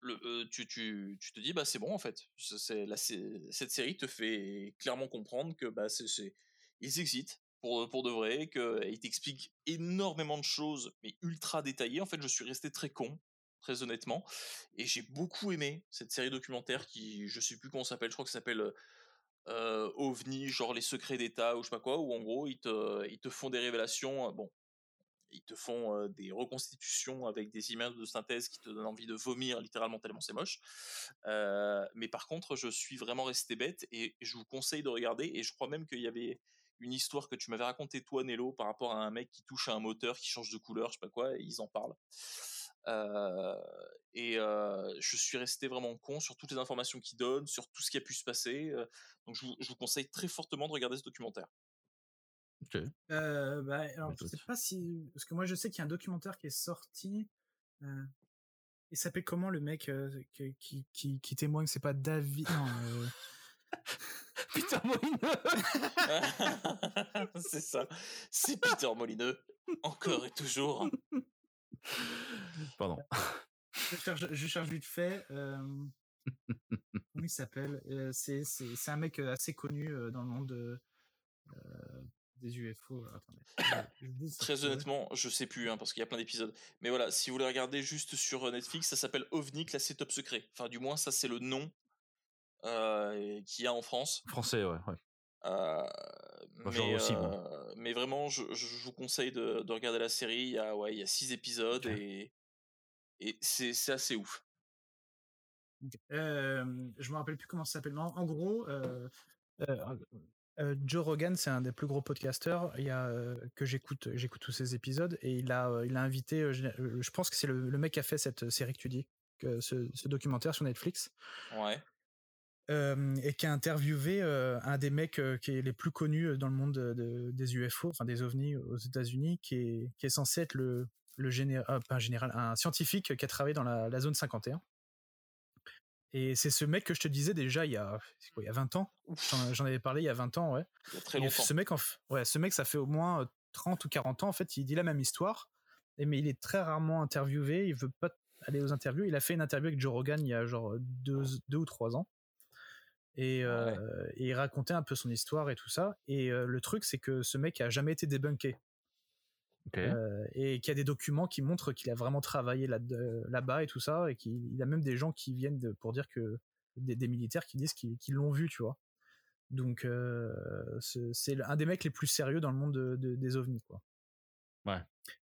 S6: le, euh, tu, tu, tu te dis bah c'est bon en fait C'est- c'est la sé- cette série te fait clairement comprendre que bah c'est- c'est ils existent pour, pour de vrai, qu'ils t'expliquent énormément de choses, mais ultra détaillées. En fait, je suis resté très con, très honnêtement, et j'ai beaucoup aimé cette série documentaire qui, je sais plus comment ça s'appelle, je crois que ça s'appelle euh, OVNI, genre les secrets d'État ou je sais pas quoi, où en gros, ils te, ils te font des révélations, euh, bon, ils te font euh, des reconstitutions avec des images de synthèse qui te donnent envie de vomir littéralement tellement c'est moche. Euh, mais par contre, je suis vraiment resté bête et je vous conseille de regarder, et je crois même qu'il y avait une histoire que tu m'avais racontée toi Nello par rapport à un mec qui touche à un moteur qui change de couleur je sais pas quoi et ils en parlent Euh, et euh, je suis resté vraiment con sur toutes les informations qu'ils donnent sur tout ce qui a pu se passer euh, donc je vous, je vous conseille très fortement de regarder ce documentaire
S5: Euh, bah, alors, je
S7: Écoute.
S5: sais pas si. Parce que moi, je sais qu'il y a un documentaire qui est sorti. Euh... Il s'appelait comment le mec euh, qui, qui, qui, qui témoigne C'est pas David. Non, euh,
S7: [LAUGHS] Putain, Moïne
S6: [LAUGHS] c'est ça c'est Peter Molineux encore et toujours
S7: Pardon.
S5: je, cherche, je cherche vite fait.
S6: [LAUGHS]
S5: Euh... Comment il s'appelle Euh, C'est c'est- c'est un mec euh, assez connu euh, dans le monde de, euh, des UFO. Alors, attendez. Je vous-
S6: très honnêtement je sais plus hein, parce qu'il y a plein d'épisodes mais voilà si vous les regardez juste sur euh, Netflix ça s'appelle OVNI classé top secret enfin du moins ça c'est le nom euh, qu'il y a en France
S7: [LAUGHS] Français, ouais. ouais.
S6: Euh,
S7: Moi, je
S6: mais,
S7: regarde aussi, moi.
S6: euh, mais vraiment, je, je- je vous conseille de, de regarder la série. Il y a, ouais, il y a six épisodes
S7: Ok.
S6: et, et c'est c'est assez ouf.
S5: Euh, je me rappelle plus comment ça s'appelle. mais En en gros, euh, euh, euh, Joe Rogan, c'est un des plus gros podcasteurs. Il y a euh, que j'écoute, j'écoute tous ses épisodes et il a, euh, il a invité. euh, Je, euh, je pense que c'est le, le mec qui a fait cette série que tu dis, que ce, ce documentaire sur Netflix,
S6: Ouais.
S5: euh, et qui a interviewé euh, un des mecs euh, qui est les plus connus euh, dans le monde de- de- des UFO, enfin des ovnis aux États-Unis, qui est, qui est censé être le, le général, pas un général, un scientifique qui a travaillé dans la, la zone 51. Et c'est ce mec que je te disais déjà il y a, c'est quoi, il y a 20 ans. J'en j'en avais parlé il y a 20 ans, ouais.
S6: Il y a très
S5: Et
S6: longtemps.
S5: ce mec, en f- ouais, ce mec, ça fait au moins euh, 30 ou 40 ans, en fait, il dit la même histoire, et- mais il est très rarement interviewé, il veut pas aller aux interviews. Il a fait une interview avec Joe Rogan il y a genre deux,
S6: Ah.
S5: deux ou trois ans, et, euh, et il racontait un peu son histoire et tout ça. Et euh, le truc, c'est que ce mec a jamais été débunké,
S7: Ok.
S5: euh, et qu'il y a des documents qui montrent qu'il a vraiment travaillé là- de- là-bas et tout ça, et qu'il il a même des gens qui viennent de- pour dire que des, des militaires qui disent qu'ils qu'ils l'ont vu, tu vois. Donc euh, ce- c'est le- un des mecs les plus sérieux dans le monde de- de- des ovnis, quoi.
S7: Ouais.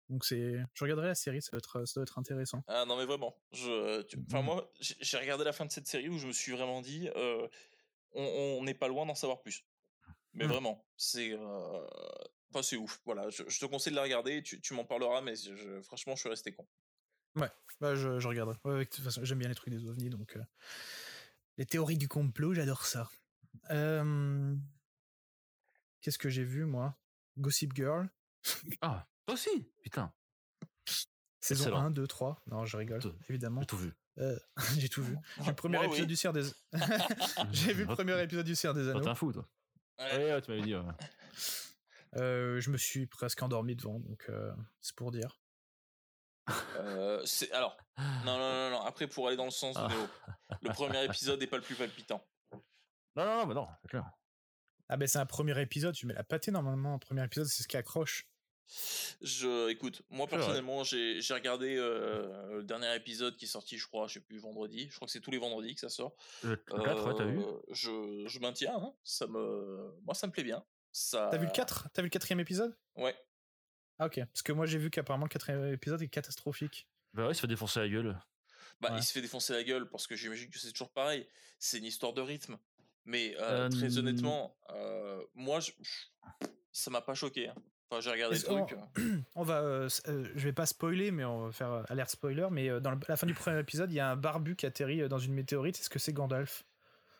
S5: Donc c'est, je regarderai la série, ça doit être, ça doit être intéressant.
S6: Ah non mais vraiment. Je, tu- enfin
S7: Mhm.
S6: moi, j'ai j'ai regardé la fin de cette série où je me suis vraiment dit, euh, on- on n'est pas loin d'en savoir plus. Mais
S5: Mhm.
S7: Mmh.
S6: vraiment, c'est, euh, enfin c'est ouf. Voilà, je, je te conseille de la regarder. Tu, tu m'en parleras, mais je- franchement, je suis resté con.
S5: Bah, je, je regarderai. Ouais, ouais, de toute façon, j'aime bien les trucs des ovnis, donc euh, les théories du complot, j'adore ça. Euh, Qu'est-ce que j'ai vu moi Gossip Girl,
S7: Ah, toi aussi Putain,
S5: saison
S7: Excellent.
S5: 1, 2, 3. Non, je rigole,
S7: Tout-
S5: évidemment.
S7: [LAUGHS] j'ai tout vu.
S5: J'ai tout vu. Le premier
S6: Moi, oui.
S5: épisode du Ciel des. J'ai vu le
S7: Ah, Toi-
S5: premier épisode du Ciel des
S7: toi,
S5: Anneaux.
S7: T'es un fou, toi.
S6: Ouais.
S7: Ouais, ouais, tu m'avais dit. ouais.
S5: Euh, je me suis presque endormi devant, donc euh, c'est pour dire.
S6: Euh, c'est- alors, non, non, non, non, après pour aller dans le sens de
S7: Ah.
S6: Néo, le premier épisode n'est pas le plus palpitant.
S7: Non, non, non, bah non, c'est clair.
S5: Ah ben c'est un premier épisode, tu mets la pâtée normalement. Un premier épisode, c'est ce qui accroche.
S6: Je, écoute, moi
S7: C'est vrai.
S6: personnellement, j'ai j'ai regardé euh, le dernier épisode qui est sorti, je crois, je sais plus, vendredi. Je crois que c'est tous les vendredis que ça sort.
S7: Le 4, ouais, t'as vu
S6: Euh, je, je maintiens, hein. ça me, moi ça me plaît bien. Ça...
S5: T'as vu le 4 T'as vu le quatrième épisode
S6: Euh. Ouais.
S5: Ah ok. Parce que moi j'ai vu qu'apparemment le quatrième épisode est catastrophique.
S7: Bah ouais, il se fait défoncer la gueule.
S6: Bah,
S5: Ouais.
S6: il se fait défoncer la gueule parce que j'imagine que c'est toujours pareil. C'est une histoire de rythme. Mais euh,
S7: Euh,
S6: très
S7: n-
S6: honnêtement, euh, moi, je- ça m'a pas choqué. hein. Enfin, j'ai regardé le
S5: Est-ce oh! qu'on-
S6: truc. hein.
S5: On va, euh, s- euh, je vais pas spoiler, mais on va faire euh, alerte spoiler. Mais euh, dans le- la fin du premier épisode, il y a un barbu qui atterrit euh, dans une météorite. Est-ce que c'est Gandalf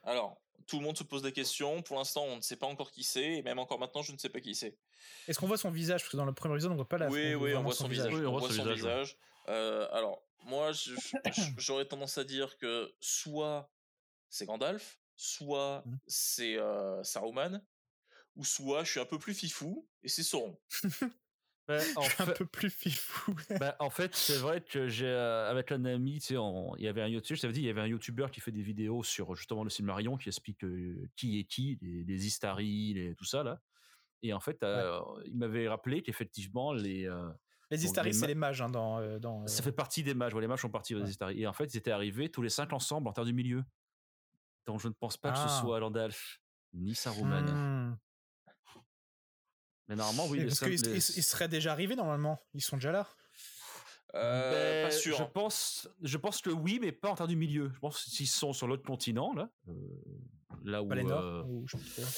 S6: Alors, tout le monde se pose des questions. Pour l'instant, on ne sait pas encore qui c'est. Et même encore maintenant, je ne sais pas qui c'est.
S5: Est-ce qu'on voit son visage Parce que dans le premier épisode, on voit pas la.
S6: Oui, oui, on
S5: vraiment
S6: voit son visage.
S7: Oui,
S6: on voit son visage. Euh, alors, moi, je- je- j'aurais tendance à dire que soit c'est Gandalf, soit c'est euh, Saruman, ou soit je suis un peu plus fifou et c'est Sauron.
S7: Bah, [LAUGHS] en,
S5: Je suis un
S7: fait-
S5: peu plus fifou.
S7: bah, en fait, c'est vrai que j'ai euh, avec un ami, tu sais, on- il y avait un YouTube, je t'avais dit, il y avait un youtubeur qui fait des vidéos sur justement le Silmarillion qui explique euh, qui est qui, les, les Istari, les, tout ça là. Et en fait, euh, il m'avait rappelé qu'effectivement les euh,
S5: [LAUGHS] les
S7: Bon,
S5: Istari,
S7: les
S5: c'est
S7: ma-
S5: les mages hein, dans. euh, dans euh,
S7: Ça fait partie des matchs. Ouais, les matchs font partie des
S5: Ouais.
S7: Istari. Et en fait, ils étaient arrivés tous les cinq ensemble en terre du milieu. Donc, je ne pense pas que
S5: Ah.
S7: ce soit Landalf ni Saruman.
S5: hmm.
S7: Mais normalement, oui.
S5: Et
S7: les
S5: parce
S7: cinq-
S5: qu'ils
S7: les-
S5: ils- ils seraient déjà arrivés normalement. Ils sont déjà là.
S6: Euh,
S7: Ben,
S6: pas sûr. hein.
S7: Je pense, je pense que oui, mais pas en terre du milieu. Je pense que s'ils sont sur l'autre continent, là, euh, là où,
S5: Valinor,
S7: euh,
S5: ou je sais pas quoi.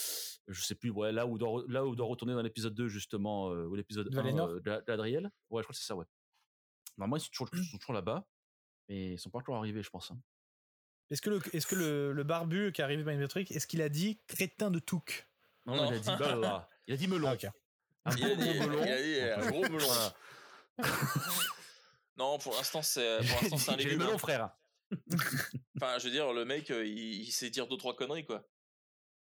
S7: je sais plus, ouais, là où doit, là où doit retourner dans l'épisode 2 justement, euh, ou l'épisode
S5: De
S7: 1
S5: Valinor
S7: euh, d'A- d'Adriel. Ouais, je crois que c'est ça, ouais. Normalement, ils sont toujours, ils sont toujours là-bas, mais ils sont pas encore arrivés, je pense. hein.
S5: Est-ce que, le, est-ce que le, le barbu qui est arrivé par une truc, est-ce qu'il a dit crétin de touc
S7: Non, non,
S6: Non.
S7: il a dit, bah, bah, il a dit melon.
S5: Ah, ok.
S7: [LAUGHS] Un
S6: Il a
S7: gros,
S6: dit-
S7: gros melon.
S6: il a dit un gros melon.
S7: [LAUGHS] Voilà.
S6: Non, pour l'instant, c'est pour l'instant, c'est un
S7: [LAUGHS] J'ai les
S6: légume.
S7: melons,
S6: hein.
S7: frère.
S6: Enfin, je veux dire, le mec, euh, il, il sait dire deux trois conneries quoi.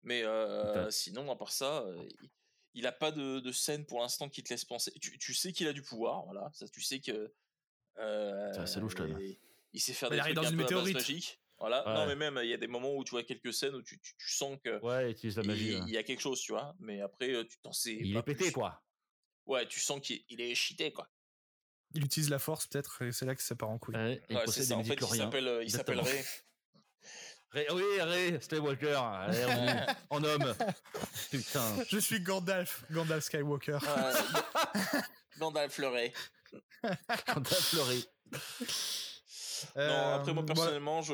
S6: Mais euh,
S7: Putain.
S6: sinon, à part ça, euh, il- il a pas de, de scène pour l'instant qui te laisse penser. Tu, tu sais qu'il a du pouvoir, voilà. Ça, tu sais que. euh,
S7: Ça, c'est louche, quand même.
S6: il- Il sait faire
S5: Bah, il
S6: des
S5: arrive
S6: trucs
S5: dans
S6: un
S5: une
S6: peu à base
S5: météorite.
S6: magique. Voilà. Non,
S7: Ouais.
S6: mais même, il y a des moments où tu vois quelques scènes où tu, tu- tu sens que
S7: Ouais, il utilise la
S6: il,
S7: magie. hein.
S6: il y a quelque chose, tu vois. Mais après, euh, tu t'en sais.
S7: Il
S6: pas
S7: est pété,
S6: plus.
S7: quoi.
S6: Ouais, tu sens qu'il est- il est cheaté, quoi.
S5: Il utilise la force peut-être, et c'est là que ça part en couille.
S7: Ouais, il
S6: Ouais, c'est
S7: possède
S6: ça.
S7: des
S6: En fait, il
S7: midi-chloriens.
S6: s'appelle, euh, il s'appelle
S7: Exactement.
S6: Ray.
S7: Ray- Oui, Ray, Steve Walker, allez,
S5: [LAUGHS]
S7: on- en homme. Putain.
S5: Je suis Gandalf, Gandalf Skywalker.
S6: Ouais, [LAUGHS] Gandalf le Ray.
S7: Quand t'as pleuré.
S5: Euh,
S6: non, après moi
S5: voilà.
S6: personnellement, je,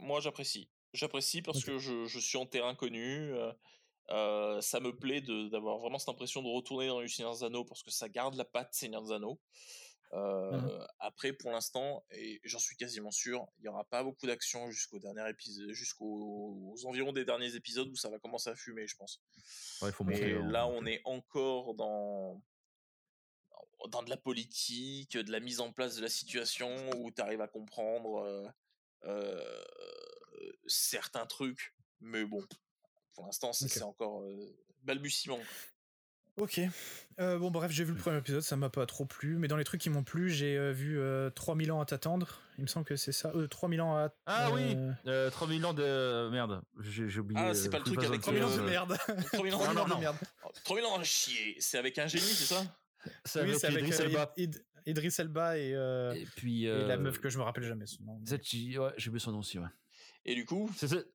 S6: moi j'apprécie. J'apprécie parce
S5: Ok.
S6: que je, je suis en terrain connu. euh, euh, ça me plaît de- d'avoir vraiment cette impression de retourner dans le Seigneur des Anneaux parce que ça garde la patte Seigneur des Anneaux.
S7: Mmh
S6: Euh, Après, pour l'instant, et j'en suis quasiment sûr, il n'y aura pas beaucoup d'action jusqu'au dernier épisode, jusqu'aux environs des derniers épisodes où ça va commencer à fumer, je pense.
S7: Ouais, il faut
S6: Mais
S7: montrer. hein.
S6: là, on est encore dans dans de la politique, de la mise en place de la situation où tu arrives à comprendre euh, euh, certains trucs. Mais bon, pour l'instant, c'est
S5: Ok.
S6: c'est encore euh, balbutiement.
S7: [LAUGHS]
S6: quoi.
S5: Ok. Euh, bon, bref, j'ai vu le premier épisode, ça m'a pas trop plu, mais dans les trucs qui m'ont plu, j'ai euh, vu euh, 3000 ans à t'attendre. Il me semble que c'est ça. Euh, 3000 ans à.
S7: Ah oui
S5: euh,
S7: Euh, 3000 ans de. Merde, j'ai j'ai oublié.
S6: Ah, c'est pas le truc avec
S5: 3000 ans de
S6: Euh,
S5: [LAUGHS] merde
S6: 3000
S7: non,
S6: ans,
S5: 3000 ans de
S7: non.
S5: merde
S6: trop mille ans à chier. C'est avec un génie, c'est ça
S7: C'est
S5: Oui,
S7: avec
S5: c'est avec
S7: Idris
S5: euh,
S7: Elba.
S5: Id- Id- Idris Elba et, euh,
S7: Et puis.
S5: et la
S7: euh,
S5: meuf que je me rappelle jamais son nom.
S7: Zetchi, ouais, j'ai oublié son nom aussi, ouais.
S6: Et du coup,
S7: C'est- c'est-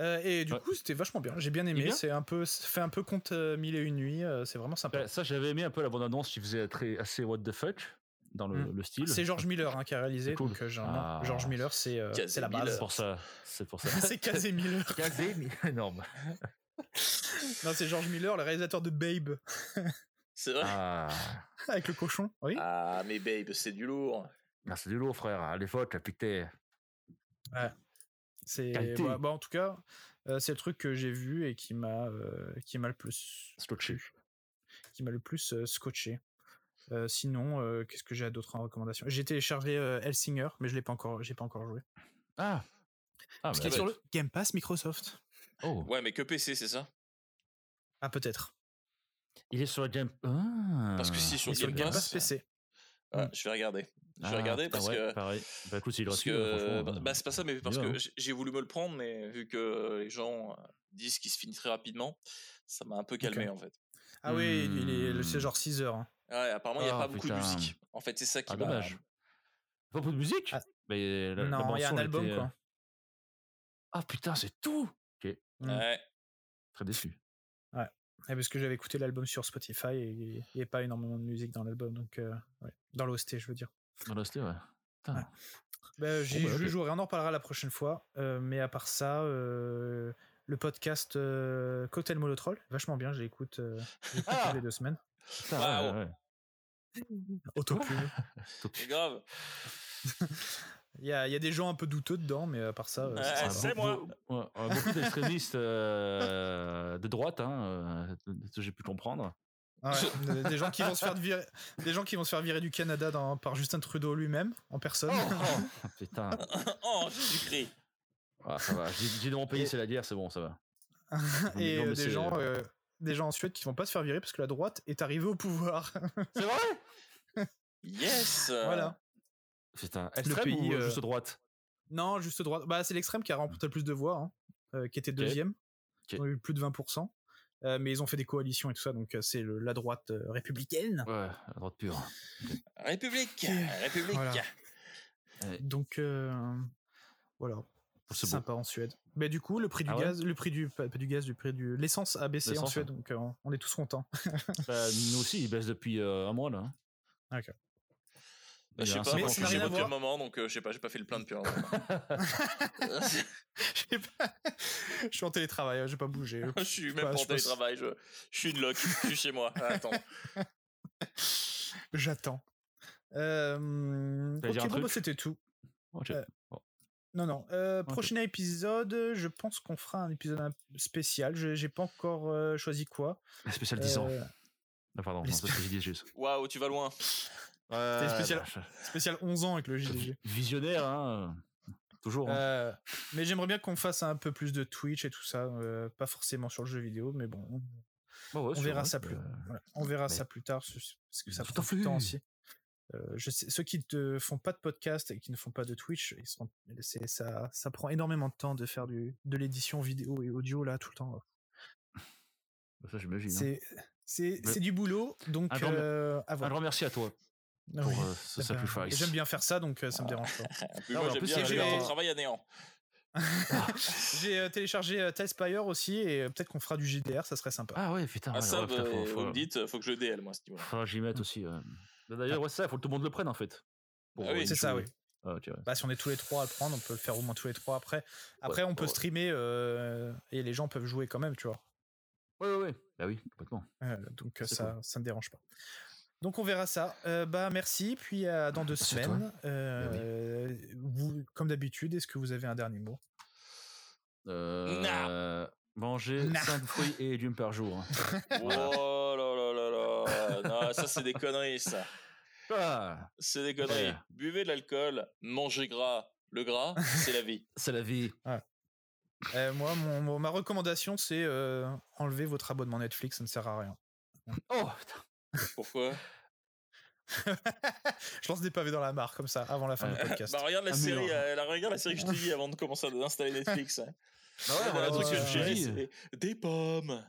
S5: Euh, et du
S7: Ouais.
S5: coup, c'était vachement bien. J'ai bien aimé.
S7: bien
S5: C'est un peu, ça fait un peu compte euh, mille et une nuits. euh, c'est vraiment sympa.
S7: ouais, Ça, j'avais aimé un peu la bande-annonce qui faisait très, assez what the fuck dans le,
S5: Mm.
S7: le style.
S5: C'est George Miller hein, qui a réalisé.
S7: C'est cool.
S5: donc, euh, genre, non,
S7: Ah.
S5: George Miller, c'est euh,
S6: Casey
S5: c'est la
S7: C'est
S5: base.
S7: pour ça. C'est pour ça.
S5: [LAUGHS] c'est Casey Miller.
S7: Casé, mais [LAUGHS] énorme.
S5: Non, c'est George Miller, le réalisateur de Babe [LAUGHS]
S6: c'est vrai.
S7: Ah,
S5: avec le cochon. Oui.
S6: Ah, mais babe, c'est du lourd.
S7: ah, c'est du lourd, frère. À l'époque, putain.
S5: C'est
S7: Qualité.
S5: bah, bah, en tout cas, euh, c'est le truc que j'ai vu et qui m'a euh, qui m'a le plus
S7: Scotché.
S5: qui m'a le plus euh, scotché. Euh, sinon, euh, qu'est-ce que j'ai d'autre en recommandation J'ai téléchargé euh, Hellsinger, mais je l'ai pas encore, j'ai pas encore joué.
S7: Ah. Ah,
S5: Parce
S7: bah,
S5: qu'il est sur le Game Pass Microsoft.
S7: oh.
S6: Ouais, mais que PC, c'est ça
S5: Ah peut-être.
S7: Il est sur la Game. Ah,
S6: Parce que si
S5: Et
S6: sur
S5: sur le
S6: Game
S5: Game
S6: Pass,
S5: Pass PC.
S7: Mmh.
S6: Voilà, Je vais regarder. Je vais regarder parce que.
S7: Ah, Pareil. Bah écoute, s'il
S6: Parce
S7: reste
S6: que, bah, bah, c'est pas ça, mais parce
S7: bien, euh, hein.
S6: que j- j'ai voulu me le prendre, mais vu que les gens euh, disent qu'il se finit très rapidement, ça m'a un peu calmé en fait.
S5: Ah oui,
S7: Hmm.
S5: il est- c'est genre 6 heures. hein.
S6: Ouais, apparemment, il n'y a
S7: Ah,
S6: pas beaucoup de
S7: putain.
S6: musique. En fait, c'est ça qui
S7: Ah,
S6: m'a.
S7: dommage. Pas beaucoup de musique
S5: Ah.
S7: Mais la- la
S5: non, il y a
S7: mention,
S5: un
S7: elle
S5: album,
S7: était, euh,
S5: quoi.
S7: Ah putain, c'est tout Ok,
S5: Mm.
S7: [LAUGHS]
S6: Ouais.
S7: très déçu.
S5: Ouais, Eh, parce que j'avais écouté l'album sur Spotify et il n'y a pas énormément de musique dans l'album, donc euh, ouais. dans l'OST, je veux dire.
S7: Dans l'OST, ouais.
S5: Bah, j'y
S7: Bon, bah,
S5: j'y
S7: ok.
S5: jouerai, on en reparlera la prochaine fois. euh, mais à part ça, euh, le podcast euh, Cocktail Molotrol, vachement bien, j'écoute euh, j'écoute
S6: Ah
S5: toutes les deux semaines.
S7: Putain,
S6: Waouh.
S7: ouais, ouais, ouais.
S5: Autoplume.
S6: C'est
S7: [LAUGHS]
S6: grave.
S5: Il y a, il y a des gens un peu douteux dedans, mais à part ça, euh,
S6: Ah,
S5: c'est sympa.
S7: Ouais,
S6: c'est
S7: beaucoup-
S6: moi.
S7: ouais, ouais, beaucoup d'extrémistes euh, de droite, hein, euh, de ce que j'ai pu comprendre.
S5: Ouais, des- des gens qui vont se faire virer, des gens qui vont se faire virer du Canada dans- par Justin Trudeau lui-même en personne.
S7: Ah, Putain,
S6: oh, sucré.
S7: Ah, ça va. J'ai j'ai dans mon pays, c'est la guerre, c'est bon,
S5: [LAUGHS]
S7: ça va.
S5: [LAUGHS] et euh,
S7: Non, mais
S5: des
S7: c'est-
S5: gens, euh, des gens en Suède qui vont pas se faire virer parce que la droite est arrivée au pouvoir.
S7: C'est vrai
S6: Yes.
S5: voilà.
S7: Putain,
S5: Le
S7: extrême
S5: pays,
S7: ou
S5: euh,
S7: juste droite
S5: Non, juste droite. Bah, c'est l'extrême qui a remporté le plus de voix, hein, euh, qui était deuxième.
S7: Ok.
S5: Ils ont eu plus de 20%. euh, mais ils ont fait des coalitions et tout ça, donc euh, c'est le- la droite euh, républicaine.
S7: Ouais, la droite pure.
S6: République. République.
S5: Voilà. Donc euh, voilà,
S7: Pour ce
S5: c'est
S7: Oh, beau.
S5: sympa en Suède. Mais du coup, le prix du
S7: Ah ouais
S5: gaz, le prix du pas, pas du gaz, du prix du l'essence a baissé en
S7: L'essence, hein.
S5: Suède, donc euh, on est tous contents. [LAUGHS]
S7: Bah, nous aussi, ils baissent depuis euh, un mois là. hein.
S5: Ok.
S6: Bah,
S7: Il y
S6: je
S7: a
S6: sais
S7: un
S6: pas,
S7: certain
S5: Mais
S6: moi,
S5: ça
S6: je
S5: n'a
S6: suis chez
S5: rien à
S6: moi depuis un
S5: voir.
S6: moment, donc euh, je sais pas, j'ai pas fait le plein depuis un moment.
S7: [LAUGHS]
S6: [LAUGHS]
S5: J'ai pas- Je suis en télétravail, hein, j'ai pas bougé.
S7: [LAUGHS]
S6: [LAUGHS] je suis
S5: Bah,
S6: même pas
S5: je
S6: en
S5: pense-
S6: télétravail, je, je suis une loc, je suis chez moi. Ah, Attends.
S5: J'attends. Euh,
S7: T'allais dire
S5: ok,
S7: un
S5: bon,
S7: truc
S5: bah, c'était tout.
S7: Ok.
S5: Euh, Non, non. Euh, Prochain épisode, je pense qu'on fera un épisode un- spécial. Je- J'ai pas encore euh, choisi quoi.
S7: La spéciale 10 ans.
S5: Euh,
S7: hein. Ah, pardon,
S5: les
S7: non, c'est ce que j'ai dit juste.
S6: Waouh, tu vas loin.
S7: Ouais,
S5: spécial. [LAUGHS]
S7: bah, je-
S5: spécial 11 ans avec le JDG.
S7: Visionnaire, hein. euh, Toujours. hein.
S5: Euh, mais j'aimerais bien qu'on fasse un peu plus de Twitch et tout ça. euh, pas forcément sur le jeu vidéo, mais bon, on,
S7: Bah ouais,
S5: on
S7: c'est
S5: verra
S7: vrai
S5: ça
S7: que-
S5: plus. voilà, on verra
S7: mais-
S5: ça plus tard ce- ce- parce que ça
S7: Tout
S5: prend
S7: à
S5: du temps
S7: fait.
S5: aussi. Euh, je sais, ceux qui ne font pas de podcast et qui ne font pas de Twitch, ils sont, c'est- ça, ça prend énormément de temps de faire du, de l'édition vidéo et audio là tout le temps.
S7: hein. Bah, Ça, j'imagine. hein.
S5: C'est c'est
S7: Mais-
S5: c'est du boulot, donc
S7: Un grand-
S5: euh, à
S7: Un
S5: voir.
S7: grand merci à toi
S5: Ah
S7: pour
S5: oui.
S7: euh, ce
S5: Eh ben,
S7: sacrifice.
S5: J'aime bien faire ça, donc euh, ça me dérange pas.
S6: Puis moi,
S7: [LAUGHS] Ah, mais en
S6: j'aime
S7: plus,
S6: bien
S5: c'est-
S6: réduire
S5: j'ai-
S6: ton travail à néant.
S5: J'ai euh, téléchargé euh, Talespire aussi, et euh, peut-être qu'on fera du GDR, ça serait sympa.
S7: Ah ouais, putain.
S6: Ah,
S7: ouais,
S6: ça,
S7: ouais, putain,
S6: bah,
S7: faut-
S6: vous
S7: faut-
S6: me dites, faut que je DL, moi, à ce niveau-là.
S7: Faudra que j'y mette aussi. euh. Bah, D'ailleurs, ouais, ça, faut que tout le monde le prenne en fait. Pour,
S6: Ah oui.
S7: euh,
S5: c'est ça, oui.
S7: jouer. Ah, ok, ouais.
S5: Bah, si on est tous les trois à le prendre, on peut le faire au moins tous les trois après. Après, on peut
S7: ouais.
S5: streamer euh, et les gens peuvent jouer quand même, tu vois.
S7: Ouais, ouais, ouais. Bah oui, complètement.
S5: Euh, donc euh,
S7: C'est
S5: ça, ça me dérange pas. Donc on verra ça. Euh, bah merci, puis à dans deux
S7: Merci à toi. Eh
S5: semaines. Euh, vous, comme d'habitude, est-ce que vous avez un dernier mot
S7: Euh, Manger
S5: Nah.
S7: 5 fruits et légumes par jour. hein.
S6: [LAUGHS]
S7: Voilà.
S6: Oh là là là là. Non, ça, c'est des conneries, ça.
S7: Ah,
S6: C'est des conneries.
S7: Ouais.
S6: Buvez de l'alcool, mangez gras. Le gras, c'est la vie.
S7: c'est la vie.
S5: Euh, Moi, mon- mon- ma recommandation, c'est euh, enlever votre abonnement Netflix, ça ne sert à rien.
S7: Oh, putain.
S6: Pourquoi
S5: Je lance des pavés dans la mare comme ça avant la fin
S7: [LAUGHS] Ouais.
S5: du podcast.
S6: Bah, regarde la
S7: Un
S6: série,
S7: mur.
S6: euh, la- regarde la série que je t'ai dit avant de commencer à installer Netflix.
S7: Bah
S6: Regarde
S5: voilà,
S6: le truc
S5: ouais,
S6: que
S5: ouais,
S6: je
S5: ouais.
S6: dirais, Oh, c'est des pommes.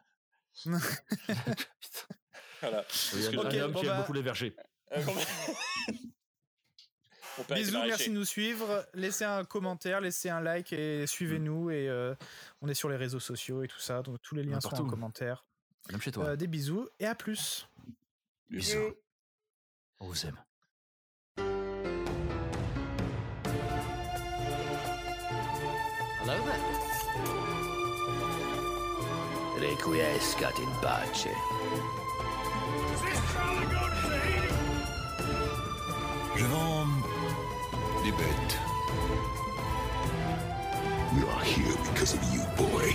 S6: Voilà.
S7: Oui, un,
S6: Ok,
S7: un homme
S5: bon
S7: qui aime
S5: bah-
S7: beaucoup les vergers.
S6: Euh, comment- [LAUGHS] Mon père était
S5: Bisous, merci
S6: maraîcher.
S5: de nous suivre. Laissez un commentaire, laissez un like
S7: Mm.
S5: et suivez-nous. Et euh, on est sur les réseaux sociaux et tout ça. Donc tous les liens sont en
S7: partout.
S5: commentaire.
S7: Même chez toi.
S5: Euh, des bisous et à plus.
S7: Bisous. On vous aime.
S2: Hello there.
S8: Requiescat in pace.
S3: Je vends des bêtes.
S4: We are here because of you, boy.